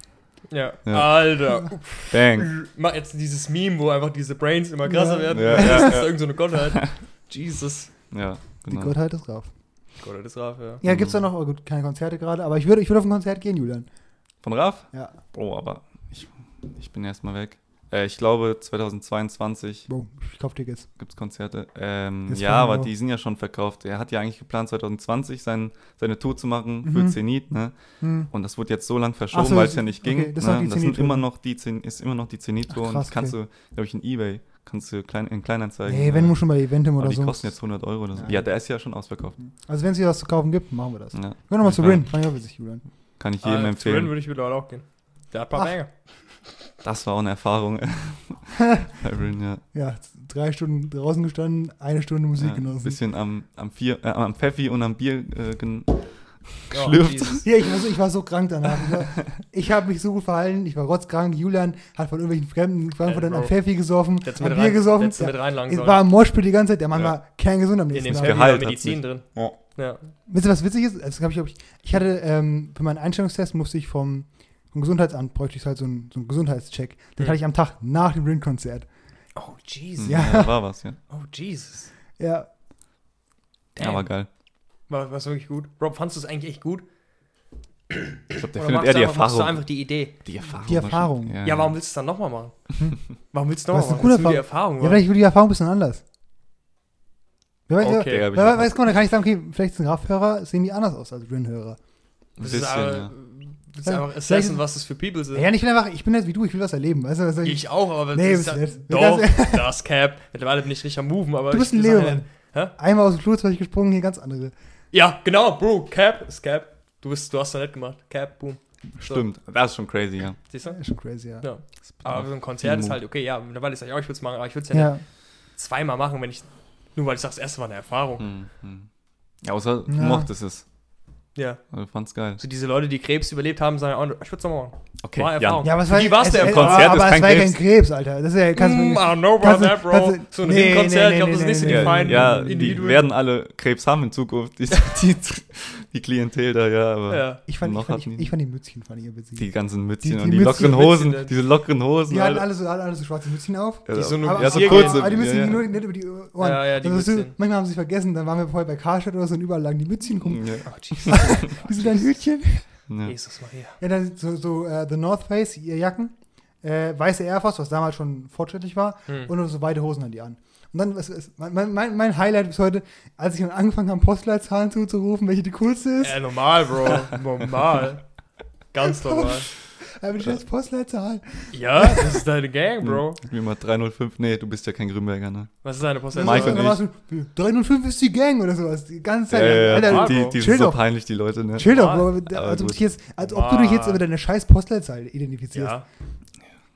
Speaker 3: Ja.
Speaker 1: Ja.
Speaker 3: Alter.
Speaker 1: Bang.
Speaker 3: Mach jetzt dieses Meme, wo einfach diese Brains immer krasser
Speaker 2: Ja.
Speaker 3: werden.
Speaker 1: Ja,
Speaker 3: das
Speaker 1: ja,
Speaker 3: ist
Speaker 1: ja.
Speaker 3: irgend so eine Gottheit. Jesus.
Speaker 1: Ja,
Speaker 2: Die
Speaker 1: genau.
Speaker 2: Gottheit ist drauf.
Speaker 3: Gottheit ist Raf, ja.
Speaker 2: Ja, gibt's da noch, oh gut, keine Konzerte gerade, aber ich würde, ich würde auf ein Konzert gehen, Julian.
Speaker 1: Von Raf?
Speaker 2: Ja,
Speaker 1: Oh, aber ich, ich bin erstmal weg. Äh, ich glaube, 2022
Speaker 2: boom, ich kauf Tickets.
Speaker 1: gibt es Konzerte. Ähm,
Speaker 2: Das
Speaker 1: ja,
Speaker 2: war
Speaker 1: aber
Speaker 2: auch-
Speaker 1: die sind ja schon verkauft. Er hat ja eigentlich geplant, 2020 sein, seine Tour zu machen für
Speaker 2: Mhm.
Speaker 1: Zenit. Ne?
Speaker 2: Hm.
Speaker 1: Und das wurde jetzt so lang verschoben,
Speaker 2: Ach so,
Speaker 1: weil
Speaker 2: das
Speaker 1: es ja
Speaker 2: ist-
Speaker 1: nicht
Speaker 2: okay,
Speaker 1: ging.
Speaker 2: das ist noch
Speaker 1: ne?
Speaker 2: die
Speaker 1: Und das sind
Speaker 2: Zenit-Tour.
Speaker 1: immer noch die, Zen- ist immer noch die Zenit-Tour.
Speaker 2: Ach,
Speaker 1: Und
Speaker 2: krass,
Speaker 1: das kannst du, glaube ich, in Ebay, kannst du klein, in Kleinanzeigen.
Speaker 2: Nee, wenn
Speaker 1: äh,
Speaker 2: nur schon bei Eventim
Speaker 1: aber
Speaker 2: oder
Speaker 1: die
Speaker 2: so.
Speaker 1: kosten jetzt 100 Euro oder so.
Speaker 2: Ja.
Speaker 1: Ja, der ist ja schon ausverkauft.
Speaker 2: Also wenn es hier was zu kaufen gibt, machen wir das.
Speaker 1: Ja.
Speaker 2: Können wir mal zu
Speaker 1: Ja.
Speaker 2: Rin, fand ich auch witzig, Julian.
Speaker 1: Kann ich jedem
Speaker 3: Ah, zu Rin
Speaker 1: empfehlen.
Speaker 3: würde ich wieder auch gehen. Der hat ein
Speaker 2: Ach.
Speaker 3: paar Banger.
Speaker 1: Das war auch eine Erfahrung. Bei Rin, ja.
Speaker 2: Ja, z- drei Stunden draußen gestanden, eine Stunde Musik
Speaker 1: ja,
Speaker 2: genossen.
Speaker 1: bisschen am, am, Vier, äh, am Pfeffi und am Bier äh, gen
Speaker 3: Ja,
Speaker 1: Schlürft.
Speaker 3: Jesus.
Speaker 2: Ja, ich war so, ich war so krank danach. Ich, war- ich habe mich so gut verhalten, ich war rotzkrank. Julian hat von irgendwelchen Fremden Frankfurtern
Speaker 3: Ey,
Speaker 2: ein
Speaker 3: Bro.
Speaker 2: Pfeffi gesoffen,
Speaker 3: Hättest du
Speaker 2: ein
Speaker 3: mit
Speaker 2: Bier
Speaker 3: rein-
Speaker 2: gesoffen.
Speaker 3: hättest du mit
Speaker 2: Ja,
Speaker 3: reinlangen
Speaker 2: es
Speaker 3: sollen.
Speaker 2: war im Moshpit die ganze Zeit. Der Mann
Speaker 1: Ja.
Speaker 2: war kerngesund am
Speaker 3: In
Speaker 2: nächsten
Speaker 3: dem
Speaker 2: Tag.
Speaker 3: Pferd war
Speaker 1: Gehalt
Speaker 3: Medizin
Speaker 1: hat's
Speaker 3: drin.
Speaker 1: Ja.
Speaker 3: Ja.
Speaker 2: Wisst ihr, was witzig ist? Das hab ich, glaub ich, ich hatte ähm, für meinen Einstellungstest musste ich vom, vom Gesundheitsamt bräuchte ich halt so einen, so einen Gesundheitscheck. Den
Speaker 3: Hm.
Speaker 2: hatte ich am Tag nach dem Rin-Konzert.
Speaker 3: Oh, Jesus.
Speaker 1: Hm,
Speaker 2: Ja.
Speaker 1: ja. da war was, ja.
Speaker 3: Oh, Jesus.
Speaker 2: Ja,
Speaker 1: ja.
Speaker 3: Damn.
Speaker 1: Aber geil.
Speaker 3: War, war's wirklich gut? Rob, fandst du es eigentlich echt gut?
Speaker 1: Ich glaube, der
Speaker 3: Oder
Speaker 1: findet
Speaker 3: magst
Speaker 1: eher
Speaker 3: du einfach-
Speaker 1: die
Speaker 3: magst
Speaker 1: Erfahrung.
Speaker 3: du einfach die Idee?
Speaker 1: die Erfahrung.
Speaker 2: Die Erfahrung.
Speaker 1: wahrscheinlich.
Speaker 3: Ja, warum willst du es dann nochmal machen? warum willst du nochmal
Speaker 2: Das ist eine
Speaker 3: machen?
Speaker 2: coole
Speaker 3: Willst du die Erfahrung
Speaker 2: Ja,
Speaker 3: machen?
Speaker 2: vielleicht wird die Erfahrung ein bisschen anders. Wer weiß,
Speaker 3: Okay.
Speaker 2: okay.
Speaker 1: Der hab ich
Speaker 2: wer
Speaker 1: auch-
Speaker 2: weiß, guck mal, da kann ich sagen, okay, vielleicht sind Graf-Hörer, sehen die anders aus als Rin-Hörer.
Speaker 1: Ein
Speaker 3: Willst du
Speaker 1: bisschen,
Speaker 3: es aber-
Speaker 1: ja.
Speaker 3: willst du
Speaker 2: Ja,
Speaker 3: einfach
Speaker 2: vielleicht
Speaker 3: assessen,
Speaker 2: ist-
Speaker 3: was es für People
Speaker 2: Ja,
Speaker 3: sind?
Speaker 2: ja, nicht einfach, ich bin jetzt wie du, ich will was erleben. Weißt du, was
Speaker 3: Ich auch, aber
Speaker 2: Nee,
Speaker 3: das
Speaker 2: bis
Speaker 3: ist
Speaker 2: jetzt.
Speaker 3: doch,
Speaker 2: Das-
Speaker 3: das Cap. Mittlerweile bin ich richtig am Moven, aber
Speaker 2: du bist
Speaker 3: ich,
Speaker 2: ein
Speaker 3: das ist
Speaker 2: Lebemann.
Speaker 3: Hä?
Speaker 2: Einmal aus dem Flugzeug gesprungen, hier ganz andere.
Speaker 3: Ja, genau, Bro, Cap ist Cap. Du, bist, du hast da nett gemacht. Cap, boom.
Speaker 1: Stimmt, das ist schon crazy, ja.
Speaker 3: Siehst
Speaker 2: Das
Speaker 3: du?
Speaker 2: ist schon crazy, ja.
Speaker 3: Ja.
Speaker 1: Das
Speaker 3: Aber
Speaker 1: bedarf
Speaker 3: so ein Konzert
Speaker 1: viel
Speaker 3: ist
Speaker 1: Mut.
Speaker 3: halt, okay, ja, mittlerweile sage ich auch, ich würde es machen, aber ich würde es ja,
Speaker 2: Ja,
Speaker 3: nicht zweimal machen, wenn ich, nur weil ich sage, das erste war eine Erfahrung.
Speaker 1: Hm, hm. Ja, außer du
Speaker 2: Ja.
Speaker 1: mochtest es.
Speaker 3: Ja.
Speaker 1: Also, fand's geil.
Speaker 3: So diese Leute, die Krebs überlebt haben, sagen, oh, ich würde es nochmal machen.
Speaker 1: Okay,
Speaker 3: war Erfahrung.
Speaker 1: Jan.
Speaker 2: ja aber es
Speaker 3: Für
Speaker 2: war,
Speaker 3: die war's
Speaker 2: es,
Speaker 3: der
Speaker 2: es,
Speaker 1: im Konzert,
Speaker 2: aber
Speaker 1: ist
Speaker 2: es
Speaker 1: kein
Speaker 2: war ja kein
Speaker 1: Krebs.
Speaker 2: Krebs, Alter. Das ist ja, kannst du
Speaker 3: Mm, I don't know about
Speaker 2: kannst du-
Speaker 3: that, bro.
Speaker 2: kannst du-
Speaker 3: so ein
Speaker 2: nee,
Speaker 3: Konzert,
Speaker 2: nee,
Speaker 3: ich glaube, das
Speaker 2: nee,
Speaker 3: ist nicht so
Speaker 2: nee,
Speaker 3: die
Speaker 2: nee.
Speaker 1: Ja,
Speaker 3: feinen
Speaker 1: ja die
Speaker 3: Individuen.
Speaker 1: werden alle Krebs haben in Zukunft, die, die, die Klientel da, ja, aber
Speaker 3: Ja.
Speaker 2: ich, fand, ich,
Speaker 1: noch
Speaker 2: fand,
Speaker 1: hatten
Speaker 2: ich,
Speaker 1: die-
Speaker 2: ich fand die Mützchen fand ich ja witzig.
Speaker 1: die
Speaker 2: Die,
Speaker 1: ganzen Mützchen
Speaker 2: die
Speaker 1: und die
Speaker 2: Mützchen,
Speaker 1: lockeren Hosen,
Speaker 3: Mützchen,
Speaker 1: diese lockeren Hosen.
Speaker 2: hatten
Speaker 1: Alter.
Speaker 2: alle so, alle, alle so schwarze Mützchen auf.
Speaker 1: Ja,
Speaker 3: die so nur-
Speaker 2: Aber,
Speaker 1: ja, so
Speaker 2: aber,
Speaker 1: kurze.
Speaker 2: aber die müssen
Speaker 1: ja,
Speaker 2: die
Speaker 1: ja.
Speaker 2: nur nicht über die Ohren.
Speaker 3: Ja, ja, die
Speaker 2: also, weißt du,
Speaker 3: Mützchen.
Speaker 2: manchmal haben sie sich vergessen, dann waren wir vorher bei Carshot oder so und überall lagen die Mützchen rum.
Speaker 1: Ja,
Speaker 3: Oh, Jesus.
Speaker 2: Die sind ein Hütchen.
Speaker 1: ja.
Speaker 3: Jesus Maria.
Speaker 2: Ja, dann so, so äh, The North Face, ihr Jacken, äh, weiße Air Force, was damals schon fortschrittlich war,
Speaker 3: Hm.
Speaker 2: und so weite Hosen an die an. Und dann, was, was, mein, mein, mein Highlight bis heute, als ich dann angefangen habe, Postleitzahlen zuzurufen, welche die coolste ist,
Speaker 3: Äh, normal, Bro. Normal. Ganz normal.
Speaker 2: habe ich jetzt Postleitzahl.
Speaker 3: Ja, das ist deine Gang, Bro.
Speaker 1: Gib mir Hm, mal 305. Nee, du bist ja kein Grünberger, ne?
Speaker 3: Was ist deine Postleitzahl?
Speaker 1: Mike und
Speaker 2: dann warst du, 3 und 5 ist die Gang oder sowas. Die ganze Zeit. Alter,
Speaker 3: klar,
Speaker 1: die,
Speaker 3: Bro.
Speaker 1: die
Speaker 2: Chill
Speaker 1: sind so
Speaker 2: doch.
Speaker 1: peinlich, die Leute, ne?
Speaker 2: Chill doch,
Speaker 3: Ah,
Speaker 2: Bro.
Speaker 1: aber
Speaker 2: Als ob,
Speaker 1: gut.
Speaker 2: dich jetzt, als ob du dich jetzt
Speaker 3: Mann.
Speaker 2: über deine scheiß Postleitzahl identifizierst.
Speaker 3: Ja.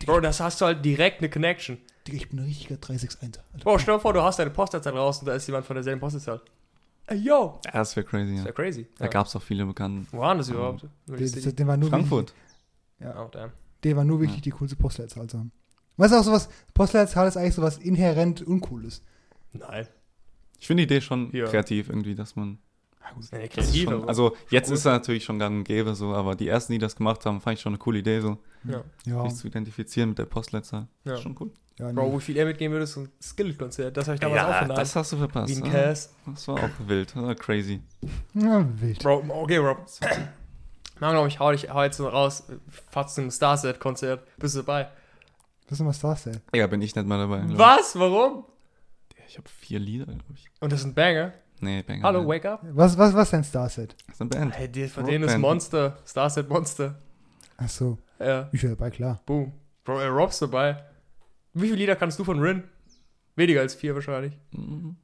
Speaker 3: Bro, das hast du halt direkt eine Connection.
Speaker 2: Digga, Ich bin ein richtiger 361. Alter.
Speaker 3: Bro, stell dir vor, du hast deine Postleitzahl raus und da ist jemand von derselben Postleitzahl. Ey, yo.
Speaker 1: Ja, das wäre crazy,
Speaker 3: Das
Speaker 1: ja.
Speaker 3: wär crazy.
Speaker 1: Da
Speaker 3: Ja.
Speaker 1: gab's auch viele Bekannte.
Speaker 3: Wo waren das überhaupt?
Speaker 2: Der, der, der war nur
Speaker 1: Frankfurt.
Speaker 3: Ja. Oh, damn.
Speaker 2: Der war nur wichtig, die coolste Postleitzahl zu haben. Weißt du auch sowas, Postleitzahl ist eigentlich sowas inhärent Uncooles.
Speaker 3: Nein.
Speaker 1: Ich finde die Idee schon
Speaker 3: Ja.
Speaker 1: kreativ irgendwie, dass man.
Speaker 3: Eine
Speaker 1: Das ist
Speaker 3: kreative.
Speaker 1: schon,
Speaker 3: Bro.
Speaker 1: also jetzt
Speaker 3: Cool.
Speaker 1: ist er natürlich schon gang und gäbe so, aber die ersten, die das gemacht haben, fand ich schon eine coole Idee, so
Speaker 3: ja.
Speaker 2: Ja,
Speaker 1: sich zu identifizieren mit der Postleitzahl.
Speaker 3: Ja.
Speaker 1: Ist schon cool.
Speaker 2: ja
Speaker 3: Bro,
Speaker 2: nee.
Speaker 3: wie viel er mitgehen würde, ist ein Skill-Konzert. Das habe ich damals auch
Speaker 1: das
Speaker 3: von
Speaker 1: hast du verpasst. ne?
Speaker 3: Wie ein
Speaker 1: ja.
Speaker 3: Cass.
Speaker 1: Das war auch wild, das war crazy.
Speaker 2: ja, wild.
Speaker 3: Bro, okay, Rob. Mann, glaub ich, hau, dich, hau jetzt raus. Fahrst zu einem Starset-Konzert. Bist du dabei?
Speaker 2: Was ist denn was das denn?
Speaker 1: Ja, bin ich nicht mal dabei. glaub
Speaker 3: Was? Warum?
Speaker 1: ich. Ich habe vier Lieder, glaube ich.
Speaker 3: Und das ist ein Banger.
Speaker 1: Nee, Banger.
Speaker 3: Hallo,
Speaker 1: Band.
Speaker 3: wake up.
Speaker 2: Was, was, was ist denn Starset?
Speaker 1: Das ist eine Band.
Speaker 3: Hey, die, von
Speaker 1: Rock
Speaker 3: denen ist
Speaker 1: Band.
Speaker 3: Monster. Starset Monster.
Speaker 2: Ach so,
Speaker 3: Ja,
Speaker 2: ich war dabei, klar.
Speaker 3: boom. Bro, äh, Rob's dabei. Wie viele Lieder kannst du von Rin? Weniger als vier wahrscheinlich.
Speaker 1: Mhm,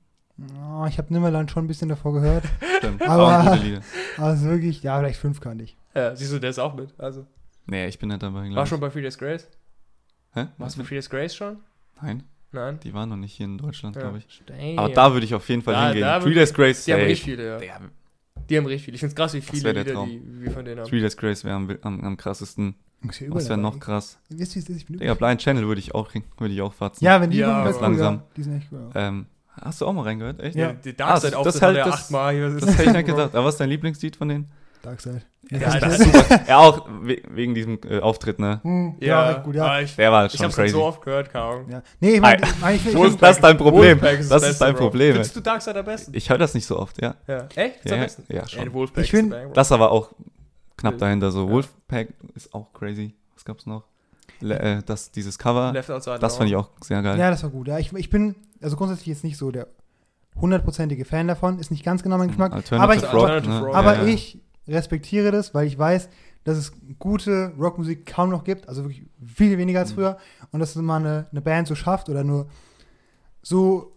Speaker 2: Oh, ich habe Nimmerland schon ein bisschen davor gehört.
Speaker 1: Stimmt.
Speaker 2: Aber-
Speaker 1: Aber gute Lieder.
Speaker 2: Aber es ist wirklich, ja, vielleicht fünf kann ich.
Speaker 3: Ja, siehst du, der ist auch mit. Also,
Speaker 1: Nee, ich bin nicht dabei, glaub
Speaker 3: War
Speaker 1: ich.
Speaker 3: schon bei Freedom's Grace?
Speaker 1: Hä?
Speaker 3: Warst
Speaker 1: Was
Speaker 3: du bei
Speaker 1: mit?
Speaker 3: Freedom's Grace schon?
Speaker 1: Nein,
Speaker 3: Nein.
Speaker 1: die waren noch nicht hier in Deutschland,
Speaker 3: Ja.
Speaker 1: glaube ich.
Speaker 3: Damn.
Speaker 1: Aber da würde ich auf jeden Fall
Speaker 3: Da-
Speaker 1: hingehen.
Speaker 3: da
Speaker 1: Three
Speaker 3: würd-
Speaker 1: Days Grace,
Speaker 3: Die haben
Speaker 1: safe.
Speaker 3: richtig viele, ja.
Speaker 1: Der-
Speaker 3: Die haben richtig viele. Ich find's krass, wie viele
Speaker 1: wär der
Speaker 3: Lieder
Speaker 1: Traum.
Speaker 3: die, wir von denen haben.
Speaker 1: Three Days Grace wäre am, am, am krassesten.
Speaker 2: Muss hier
Speaker 1: Was wäre
Speaker 2: überall
Speaker 1: noch
Speaker 2: dabei.
Speaker 1: krass?
Speaker 2: Ihr wisst, wie es ist, ich bin
Speaker 1: Digga, Blind Channel würde ich auch, würde ich auch fatzen.
Speaker 2: Ja, wenn die
Speaker 3: Ja,
Speaker 2: kommen, wär's
Speaker 3: aber-
Speaker 2: cool,
Speaker 1: Langsam.
Speaker 2: Die sind echt cool. Ja.
Speaker 1: Ähm, hast du auch mal reingehört? Echt?
Speaker 2: Ja.
Speaker 3: Die
Speaker 1: Ah,
Speaker 3: Dark Side
Speaker 1: das-
Speaker 3: auf
Speaker 1: das
Speaker 3: das
Speaker 1: halt
Speaker 3: halt ja
Speaker 1: das-
Speaker 3: achtmal. hier,
Speaker 1: Das hätte ich nicht
Speaker 3: Bro.
Speaker 1: gesagt. Aber was ist dein Lieblingslied von denen?
Speaker 2: Darkside.
Speaker 3: Ja,
Speaker 2: das
Speaker 3: das
Speaker 2: ist
Speaker 3: ist
Speaker 2: super.
Speaker 1: Ja, auch we wegen diesem äh, Auftritt, ne?
Speaker 2: Hm, ja,
Speaker 3: Ja,
Speaker 2: recht gut, ja.
Speaker 3: aber Ich,
Speaker 1: Der war halt
Speaker 3: ich
Speaker 1: schon
Speaker 3: hab's nicht
Speaker 1: crazy.
Speaker 3: so oft gehört, keine Ahnung.
Speaker 2: ja. Nee, ich meine, ich mein, ich, ich,
Speaker 1: Wo ist das dein Problem?
Speaker 3: Wolfpack ist das
Speaker 1: Das ist
Speaker 3: Beste,
Speaker 1: dein
Speaker 3: Bro.
Speaker 1: Problem.
Speaker 3: Findest du Dark Side am besten?
Speaker 1: Ich höre das nicht so oft, ja.
Speaker 3: Ja. Echt? Ist
Speaker 1: Ja,
Speaker 3: am besten?
Speaker 1: ja, schon.
Speaker 3: Ey, Wolfpack
Speaker 2: Ich find-
Speaker 3: ist der Bang, Bro.
Speaker 1: Das aber auch knapp
Speaker 3: Ja.
Speaker 1: dahinter. So,
Speaker 3: Ja.
Speaker 1: Wolfpack ist auch crazy. Was gab's noch? Le äh, das, dieses Cover,
Speaker 3: Left Outside.
Speaker 1: das fand ich auch sehr geil.
Speaker 2: Ja, das war gut. Ja, ich, ich bin also grundsätzlich jetzt nicht so der hundertprozentige Fan davon, ist nicht ganz genau
Speaker 1: Mhm.
Speaker 2: mein Geschmack.
Speaker 1: Alternative
Speaker 2: aber ich-
Speaker 1: Rock,
Speaker 3: Alternative
Speaker 1: ne?
Speaker 3: Rock,
Speaker 2: Aber
Speaker 1: Ja, ja.
Speaker 2: ich respektiere das, weil ich weiß, dass es gute Rockmusik kaum noch gibt, also wirklich viel weniger als
Speaker 1: Mhm.
Speaker 2: früher. Und dass es mal eine, eine Band so schafft oder nur so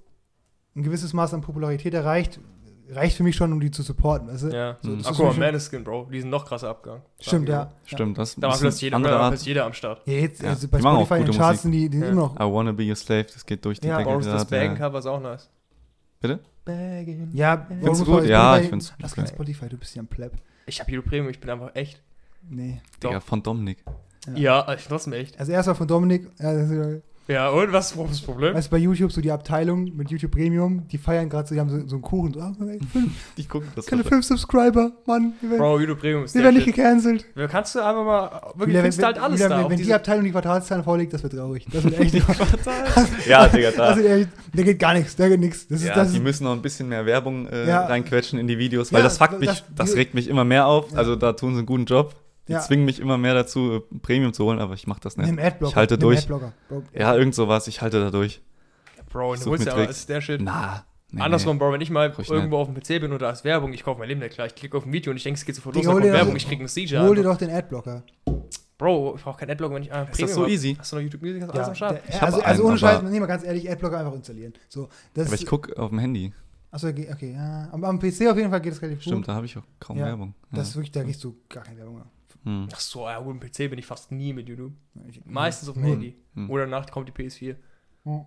Speaker 2: ein gewisses Maß an Popularität erreicht, reicht für mich schon, um die zu supporten. Weißt du?
Speaker 3: Ja.
Speaker 1: Mhm.
Speaker 3: Ach,
Speaker 2: ist
Speaker 3: guck mal,
Speaker 2: schon-
Speaker 3: Maneskin, Bro. Die sind noch krasser Abgang.
Speaker 2: Stimmt, ja.
Speaker 1: Stimmt, das
Speaker 3: Da war
Speaker 1: ist eine
Speaker 3: plötzlich jeder,
Speaker 1: andere
Speaker 3: war
Speaker 1: Art.
Speaker 3: plötzlich jeder am Start.
Speaker 2: Ja, jetzt,
Speaker 1: Ja.
Speaker 2: Also bei
Speaker 1: Die machen auch
Speaker 2: Spotify in den
Speaker 1: gute
Speaker 2: Charts sind die, die
Speaker 3: Ja.
Speaker 2: sind immer noch.
Speaker 1: I wanna be your slave, das geht durch die
Speaker 2: Ja.
Speaker 1: Decke.
Speaker 3: Boris, das
Speaker 1: gerade, ja.
Speaker 3: Bagging-Cover ist auch nice.
Speaker 1: Bitte?
Speaker 3: Bagging.
Speaker 2: Ja,
Speaker 1: Findest du
Speaker 2: Spotify-
Speaker 1: gut? Ja,
Speaker 2: Spotify-
Speaker 1: ich find's
Speaker 2: Lass
Speaker 1: okay.
Speaker 2: kein Spotify, du bist ja ein Pleb.
Speaker 3: Ich hab Hero Premium, ich bin einfach echt.
Speaker 2: Nee.
Speaker 1: Digga, von Dominik.
Speaker 3: Ja, ich bin trotzdem echt.
Speaker 2: Also erstmal von Dominik,
Speaker 1: Hm?
Speaker 2: also,
Speaker 3: Ja, und was ist das Problem?
Speaker 2: weißt du, bei YouTube so die Abteilung mit YouTube Premium, die feiern gerade so, die haben so, so einen Kuchen. So, ah, ey, fünf,
Speaker 1: Ich gucke das.
Speaker 2: keine fünf Subscriber, Mann, wir werden,
Speaker 3: Bro, Hero Premium ist
Speaker 2: wir
Speaker 3: der
Speaker 2: werden nicht
Speaker 3: Shit.
Speaker 2: gecancelt.
Speaker 3: Wer Kannst du einfach mal, wirklich,
Speaker 2: Julia,
Speaker 3: findest du halt alles
Speaker 2: Julia,
Speaker 3: da.
Speaker 2: wenn,
Speaker 3: auf
Speaker 2: wenn die
Speaker 3: diese-
Speaker 2: Abteilung die Quartalszahlen vorlegt, das wird traurig. Das wird echt traurig.
Speaker 1: Ja, Digga, da.
Speaker 2: Also, ey, da geht gar nichts, da geht nichts. Das ist,
Speaker 1: ja,
Speaker 2: das
Speaker 1: die
Speaker 2: ist,
Speaker 1: müssen noch ein bisschen mehr Werbung äh,
Speaker 2: Ja.
Speaker 1: reinquetschen in die Videos, weil
Speaker 2: Ja,
Speaker 1: das fuckt mich,
Speaker 2: das-
Speaker 1: das,
Speaker 2: die-
Speaker 1: regt mich immer mehr auf.
Speaker 2: Ja.
Speaker 1: Also da tun sie einen guten Job. Die
Speaker 2: Ja.
Speaker 1: zwingen mich immer mehr dazu, äh, Premium zu holen, aber ich mach das nicht.
Speaker 2: nimm Adblocker.
Speaker 1: Ich halte
Speaker 2: nimm
Speaker 1: durch.
Speaker 2: Adblocker. Bro.
Speaker 1: Ja, irgend sowas, ich halte da durch.
Speaker 3: Bro, du
Speaker 1: Such
Speaker 3: holst
Speaker 1: mir
Speaker 3: ja aber,
Speaker 1: Tricks.
Speaker 3: ist der Shit.
Speaker 1: Na. nee,
Speaker 3: Andersrum, Bro, wenn ich mal
Speaker 1: Ruhig
Speaker 3: irgendwo auf dem PC bin und da ist Werbung, ich kaufe mein Leben nicht klar. Ich klicke auf ein Video und ich denke, es geht sofort los,
Speaker 2: Digga,
Speaker 3: dann
Speaker 2: hol
Speaker 3: kommt
Speaker 2: dir doch-
Speaker 3: Werbung, ich kriege einen CJ.
Speaker 2: Hol dir doch den Adblocker.
Speaker 3: Bro, ich brauche keinen Adblock, wenn ich einfach
Speaker 1: Ist das so easy?
Speaker 3: Hast du noch YouTube Music, hast du alles am Start.
Speaker 2: der, also,
Speaker 1: einen,
Speaker 2: also ohne
Speaker 1: aber-
Speaker 2: Scheiß, nee, mal ganz ehrlich, Adblocker einfach installieren. So,
Speaker 1: Nee.
Speaker 2: das
Speaker 1: Aber ich gucke auf dem Handy.
Speaker 2: Achso, okay, okay. Ja. Am, am PC auf jeden Fall geht das relativ
Speaker 1: Stimmt,
Speaker 2: gut.
Speaker 1: da habe ich auch kaum
Speaker 2: Ja,
Speaker 1: Werbung. Ja.
Speaker 2: Das ist wirklich, da kriegst du gar keine Werbung mehr.
Speaker 1: hm.
Speaker 3: Ach so, ja, gut, im PC bin ich fast nie mit YouTube.
Speaker 2: Ich-
Speaker 3: Meistens auf dem
Speaker 2: Hm.
Speaker 3: Handy.
Speaker 1: Hm.
Speaker 3: Oder danach kommt die PS4.
Speaker 2: Hm.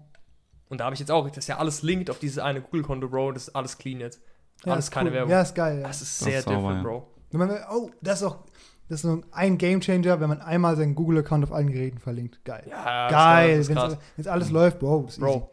Speaker 3: Und da habe ich jetzt auch, das ist ja alles linked auf dieses eine Google-Konto, Bro, das ist alles clean jetzt.
Speaker 2: Ja,
Speaker 3: alles
Speaker 2: ist
Speaker 3: keine
Speaker 2: cool.
Speaker 3: Werbung.
Speaker 2: Ja, ist geil. Ja.
Speaker 3: Das ist
Speaker 1: Das ist
Speaker 3: sehr
Speaker 1: sauber,
Speaker 3: different,
Speaker 1: ja.
Speaker 3: Bro.
Speaker 2: Wenn man, oh, das ist auch das ist so ein Gamechanger, wenn man einmal seinen Google-Account auf allen Geräten verlinkt. Geil.
Speaker 3: Ja, das
Speaker 2: geil.
Speaker 3: ist
Speaker 2: Wenn
Speaker 3: krass.
Speaker 2: jetzt alles läuft, Bro, das ist easy.
Speaker 3: Bro,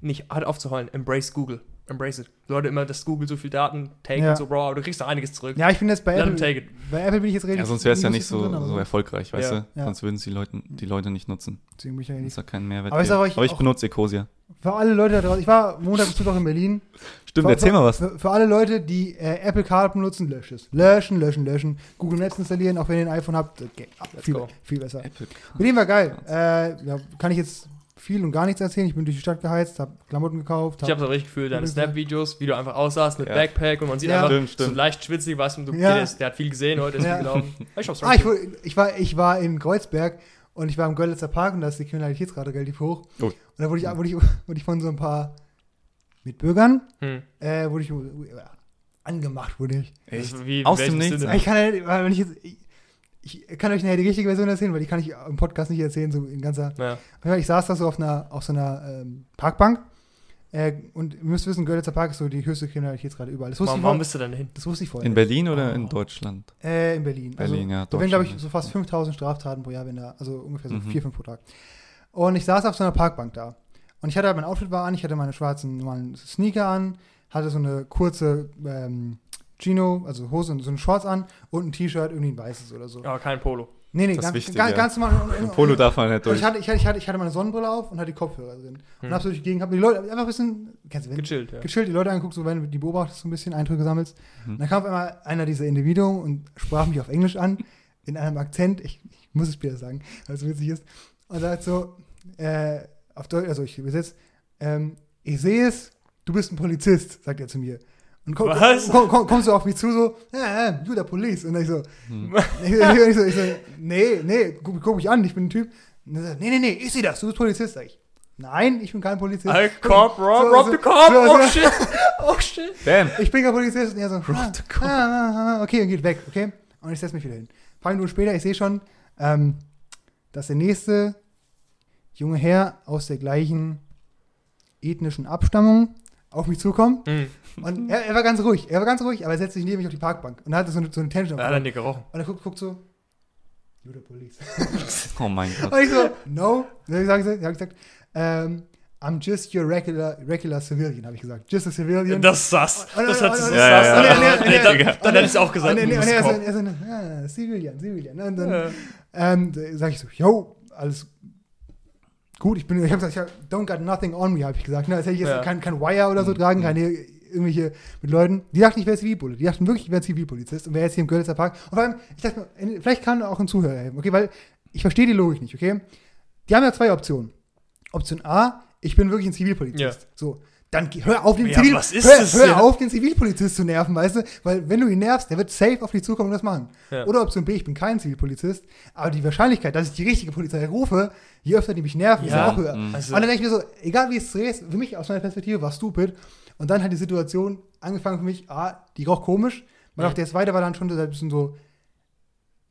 Speaker 3: nicht, halt auf zu heulen. Embrace Google. Embrace it. Leute immer, dass Google so viel Daten take
Speaker 2: Ja.
Speaker 3: und so, Bro, aber du kriegst da einiges zurück.
Speaker 2: Ja, ich bin jetzt bei
Speaker 3: Let 'em
Speaker 2: Apple.
Speaker 3: take it.
Speaker 2: Bei Apple bin ich jetzt relativ.
Speaker 1: Ja, sonst wäre es ja nicht
Speaker 2: drin, also
Speaker 1: so,
Speaker 2: aber
Speaker 1: so erfolgreich, weißt
Speaker 3: Ja.
Speaker 1: du?
Speaker 2: genau. Ja.
Speaker 1: Sonst würden es die Leute, die Leute nicht nutzen.
Speaker 2: deswegen bin ich ja
Speaker 1: Das ist
Speaker 2: nicht.
Speaker 1: ja keinen Mehrwert.
Speaker 2: Aber ich sag
Speaker 1: geben.
Speaker 2: euch
Speaker 1: aber ich
Speaker 2: auch-
Speaker 1: benutze Ecosia.
Speaker 2: Für alle Leute da draußen. Ich war Montag bis Mittwoch in Berlin.
Speaker 1: Stimmt,
Speaker 2: für,
Speaker 1: erzähl mal was.
Speaker 2: Für, für alle Leute, die äh, Apple Card benutzen, löscht es. Löschen, löschen, löschen. Google Maps installieren, auch wenn ihr ein iPhone habt. Okay. Ah,
Speaker 3: Let's
Speaker 2: viel,
Speaker 3: go.
Speaker 2: viel besser.
Speaker 1: Apple.
Speaker 2: Berlin war geil. Äh, ja, kann ich jetzt viel und gar nichts erzählen. Ich bin durch die Stadt geheizt, habe Klamotten gekauft.
Speaker 3: Ich hab's auch richtig gefühlt, deine
Speaker 2: Übelst, ja.
Speaker 3: Snap-Videos, wie du einfach aussahst mit
Speaker 1: Ja.
Speaker 3: Backpack und man sieht
Speaker 2: Ja.
Speaker 3: einfach
Speaker 1: Stimmt,
Speaker 3: so
Speaker 1: stimmt.
Speaker 3: leicht schwitzig, weißt du, du
Speaker 2: Ja.
Speaker 3: der, ist, der hat viel gesehen, heute ist
Speaker 2: Ja.
Speaker 3: viel gelaufen. Ich hab's
Speaker 2: ah, ich, wurde- ich, war, ich war in Kreuzberg und ich war im Görlitzer Park und da ist die Kriminalitätsrate relativ hoch.
Speaker 1: Ui.
Speaker 2: Und da wurde ich, wurde, ich, wurde ich von so ein paar Mitbürgern,
Speaker 3: hm.
Speaker 2: äh, wurde ich äh, angemacht, wurde ich.
Speaker 1: Echt?
Speaker 3: Also wie- in
Speaker 1: Aus
Speaker 3: welchem
Speaker 1: dem Nichts.
Speaker 3: Sinne?
Speaker 2: Ja. Ich kann, ja- weil wenn ich, jetzt, ich, ich kann euch nachher die richtige Version erzählen, weil die kann ich im Podcast nicht erzählen, so in ganzer.
Speaker 3: Ja.
Speaker 2: Ich saß da so auf einer, auf so einer ähm, Parkbank äh, und ihr müsst wissen, Görlitzer Park ist so die höchste Kriminalitätsrate überall. Das wusste,
Speaker 3: Warum,
Speaker 2: ich,
Speaker 3: warum
Speaker 2: vor,
Speaker 3: bist du denn hin?
Speaker 2: das wusste ich vorher.
Speaker 1: In
Speaker 2: nicht.
Speaker 1: Berlin oder
Speaker 3: Oh.
Speaker 1: in Deutschland?
Speaker 2: Äh, in Berlin.
Speaker 1: Berlin, ja,
Speaker 2: Da werden, glaube ich,
Speaker 1: Deutschland.
Speaker 2: so fast 5000 Straftaten pro Jahr, wenn da, also ungefähr so
Speaker 1: Mhm.
Speaker 2: vier, fünf pro Tag. Und ich saß auf so einer Parkbank da. Und ich hatte halt mein Outfit war an, ich hatte meine schwarzen normalen Sneaker an, hatte so eine kurze ähm, Gino, also Hose und so einen Shorts an und ein T-Shirt, irgendwie ein weißes oder so.
Speaker 3: Aber kein Polo.
Speaker 2: Nee, nee,
Speaker 1: Das
Speaker 2: ganz,
Speaker 1: Wichtige.
Speaker 2: ganz, ganz normal. Und-
Speaker 1: Im
Speaker 2: und-
Speaker 1: Polo darf man nicht
Speaker 2: und
Speaker 1: durch.
Speaker 2: Also, ich, hatte, ich, hatte, ich, hatte, ich hatte meine Sonnenbrille auf und hatte die Kopfhörer drin. Und
Speaker 3: Hm.
Speaker 2: hab so durch die Gegend, hab die Leute einfach ein bisschen, kennst du, wenn,
Speaker 3: Gechillt, ja.
Speaker 2: gechillt die Leute angeguckt, so wenn du die beobachtest, so ein bisschen Eindrücke sammelst.
Speaker 1: Mhm.
Speaker 2: Und dann kam auf einmal einer dieser Individuen und sprach mich auf Englisch an, in einem Akzent, ich, ich muss es später sagen, weil es witzig ist, und sagt so, äh, auf Deutsch, also ich übersetze, ähm, ich sehe es, du bist ein Polizist, sagt er zu mir. Und komm,
Speaker 3: Was?
Speaker 2: Komm, komm, kommst du auf mich zu, so, äh, äh, you the police. Und dann ich so,
Speaker 1: Hm.
Speaker 2: ich, ich, so, ich so, nee, nee, guck, guck mich an, ich bin ein Typ. Und er sagt, nee, nee, nee, ich sehe das, du bist Polizist. Sag ich, nein, ich bin kein Polizist.
Speaker 3: Hey, Cop, Rob,
Speaker 2: So,
Speaker 3: Rob
Speaker 2: so,
Speaker 3: the Cop,
Speaker 2: so,
Speaker 3: oh
Speaker 2: so.
Speaker 3: shit, oh shit.
Speaker 1: Damn.
Speaker 2: Ich bin kein Polizist. Und er so, ah,
Speaker 1: the cop.
Speaker 2: ah, ah, ah, okay, und geht weg, okay? Und ich setze mich wieder hin. Ein paar Minuten später, ich sehe schon, ähm, dass der nächste junge Herr aus der gleichen ethnischen Abstammung auf mich zukommt.
Speaker 3: Mhm.
Speaker 2: Und er, er war ganz ruhig, er war ganz ruhig, aber er setzt sich neben mich auf die Parkbank und hatte so eine, so eine Tension.
Speaker 3: Da hat er dir gerochen.
Speaker 2: Und er guckt, guckt so, you're the police.
Speaker 1: Oh mein Gott.
Speaker 2: Und ich so, no. Dann habe ich gesagt, hab ich gesagt ähm, I'm just your regular, regular civilian, habe ich gesagt. Just a civilian.
Speaker 3: Das saß.
Speaker 2: Und-
Speaker 3: Das
Speaker 2: und-
Speaker 3: hat sie
Speaker 2: und-
Speaker 3: so
Speaker 1: Ja, ja,
Speaker 3: saß.
Speaker 1: ja.
Speaker 3: Dann-
Speaker 2: Und- und-
Speaker 3: dann-
Speaker 1: und-
Speaker 3: Dann dann hätte ich es auch gesagt.
Speaker 2: und, er-
Speaker 3: du
Speaker 2: und
Speaker 3: bist
Speaker 2: er, ist so,
Speaker 3: Kopf.
Speaker 2: er ist so, ah, civilian, civilian. Und dann
Speaker 3: Ja.
Speaker 2: ähm, sage ich so, yo, alles gut. Ich bin, ich habe gesagt, ich hab, don't got nothing on me, habe ich gesagt. Ne? Als hätte ich jetzt
Speaker 3: Ja. Mhm.
Speaker 2: kein, kein Wire oder so tragen, keine irgendwelche mit Leuten. Die dachten, ich wäre Zivilpolizist. Die dachten wirklich, ich wäre Zivilpolizist und wäre jetzt hier im Görlitzer Park. Und vor allem, ich dachte, mir, vielleicht kann auch ein Zuhörer helfen, okay? Weil ich verstehe die Logik nicht, okay? Die haben ja zwei Optionen. Option A, ich bin wirklich ein Zivilpolizist.
Speaker 3: Ja.
Speaker 2: So. Dann geh- hör auf, den
Speaker 3: Ja,
Speaker 2: Zivil
Speaker 3: was ist
Speaker 2: hör,
Speaker 3: das
Speaker 2: hör
Speaker 3: denn?
Speaker 2: auf, den Zivilpolizist zu nerven, weißt du? Weil wenn du ihn nervst, der wird safe auf dich zukommen und das machen.
Speaker 3: Ja.
Speaker 2: Oder Option B, ich bin kein Zivilpolizist, aber die Wahrscheinlichkeit, dass ich die richtige Polizei rufe, je öfter die mich nerven,
Speaker 3: Ja,
Speaker 2: ist auch höher.
Speaker 1: mhm.
Speaker 2: Und
Speaker 3: Also-
Speaker 2: dann denke ich mir so, egal wie es drehst, für mich aus meiner Perspektive war stupid. Und dann hat die Situation angefangen für mich, ah, die roch komisch. Man
Speaker 3: Mhm.
Speaker 2: dachte, jetzt weiter war dann schon so ein bisschen so,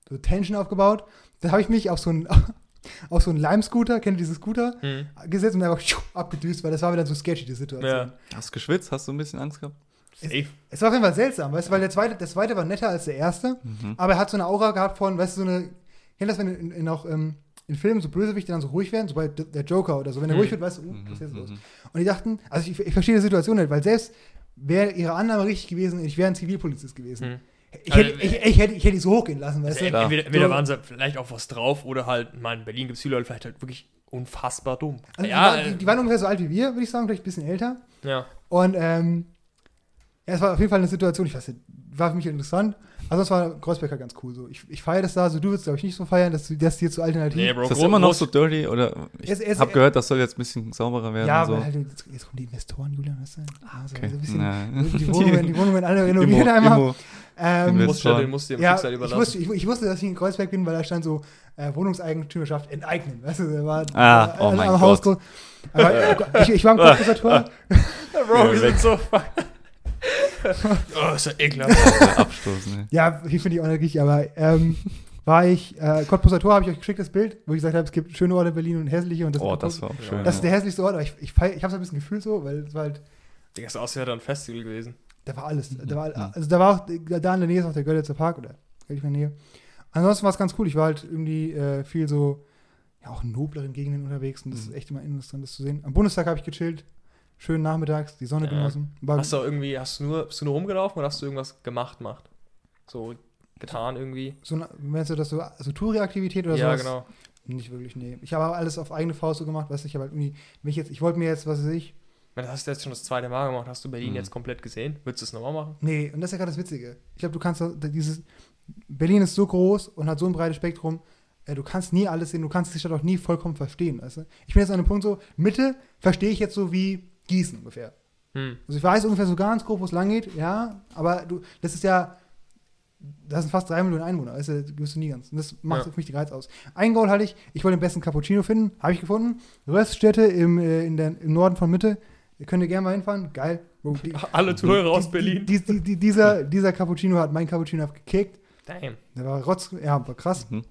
Speaker 2: so Tension aufgebaut. Dann habe ich mich auf so einen, auf so einen Lime-Scooter, kennt ihr diese Scooter,
Speaker 3: Mhm.
Speaker 2: gesetzt und einfach schuh, abgedüst, weil das war mir dann so sketchy, die Situation.
Speaker 3: Ja.
Speaker 1: Hast du geschwitzt? Hast du ein bisschen Angst gehabt?
Speaker 3: Safe.
Speaker 2: Es war auf jeden Fall seltsam, weißt du, weil der zweite, der zweite war netter als der erste,
Speaker 3: Mhm.
Speaker 2: aber er hat so eine Aura gehabt von, weißt du, so eine, kennt das, wenn in, in auch ähm, in Filmen so Bösewichte dann so ruhig werden, sobald der- der Joker oder so, wenn er
Speaker 3: Mhm.
Speaker 2: ruhig wird, weißt du, uh, was ist jetzt los? Und die dachten, also ich, ich verstehe die Situation nicht, weil selbst wäre ihre Annahme richtig gewesen, ich wäre ein Zivilpolizist gewesen.
Speaker 3: Mhm.
Speaker 2: Ich, hätte,
Speaker 3: Also,
Speaker 2: ich, ich, hätte, ich hätte die so hochgehen lassen, weißt
Speaker 3: Also
Speaker 2: du?
Speaker 1: klar.
Speaker 3: entweder, entweder
Speaker 2: So.
Speaker 3: waren sie vielleicht auch was drauf oder halt, ich meine, in Berlin gibt es viele Leute vielleicht halt wirklich unfassbar dumm.
Speaker 2: Also
Speaker 3: ja,
Speaker 2: die, waren, die,
Speaker 3: äh,
Speaker 2: die waren halt ungefähr so alt wie wir, würde ich sagen, vielleicht ein bisschen älter.
Speaker 3: ja.
Speaker 2: Und ähm, ja, es war auf jeden Fall eine Situation, ich weiß nicht, war für mich interessant. Also es war Kreuzberger ganz cool. So. Ich, ich feiere das da, so du würdest, glaube ich, nicht so feiern, dass du das dir zu alternativ.
Speaker 3: Nee, Bro,
Speaker 1: Ist das
Speaker 3: groß-
Speaker 1: immer noch
Speaker 3: groß-
Speaker 1: so dirty? Oder ich
Speaker 2: Es- es-
Speaker 1: habe gehört, das soll jetzt ein bisschen sauberer werden.
Speaker 2: ja,
Speaker 1: und so.
Speaker 2: weil halt jetzt, jetzt kommen die Investoren, Julian, weißt du?
Speaker 3: Ah,
Speaker 2: Also,
Speaker 1: okay.
Speaker 2: so ein bisschen,
Speaker 1: Na.
Speaker 2: die, Wohnungen, die Wohnungen werden alle
Speaker 1: Immo-
Speaker 2: renoviert einmal.
Speaker 1: Immo-
Speaker 2: Ähm,
Speaker 1: Invest-
Speaker 3: Muss ja, den musst du dem
Speaker 2: ja,
Speaker 3: Schicksal
Speaker 2: ich
Speaker 3: überlassen.
Speaker 2: wusste, ich, ich wusste, dass ich in Kreuzberg bin, weil da stand so äh, Wohnungseigentümerschaft enteignen. Weißt du, da war
Speaker 1: Ah,
Speaker 2: äh,
Speaker 1: oh
Speaker 2: am
Speaker 1: mein
Speaker 2: Haus
Speaker 1: Gott.
Speaker 2: so- Aber äh, ich, ich war im Konservatorium.
Speaker 3: Ja, Bro, wir
Speaker 1: Ja,
Speaker 3: sind
Speaker 1: weg.
Speaker 3: so. fuck- oh, ist ja ekelhaft.
Speaker 1: Abstoßen, ne?
Speaker 2: Ja, ich finde ich auch nicht richtig, aber ähm, war ich, äh, Cottbusser Tor habe ich euch geschickt, das Bild, wo ich gesagt habe, es gibt schöne Orte in Berlin und hässliche. Und das,
Speaker 1: Oh, das war auch schön.
Speaker 2: das ist
Speaker 1: ja.
Speaker 2: der hässlichste Ort, aber ich, ich, fei- ich habe es ein bisschen gefühlt so, weil es war halt,
Speaker 3: Digga, ist aus wie ein Festival gewesen.
Speaker 2: da war alles. Da
Speaker 1: Mhm.
Speaker 2: war, also da war auch, da in der Nähe ist auch der Görlitzer Park oder in der Nähe. Ansonsten war es ganz cool, ich war halt irgendwie äh, viel so, ja auch in nobleren Gegenden unterwegs und das
Speaker 1: Mhm.
Speaker 2: ist echt immer interessant, das zu sehen. Am Bundestag habe ich gechillt, schön nachmittags, die Sonne
Speaker 3: Ja.
Speaker 2: genossen. War,
Speaker 3: Hast du auch irgendwie, hast du nur, bist du nur rumgelaufen oder hast du irgendwas gemacht, macht? So getan irgendwie?
Speaker 2: so, na- meinst du das so, so Touri-Aktivität oder
Speaker 3: Ja,
Speaker 2: sowas?
Speaker 3: genau.
Speaker 2: Nicht wirklich, nee. Ich habe aber alles auf eigene Faust so gemacht, weißt du, ich habe halt irgendwie, wenn ich jetzt, ich wollte mir jetzt, was weiß ich,
Speaker 3: Ja, Das hast du jetzt schon das zweite Mal gemacht. Hast du Berlin
Speaker 1: Mhm.
Speaker 3: jetzt komplett gesehen? Würdest du es nochmal machen?
Speaker 2: nee, und das ist ja gerade das Witzige. Ich glaube, du kannst da- dieses, Berlin ist so groß und hat so ein breites Spektrum, äh, du kannst nie alles sehen, du kannst die Stadt auch nie vollkommen verstehen, weißt du. Ich bin jetzt an einem Punkt so, Mitte verstehe ich jetzt so wie Gießen ungefähr.
Speaker 3: Hm.
Speaker 2: Also ich weiß ungefähr so ganz grob, wo es lang geht, ja, aber du, das ist ja, das sind fast drei Millionen Einwohner, weißt du, das wirst du nie ganz. Und das macht
Speaker 3: Ja.
Speaker 2: für mich den Reiz aus. Ein Goal hatte ich, ich wollte den besten Cappuccino finden, habe ich gefunden. Röststätte im, äh, in der, im Norden von Mitte, könnt ihr gerne mal hinfahren, geil. Bro, die-
Speaker 3: Alle Zuhörer aus
Speaker 2: die-
Speaker 3: Berlin.
Speaker 2: Die, die, die, dieser, dieser Cappuccino hat meinen Cappuccino abgekickt.
Speaker 3: Damn.
Speaker 2: Der war rotz, ja, war krass.
Speaker 1: Mhm.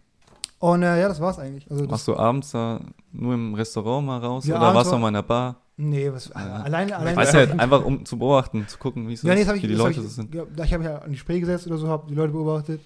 Speaker 2: Und äh, ja, das war's eigentlich. Also das,
Speaker 1: Machst du abends da nur im Restaurant mal raus
Speaker 2: Ja,
Speaker 1: oder
Speaker 2: abends
Speaker 1: warst du
Speaker 2: war-
Speaker 1: mal in der Bar?
Speaker 2: nee, was,
Speaker 3: Äh,
Speaker 2: allein, allein.
Speaker 1: Weiß nicht, einfach um zu beobachten, zu gucken, wie es
Speaker 2: Ja, nee, das
Speaker 1: ist,
Speaker 2: habe ich,
Speaker 1: wie die
Speaker 2: das hab
Speaker 1: Leute so
Speaker 2: ich,
Speaker 1: sind.
Speaker 2: Ja, ich habe mich ja an die Spree gesetzt oder so, habe die Leute beobachtet.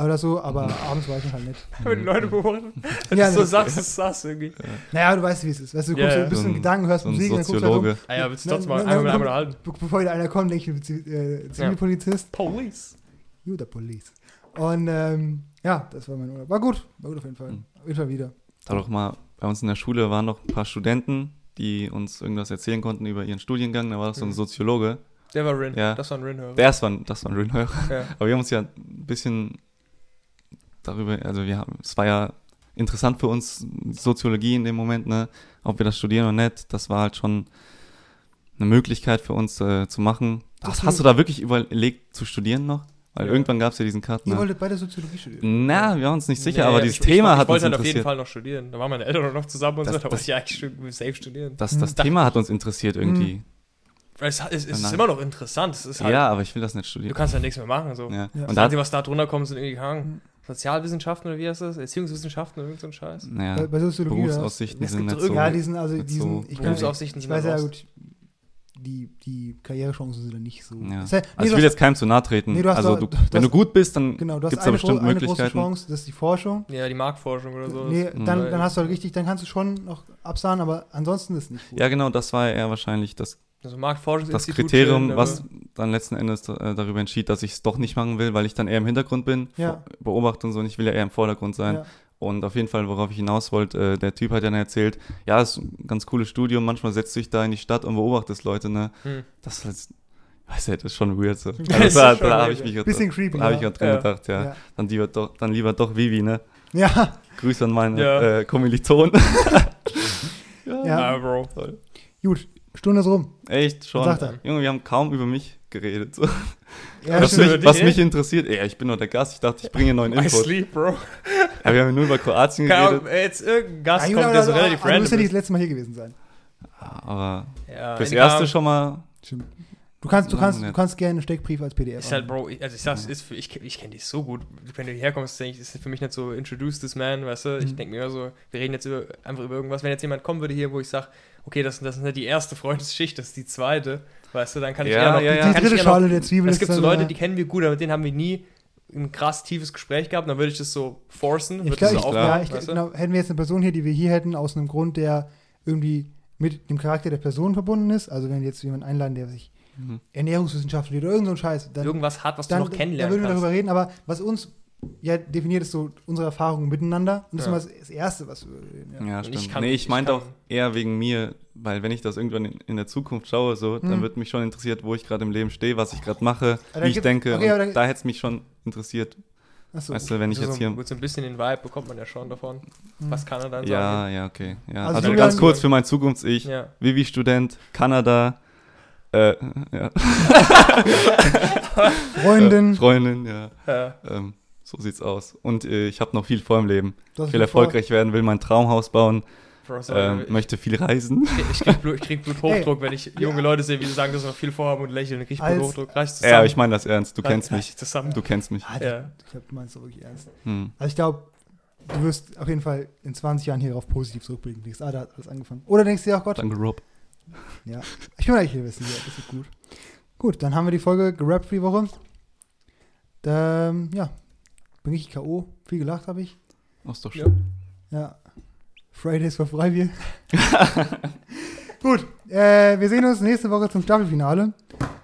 Speaker 2: Oder so,
Speaker 1: Mhm.
Speaker 2: aber abends war ich dann halt nicht.
Speaker 3: Wenn die
Speaker 1: Hm.
Speaker 3: Leute beobachten, wenn
Speaker 2: Ja,
Speaker 3: du so
Speaker 2: das-
Speaker 3: sagst, ist sass irgendwie.
Speaker 2: Naja, du weißt, wie es ist. Weißt du, du
Speaker 3: Ja,
Speaker 2: guckst,
Speaker 3: ja.
Speaker 2: ein bisschen
Speaker 1: So ein-
Speaker 2: Gedanken, hörst
Speaker 1: So ein
Speaker 2: Musik, dann guckst du halt rum.
Speaker 1: Soziologe.
Speaker 3: Ah ja, willst du
Speaker 2: Na,
Speaker 3: trotzdem mal
Speaker 2: na,
Speaker 3: einmal
Speaker 2: na,
Speaker 3: einmal halten?
Speaker 2: Be bevor wieder einer kommt, denke ich, ich bin Zivi- äh, Zivilpolizist.
Speaker 3: Police.
Speaker 2: You the police. Und ähm, ja, das war mein Urlaub. War gut, war gut auf jeden Fall.
Speaker 1: Mhm.
Speaker 2: Auf jeden Fall wieder.
Speaker 1: Da doch mal, bei uns in der Schule waren noch ein paar Studenten, die uns irgendwas erzählen konnten über ihren Studiengang. Da war das so ein
Speaker 3: Mhm.
Speaker 1: Soziologe.
Speaker 3: Der war Rin.
Speaker 1: Ja.
Speaker 3: Das war ein Rin-Hörer.
Speaker 1: Der ist von, das war ein Röhnheuer.
Speaker 3: Ja.
Speaker 1: Aber wir haben uns ja ein bisschen darüber, also wir haben, es war ja interessant für uns, Soziologie in dem Moment, ne? Ob wir das studieren oder nicht, das war halt schon eine Möglichkeit für uns äh, zu machen. Das, hast du da wirklich überlegt zu studieren noch? Weil
Speaker 3: Ja.
Speaker 1: irgendwann gab es ja diesen Karten.
Speaker 2: Ihr wolltet beide Soziologie studieren.
Speaker 1: Na, wir waren uns nicht sicher,
Speaker 3: Nee,
Speaker 1: aber
Speaker 3: ich-
Speaker 1: dieses
Speaker 3: ich,
Speaker 1: Thema
Speaker 3: ich,
Speaker 1: hat
Speaker 3: Ich
Speaker 1: uns
Speaker 3: wollte halt auf jeden
Speaker 1: interessiert.
Speaker 3: Fall noch studieren. Da waren meine Eltern noch zusammen und
Speaker 1: Das-
Speaker 3: so, da
Speaker 1: das-
Speaker 3: wollte ich eigentlich schon safe studieren.
Speaker 1: Das, das Thema hat uns interessiert
Speaker 3: Hm.
Speaker 1: irgendwie.
Speaker 3: es es, es ist
Speaker 1: Nein.
Speaker 3: immer noch interessant. Es ist halt,
Speaker 1: Ja, aber ich will das nicht
Speaker 3: Du
Speaker 1: studieren.
Speaker 3: kannst ja nichts mehr machen. So.
Speaker 1: Ja.
Speaker 2: Ja.
Speaker 1: Und
Speaker 3: Und
Speaker 1: da hat
Speaker 3: was da drunter kommt, sind irgendwie Hagen. Sozialwissenschaften oder wie heißt das? Erziehungswissenschaften oder irgend so ein Scheiß?
Speaker 1: Naja,
Speaker 2: Bei, bei Soziologie. oder was?
Speaker 1: Berufsaussichten
Speaker 3: Es
Speaker 1: sind
Speaker 3: gibt
Speaker 1: nicht
Speaker 3: doch
Speaker 1: so.
Speaker 2: ja, die sind also
Speaker 1: Mit
Speaker 2: die
Speaker 1: so
Speaker 2: sind, ich, kann, ich,
Speaker 3: Berufsaussichten
Speaker 2: ich weiß ja
Speaker 3: raus.
Speaker 2: gut, die, die Karrierechancen sind dann nicht so.
Speaker 1: Ja.
Speaker 2: Das heißt, nee,
Speaker 1: also ich
Speaker 2: du
Speaker 1: will
Speaker 2: hast-
Speaker 1: jetzt keinem zu nahe treten.
Speaker 2: Nee, du hast
Speaker 1: also
Speaker 2: doch-
Speaker 1: du,
Speaker 2: du hast-
Speaker 1: wenn du gut bist, dann
Speaker 2: genau, du hast
Speaker 1: gibt es da
Speaker 2: eine, gro
Speaker 1: bestimmt
Speaker 2: eine große
Speaker 1: Möglichkeiten.
Speaker 2: Chance, das ist die Forschung.
Speaker 3: Ja, die Marktforschung oder so.
Speaker 2: Nee,
Speaker 1: Mhm.
Speaker 2: dann, dann hast du halt richtig, dann kannst du schon noch absahen, aber ansonsten ist nicht gut.
Speaker 1: Ja, genau, das war eher wahrscheinlich das,
Speaker 3: also
Speaker 1: das
Speaker 3: Marktforschungsinstitut.
Speaker 1: Kriterium,
Speaker 3: aber-
Speaker 1: was dann letzten Endes äh, darüber entschied, dass ich es doch nicht machen will, weil ich dann eher im Hintergrund bin,
Speaker 2: Ja.
Speaker 1: vor- beobachte und so und ich will ja eher im Vordergrund sein.
Speaker 2: Ja.
Speaker 1: Und auf jeden Fall, worauf ich hinaus wollte, äh, der Typ hat ja dann erzählt, ja, ist ein ganz cooles Studium, manchmal setzt du dich da in die Stadt und beobachtest Leute, ne?
Speaker 3: Hm.
Speaker 1: Das ist, halt- weiß nicht, das ist schon weird so. Also,
Speaker 3: Das ist
Speaker 1: da
Speaker 3: schon
Speaker 1: da habe
Speaker 3: weird,
Speaker 1: ich mich
Speaker 2: Bisschen creepy.
Speaker 1: da habe ich
Speaker 2: ja.
Speaker 1: auch dran
Speaker 3: Ja.
Speaker 1: gedacht, ja.
Speaker 2: Ja.
Speaker 1: Dann, lieber doch, dann lieber doch Vivi, ne?
Speaker 2: ja,
Speaker 1: Grüße an meinen
Speaker 3: Ja.
Speaker 1: äh, Kommiliton.
Speaker 2: Ja.
Speaker 3: Ja, Ah, Bro.
Speaker 2: gut. Stunde ist rum.
Speaker 1: Echt schon.
Speaker 2: Sagt er.
Speaker 1: Junge, wir haben kaum über mich geredet. So.
Speaker 2: Ja,
Speaker 1: was
Speaker 2: stimmt.
Speaker 3: über
Speaker 1: mich,
Speaker 3: dich,
Speaker 1: was
Speaker 3: ey?
Speaker 1: mich interessiert, ey, ich bin nur der Gast, ich dachte, ich bringe neuen
Speaker 3: I
Speaker 1: Input.
Speaker 3: sleep, Bro.
Speaker 1: Ja, wir haben nur über Kroatien
Speaker 3: Keine
Speaker 1: geredet.
Speaker 3: Ahnung, ey, jetzt irgendein Gast
Speaker 2: Eigentlich
Speaker 3: kommt, der so
Speaker 2: aber-
Speaker 3: relativ
Speaker 2: aber also, ah, Du
Speaker 3: random
Speaker 2: musst ja nicht
Speaker 3: ist.
Speaker 2: das letzte Mal hier gewesen sein.
Speaker 1: Aber
Speaker 3: Ja,
Speaker 1: fürs
Speaker 3: keine Ahnung.
Speaker 1: Erste schon mal.
Speaker 2: Stimmt. Du kannst, du
Speaker 1: Lange
Speaker 2: kannst, du
Speaker 1: nicht.
Speaker 2: kannst gerne einen Steckbrief als PDF.
Speaker 3: Ist halt, Bro, ich- also ich sag's, ist für, ich, ke- ich kenne dich so gut. Wenn du hierher kommst, denk ich, ist für mich nicht so introduce this man, weißt du? Ich
Speaker 2: Mhm.
Speaker 3: denke mir immer so, wir reden jetzt über, einfach über irgendwas. Wenn jetzt jemand kommen würde hier, wo ich sage, okay, das, das ist nicht die erste Freundesschicht, das ist die zweite, weißt du, dann kann ich
Speaker 1: Ja,
Speaker 3: eher noch.
Speaker 1: ja, ja.
Speaker 2: Die
Speaker 3: Kann
Speaker 2: dritte
Speaker 3: ich eher noch
Speaker 2: Schale der Zwiebel
Speaker 3: es gibt so
Speaker 2: dann,
Speaker 3: Leute,
Speaker 2: äh,
Speaker 3: die kennen wir gut, aber mit denen haben wir nie ein krass tiefes Gespräch gehabt. Dann würde ich das so forcen,
Speaker 2: Ich
Speaker 3: würde
Speaker 2: glaub,
Speaker 3: das
Speaker 2: ich,
Speaker 3: so aufmachen,
Speaker 2: ja, ich,
Speaker 3: weißt du?
Speaker 2: genau, hätten wir jetzt eine Person hier, die wir hier hätten, aus einem Grund, der irgendwie mit dem Charakter der Person verbunden ist, also wenn wir jetzt jemanden einladen, der sich
Speaker 1: Mhm.
Speaker 2: Ernährungswissenschaftler oder irgend so ein Scheiß, dann,
Speaker 3: Irgendwas hat, was
Speaker 2: dann,
Speaker 3: du noch
Speaker 2: dann
Speaker 3: kennenlernen
Speaker 2: würden wir
Speaker 3: kannst.
Speaker 2: darüber reden, aber was uns ja definiert, ist so unsere Erfahrungen miteinander und das
Speaker 3: Ja.
Speaker 2: ist immer das Erste, was wir reden. Ja.
Speaker 1: Ja,
Speaker 3: ich
Speaker 1: stimmt.
Speaker 3: kann-
Speaker 1: nee, ich
Speaker 3: ich
Speaker 1: meinte
Speaker 3: kann-
Speaker 1: auch eher wegen mir, weil wenn ich das irgendwann in, in der Zukunft schaue, so, dann wird mich schon interessiert, wo ich gerade im Leben stehe, was ich gerade mache,
Speaker 2: dann
Speaker 1: wie ich
Speaker 2: gibt-
Speaker 1: denke.
Speaker 2: okay, aber
Speaker 1: und
Speaker 2: dann-
Speaker 1: da hätte es mich schon interessiert.
Speaker 2: Achso.
Speaker 1: Weißt du, wenn ich
Speaker 3: so,
Speaker 1: jetzt
Speaker 3: so-
Speaker 1: hier.
Speaker 3: gut, so ein bisschen den Vibe bekommt man ja schon davon.
Speaker 2: Mhm.
Speaker 3: Was kann er dann
Speaker 1: Ja,
Speaker 3: sagen?
Speaker 1: ja, okay. Ja.
Speaker 2: Also
Speaker 1: Also,
Speaker 2: Julian-
Speaker 1: ganz kurz für mein Zukunfts-Ich.
Speaker 3: Ja.
Speaker 1: Vivi-Student, Kanada. Äh, ja.
Speaker 3: äh,
Speaker 2: Freundin,
Speaker 1: Freundin, ja.
Speaker 3: Ja.
Speaker 1: Ähm, so sieht's aus. Und äh, ich habe noch viel vor im Leben.
Speaker 2: Das
Speaker 1: Ich
Speaker 2: ist
Speaker 1: will
Speaker 2: mir vor-
Speaker 1: erfolgreich werden, will mein Traumhaus bauen,
Speaker 3: Bro, sorry,
Speaker 1: ähm,
Speaker 3: ich-
Speaker 1: möchte viel reisen.
Speaker 3: Ich- Ich krieg, Blut, ich krieg Bluthochdruck, wenn ich junge Leute sehe, wie sie sagen, dass sie noch viel vorhaben und lächeln. Ich krieg
Speaker 2: Als-
Speaker 3: Bluthochdruck. Reiß zusammen.
Speaker 1: Ja, aber ich meine das ernst. Du
Speaker 3: Reiß-
Speaker 1: kennst
Speaker 3: reiß
Speaker 1: mich.
Speaker 3: dich Zusammen.
Speaker 1: Du kennst mich.
Speaker 2: Ah,
Speaker 3: Ja.
Speaker 2: Ich glaube, du meinst doch wirklich ernst.
Speaker 1: Hm.
Speaker 2: Also ich glaube, du wirst auf jeden Fall in 20 Jahren hierauf positiv zurückblicken. Denkst, ah, da hat alles angefangen. Oder denkst dir, ach Gott,
Speaker 1: Danke, Rob.
Speaker 2: Ja, ich bin eigentlich hier wissen, ja, das ist gut. Gut, dann haben wir die Folge gerappt für die Woche. Ähm, ja, bin ich K.O. Viel gelacht habe ich.
Speaker 1: Oh, ist doch
Speaker 3: Ja.
Speaker 1: schön.
Speaker 2: Ja. Fridays for Freibier. gut, äh, wir sehen uns nächste Woche zum Staffelfinale.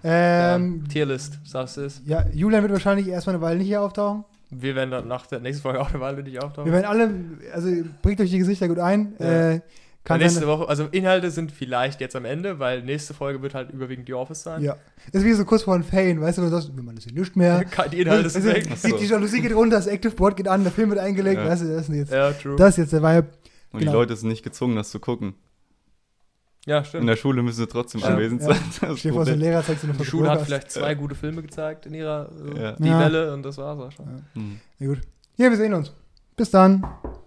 Speaker 2: Ähm,
Speaker 3: Ähm, Tierlist, sagst du es.
Speaker 2: ja, Julian wird wahrscheinlich erstmal eine Weile nicht hier auftauchen.
Speaker 3: Wir werden dann nach der nächsten Folge auch eine Weile nicht
Speaker 2: Wir
Speaker 3: auftauchen.
Speaker 2: werden alle, also bringt euch die Gesichter gut ein.
Speaker 3: Ja.
Speaker 2: Äh, kann
Speaker 3: nächste
Speaker 2: sein,
Speaker 3: Woche, also Inhalte sind vielleicht jetzt am Ende, weil nächste Folge wird halt überwiegend die Office sein.
Speaker 2: ja. Ist wie so kurz vor einem Fane, weißt du, wo du sagst, wir machen das hier nicht mehr.
Speaker 3: Die Inhalte
Speaker 2: Also,
Speaker 3: sind weg.
Speaker 1: Ach so.
Speaker 2: Die, die Jalousie geht runter, das Active Board geht an, der Film wird eingelegt.
Speaker 1: Ja.
Speaker 2: Weißt du, das, ist jetzt,
Speaker 3: Ja, true.
Speaker 2: das ist jetzt der Vibe.
Speaker 1: Und
Speaker 2: Genau.
Speaker 1: die Leute sind nicht gezwungen, das zu gucken.
Speaker 3: ja,
Speaker 1: In
Speaker 3: stimmt.
Speaker 1: der Schule müssen sie trotzdem
Speaker 2: Stimmt,
Speaker 1: anwesend
Speaker 2: ja.
Speaker 1: sein. Das
Speaker 2: Stell dir vor, so ein
Speaker 1: Problem.
Speaker 2: Lehrer zeigt so eine
Speaker 3: Die Schule hat
Speaker 2: Fotografie.
Speaker 3: vielleicht zwei gute Filme gezeigt in ihrer äh,
Speaker 1: Ja.
Speaker 3: Die
Speaker 2: Ja.
Speaker 3: Welle und das war's auch schon.
Speaker 1: Hm.
Speaker 2: Na gut. Ja, wir sehen uns. Bis dann.
Speaker 3: Ciao.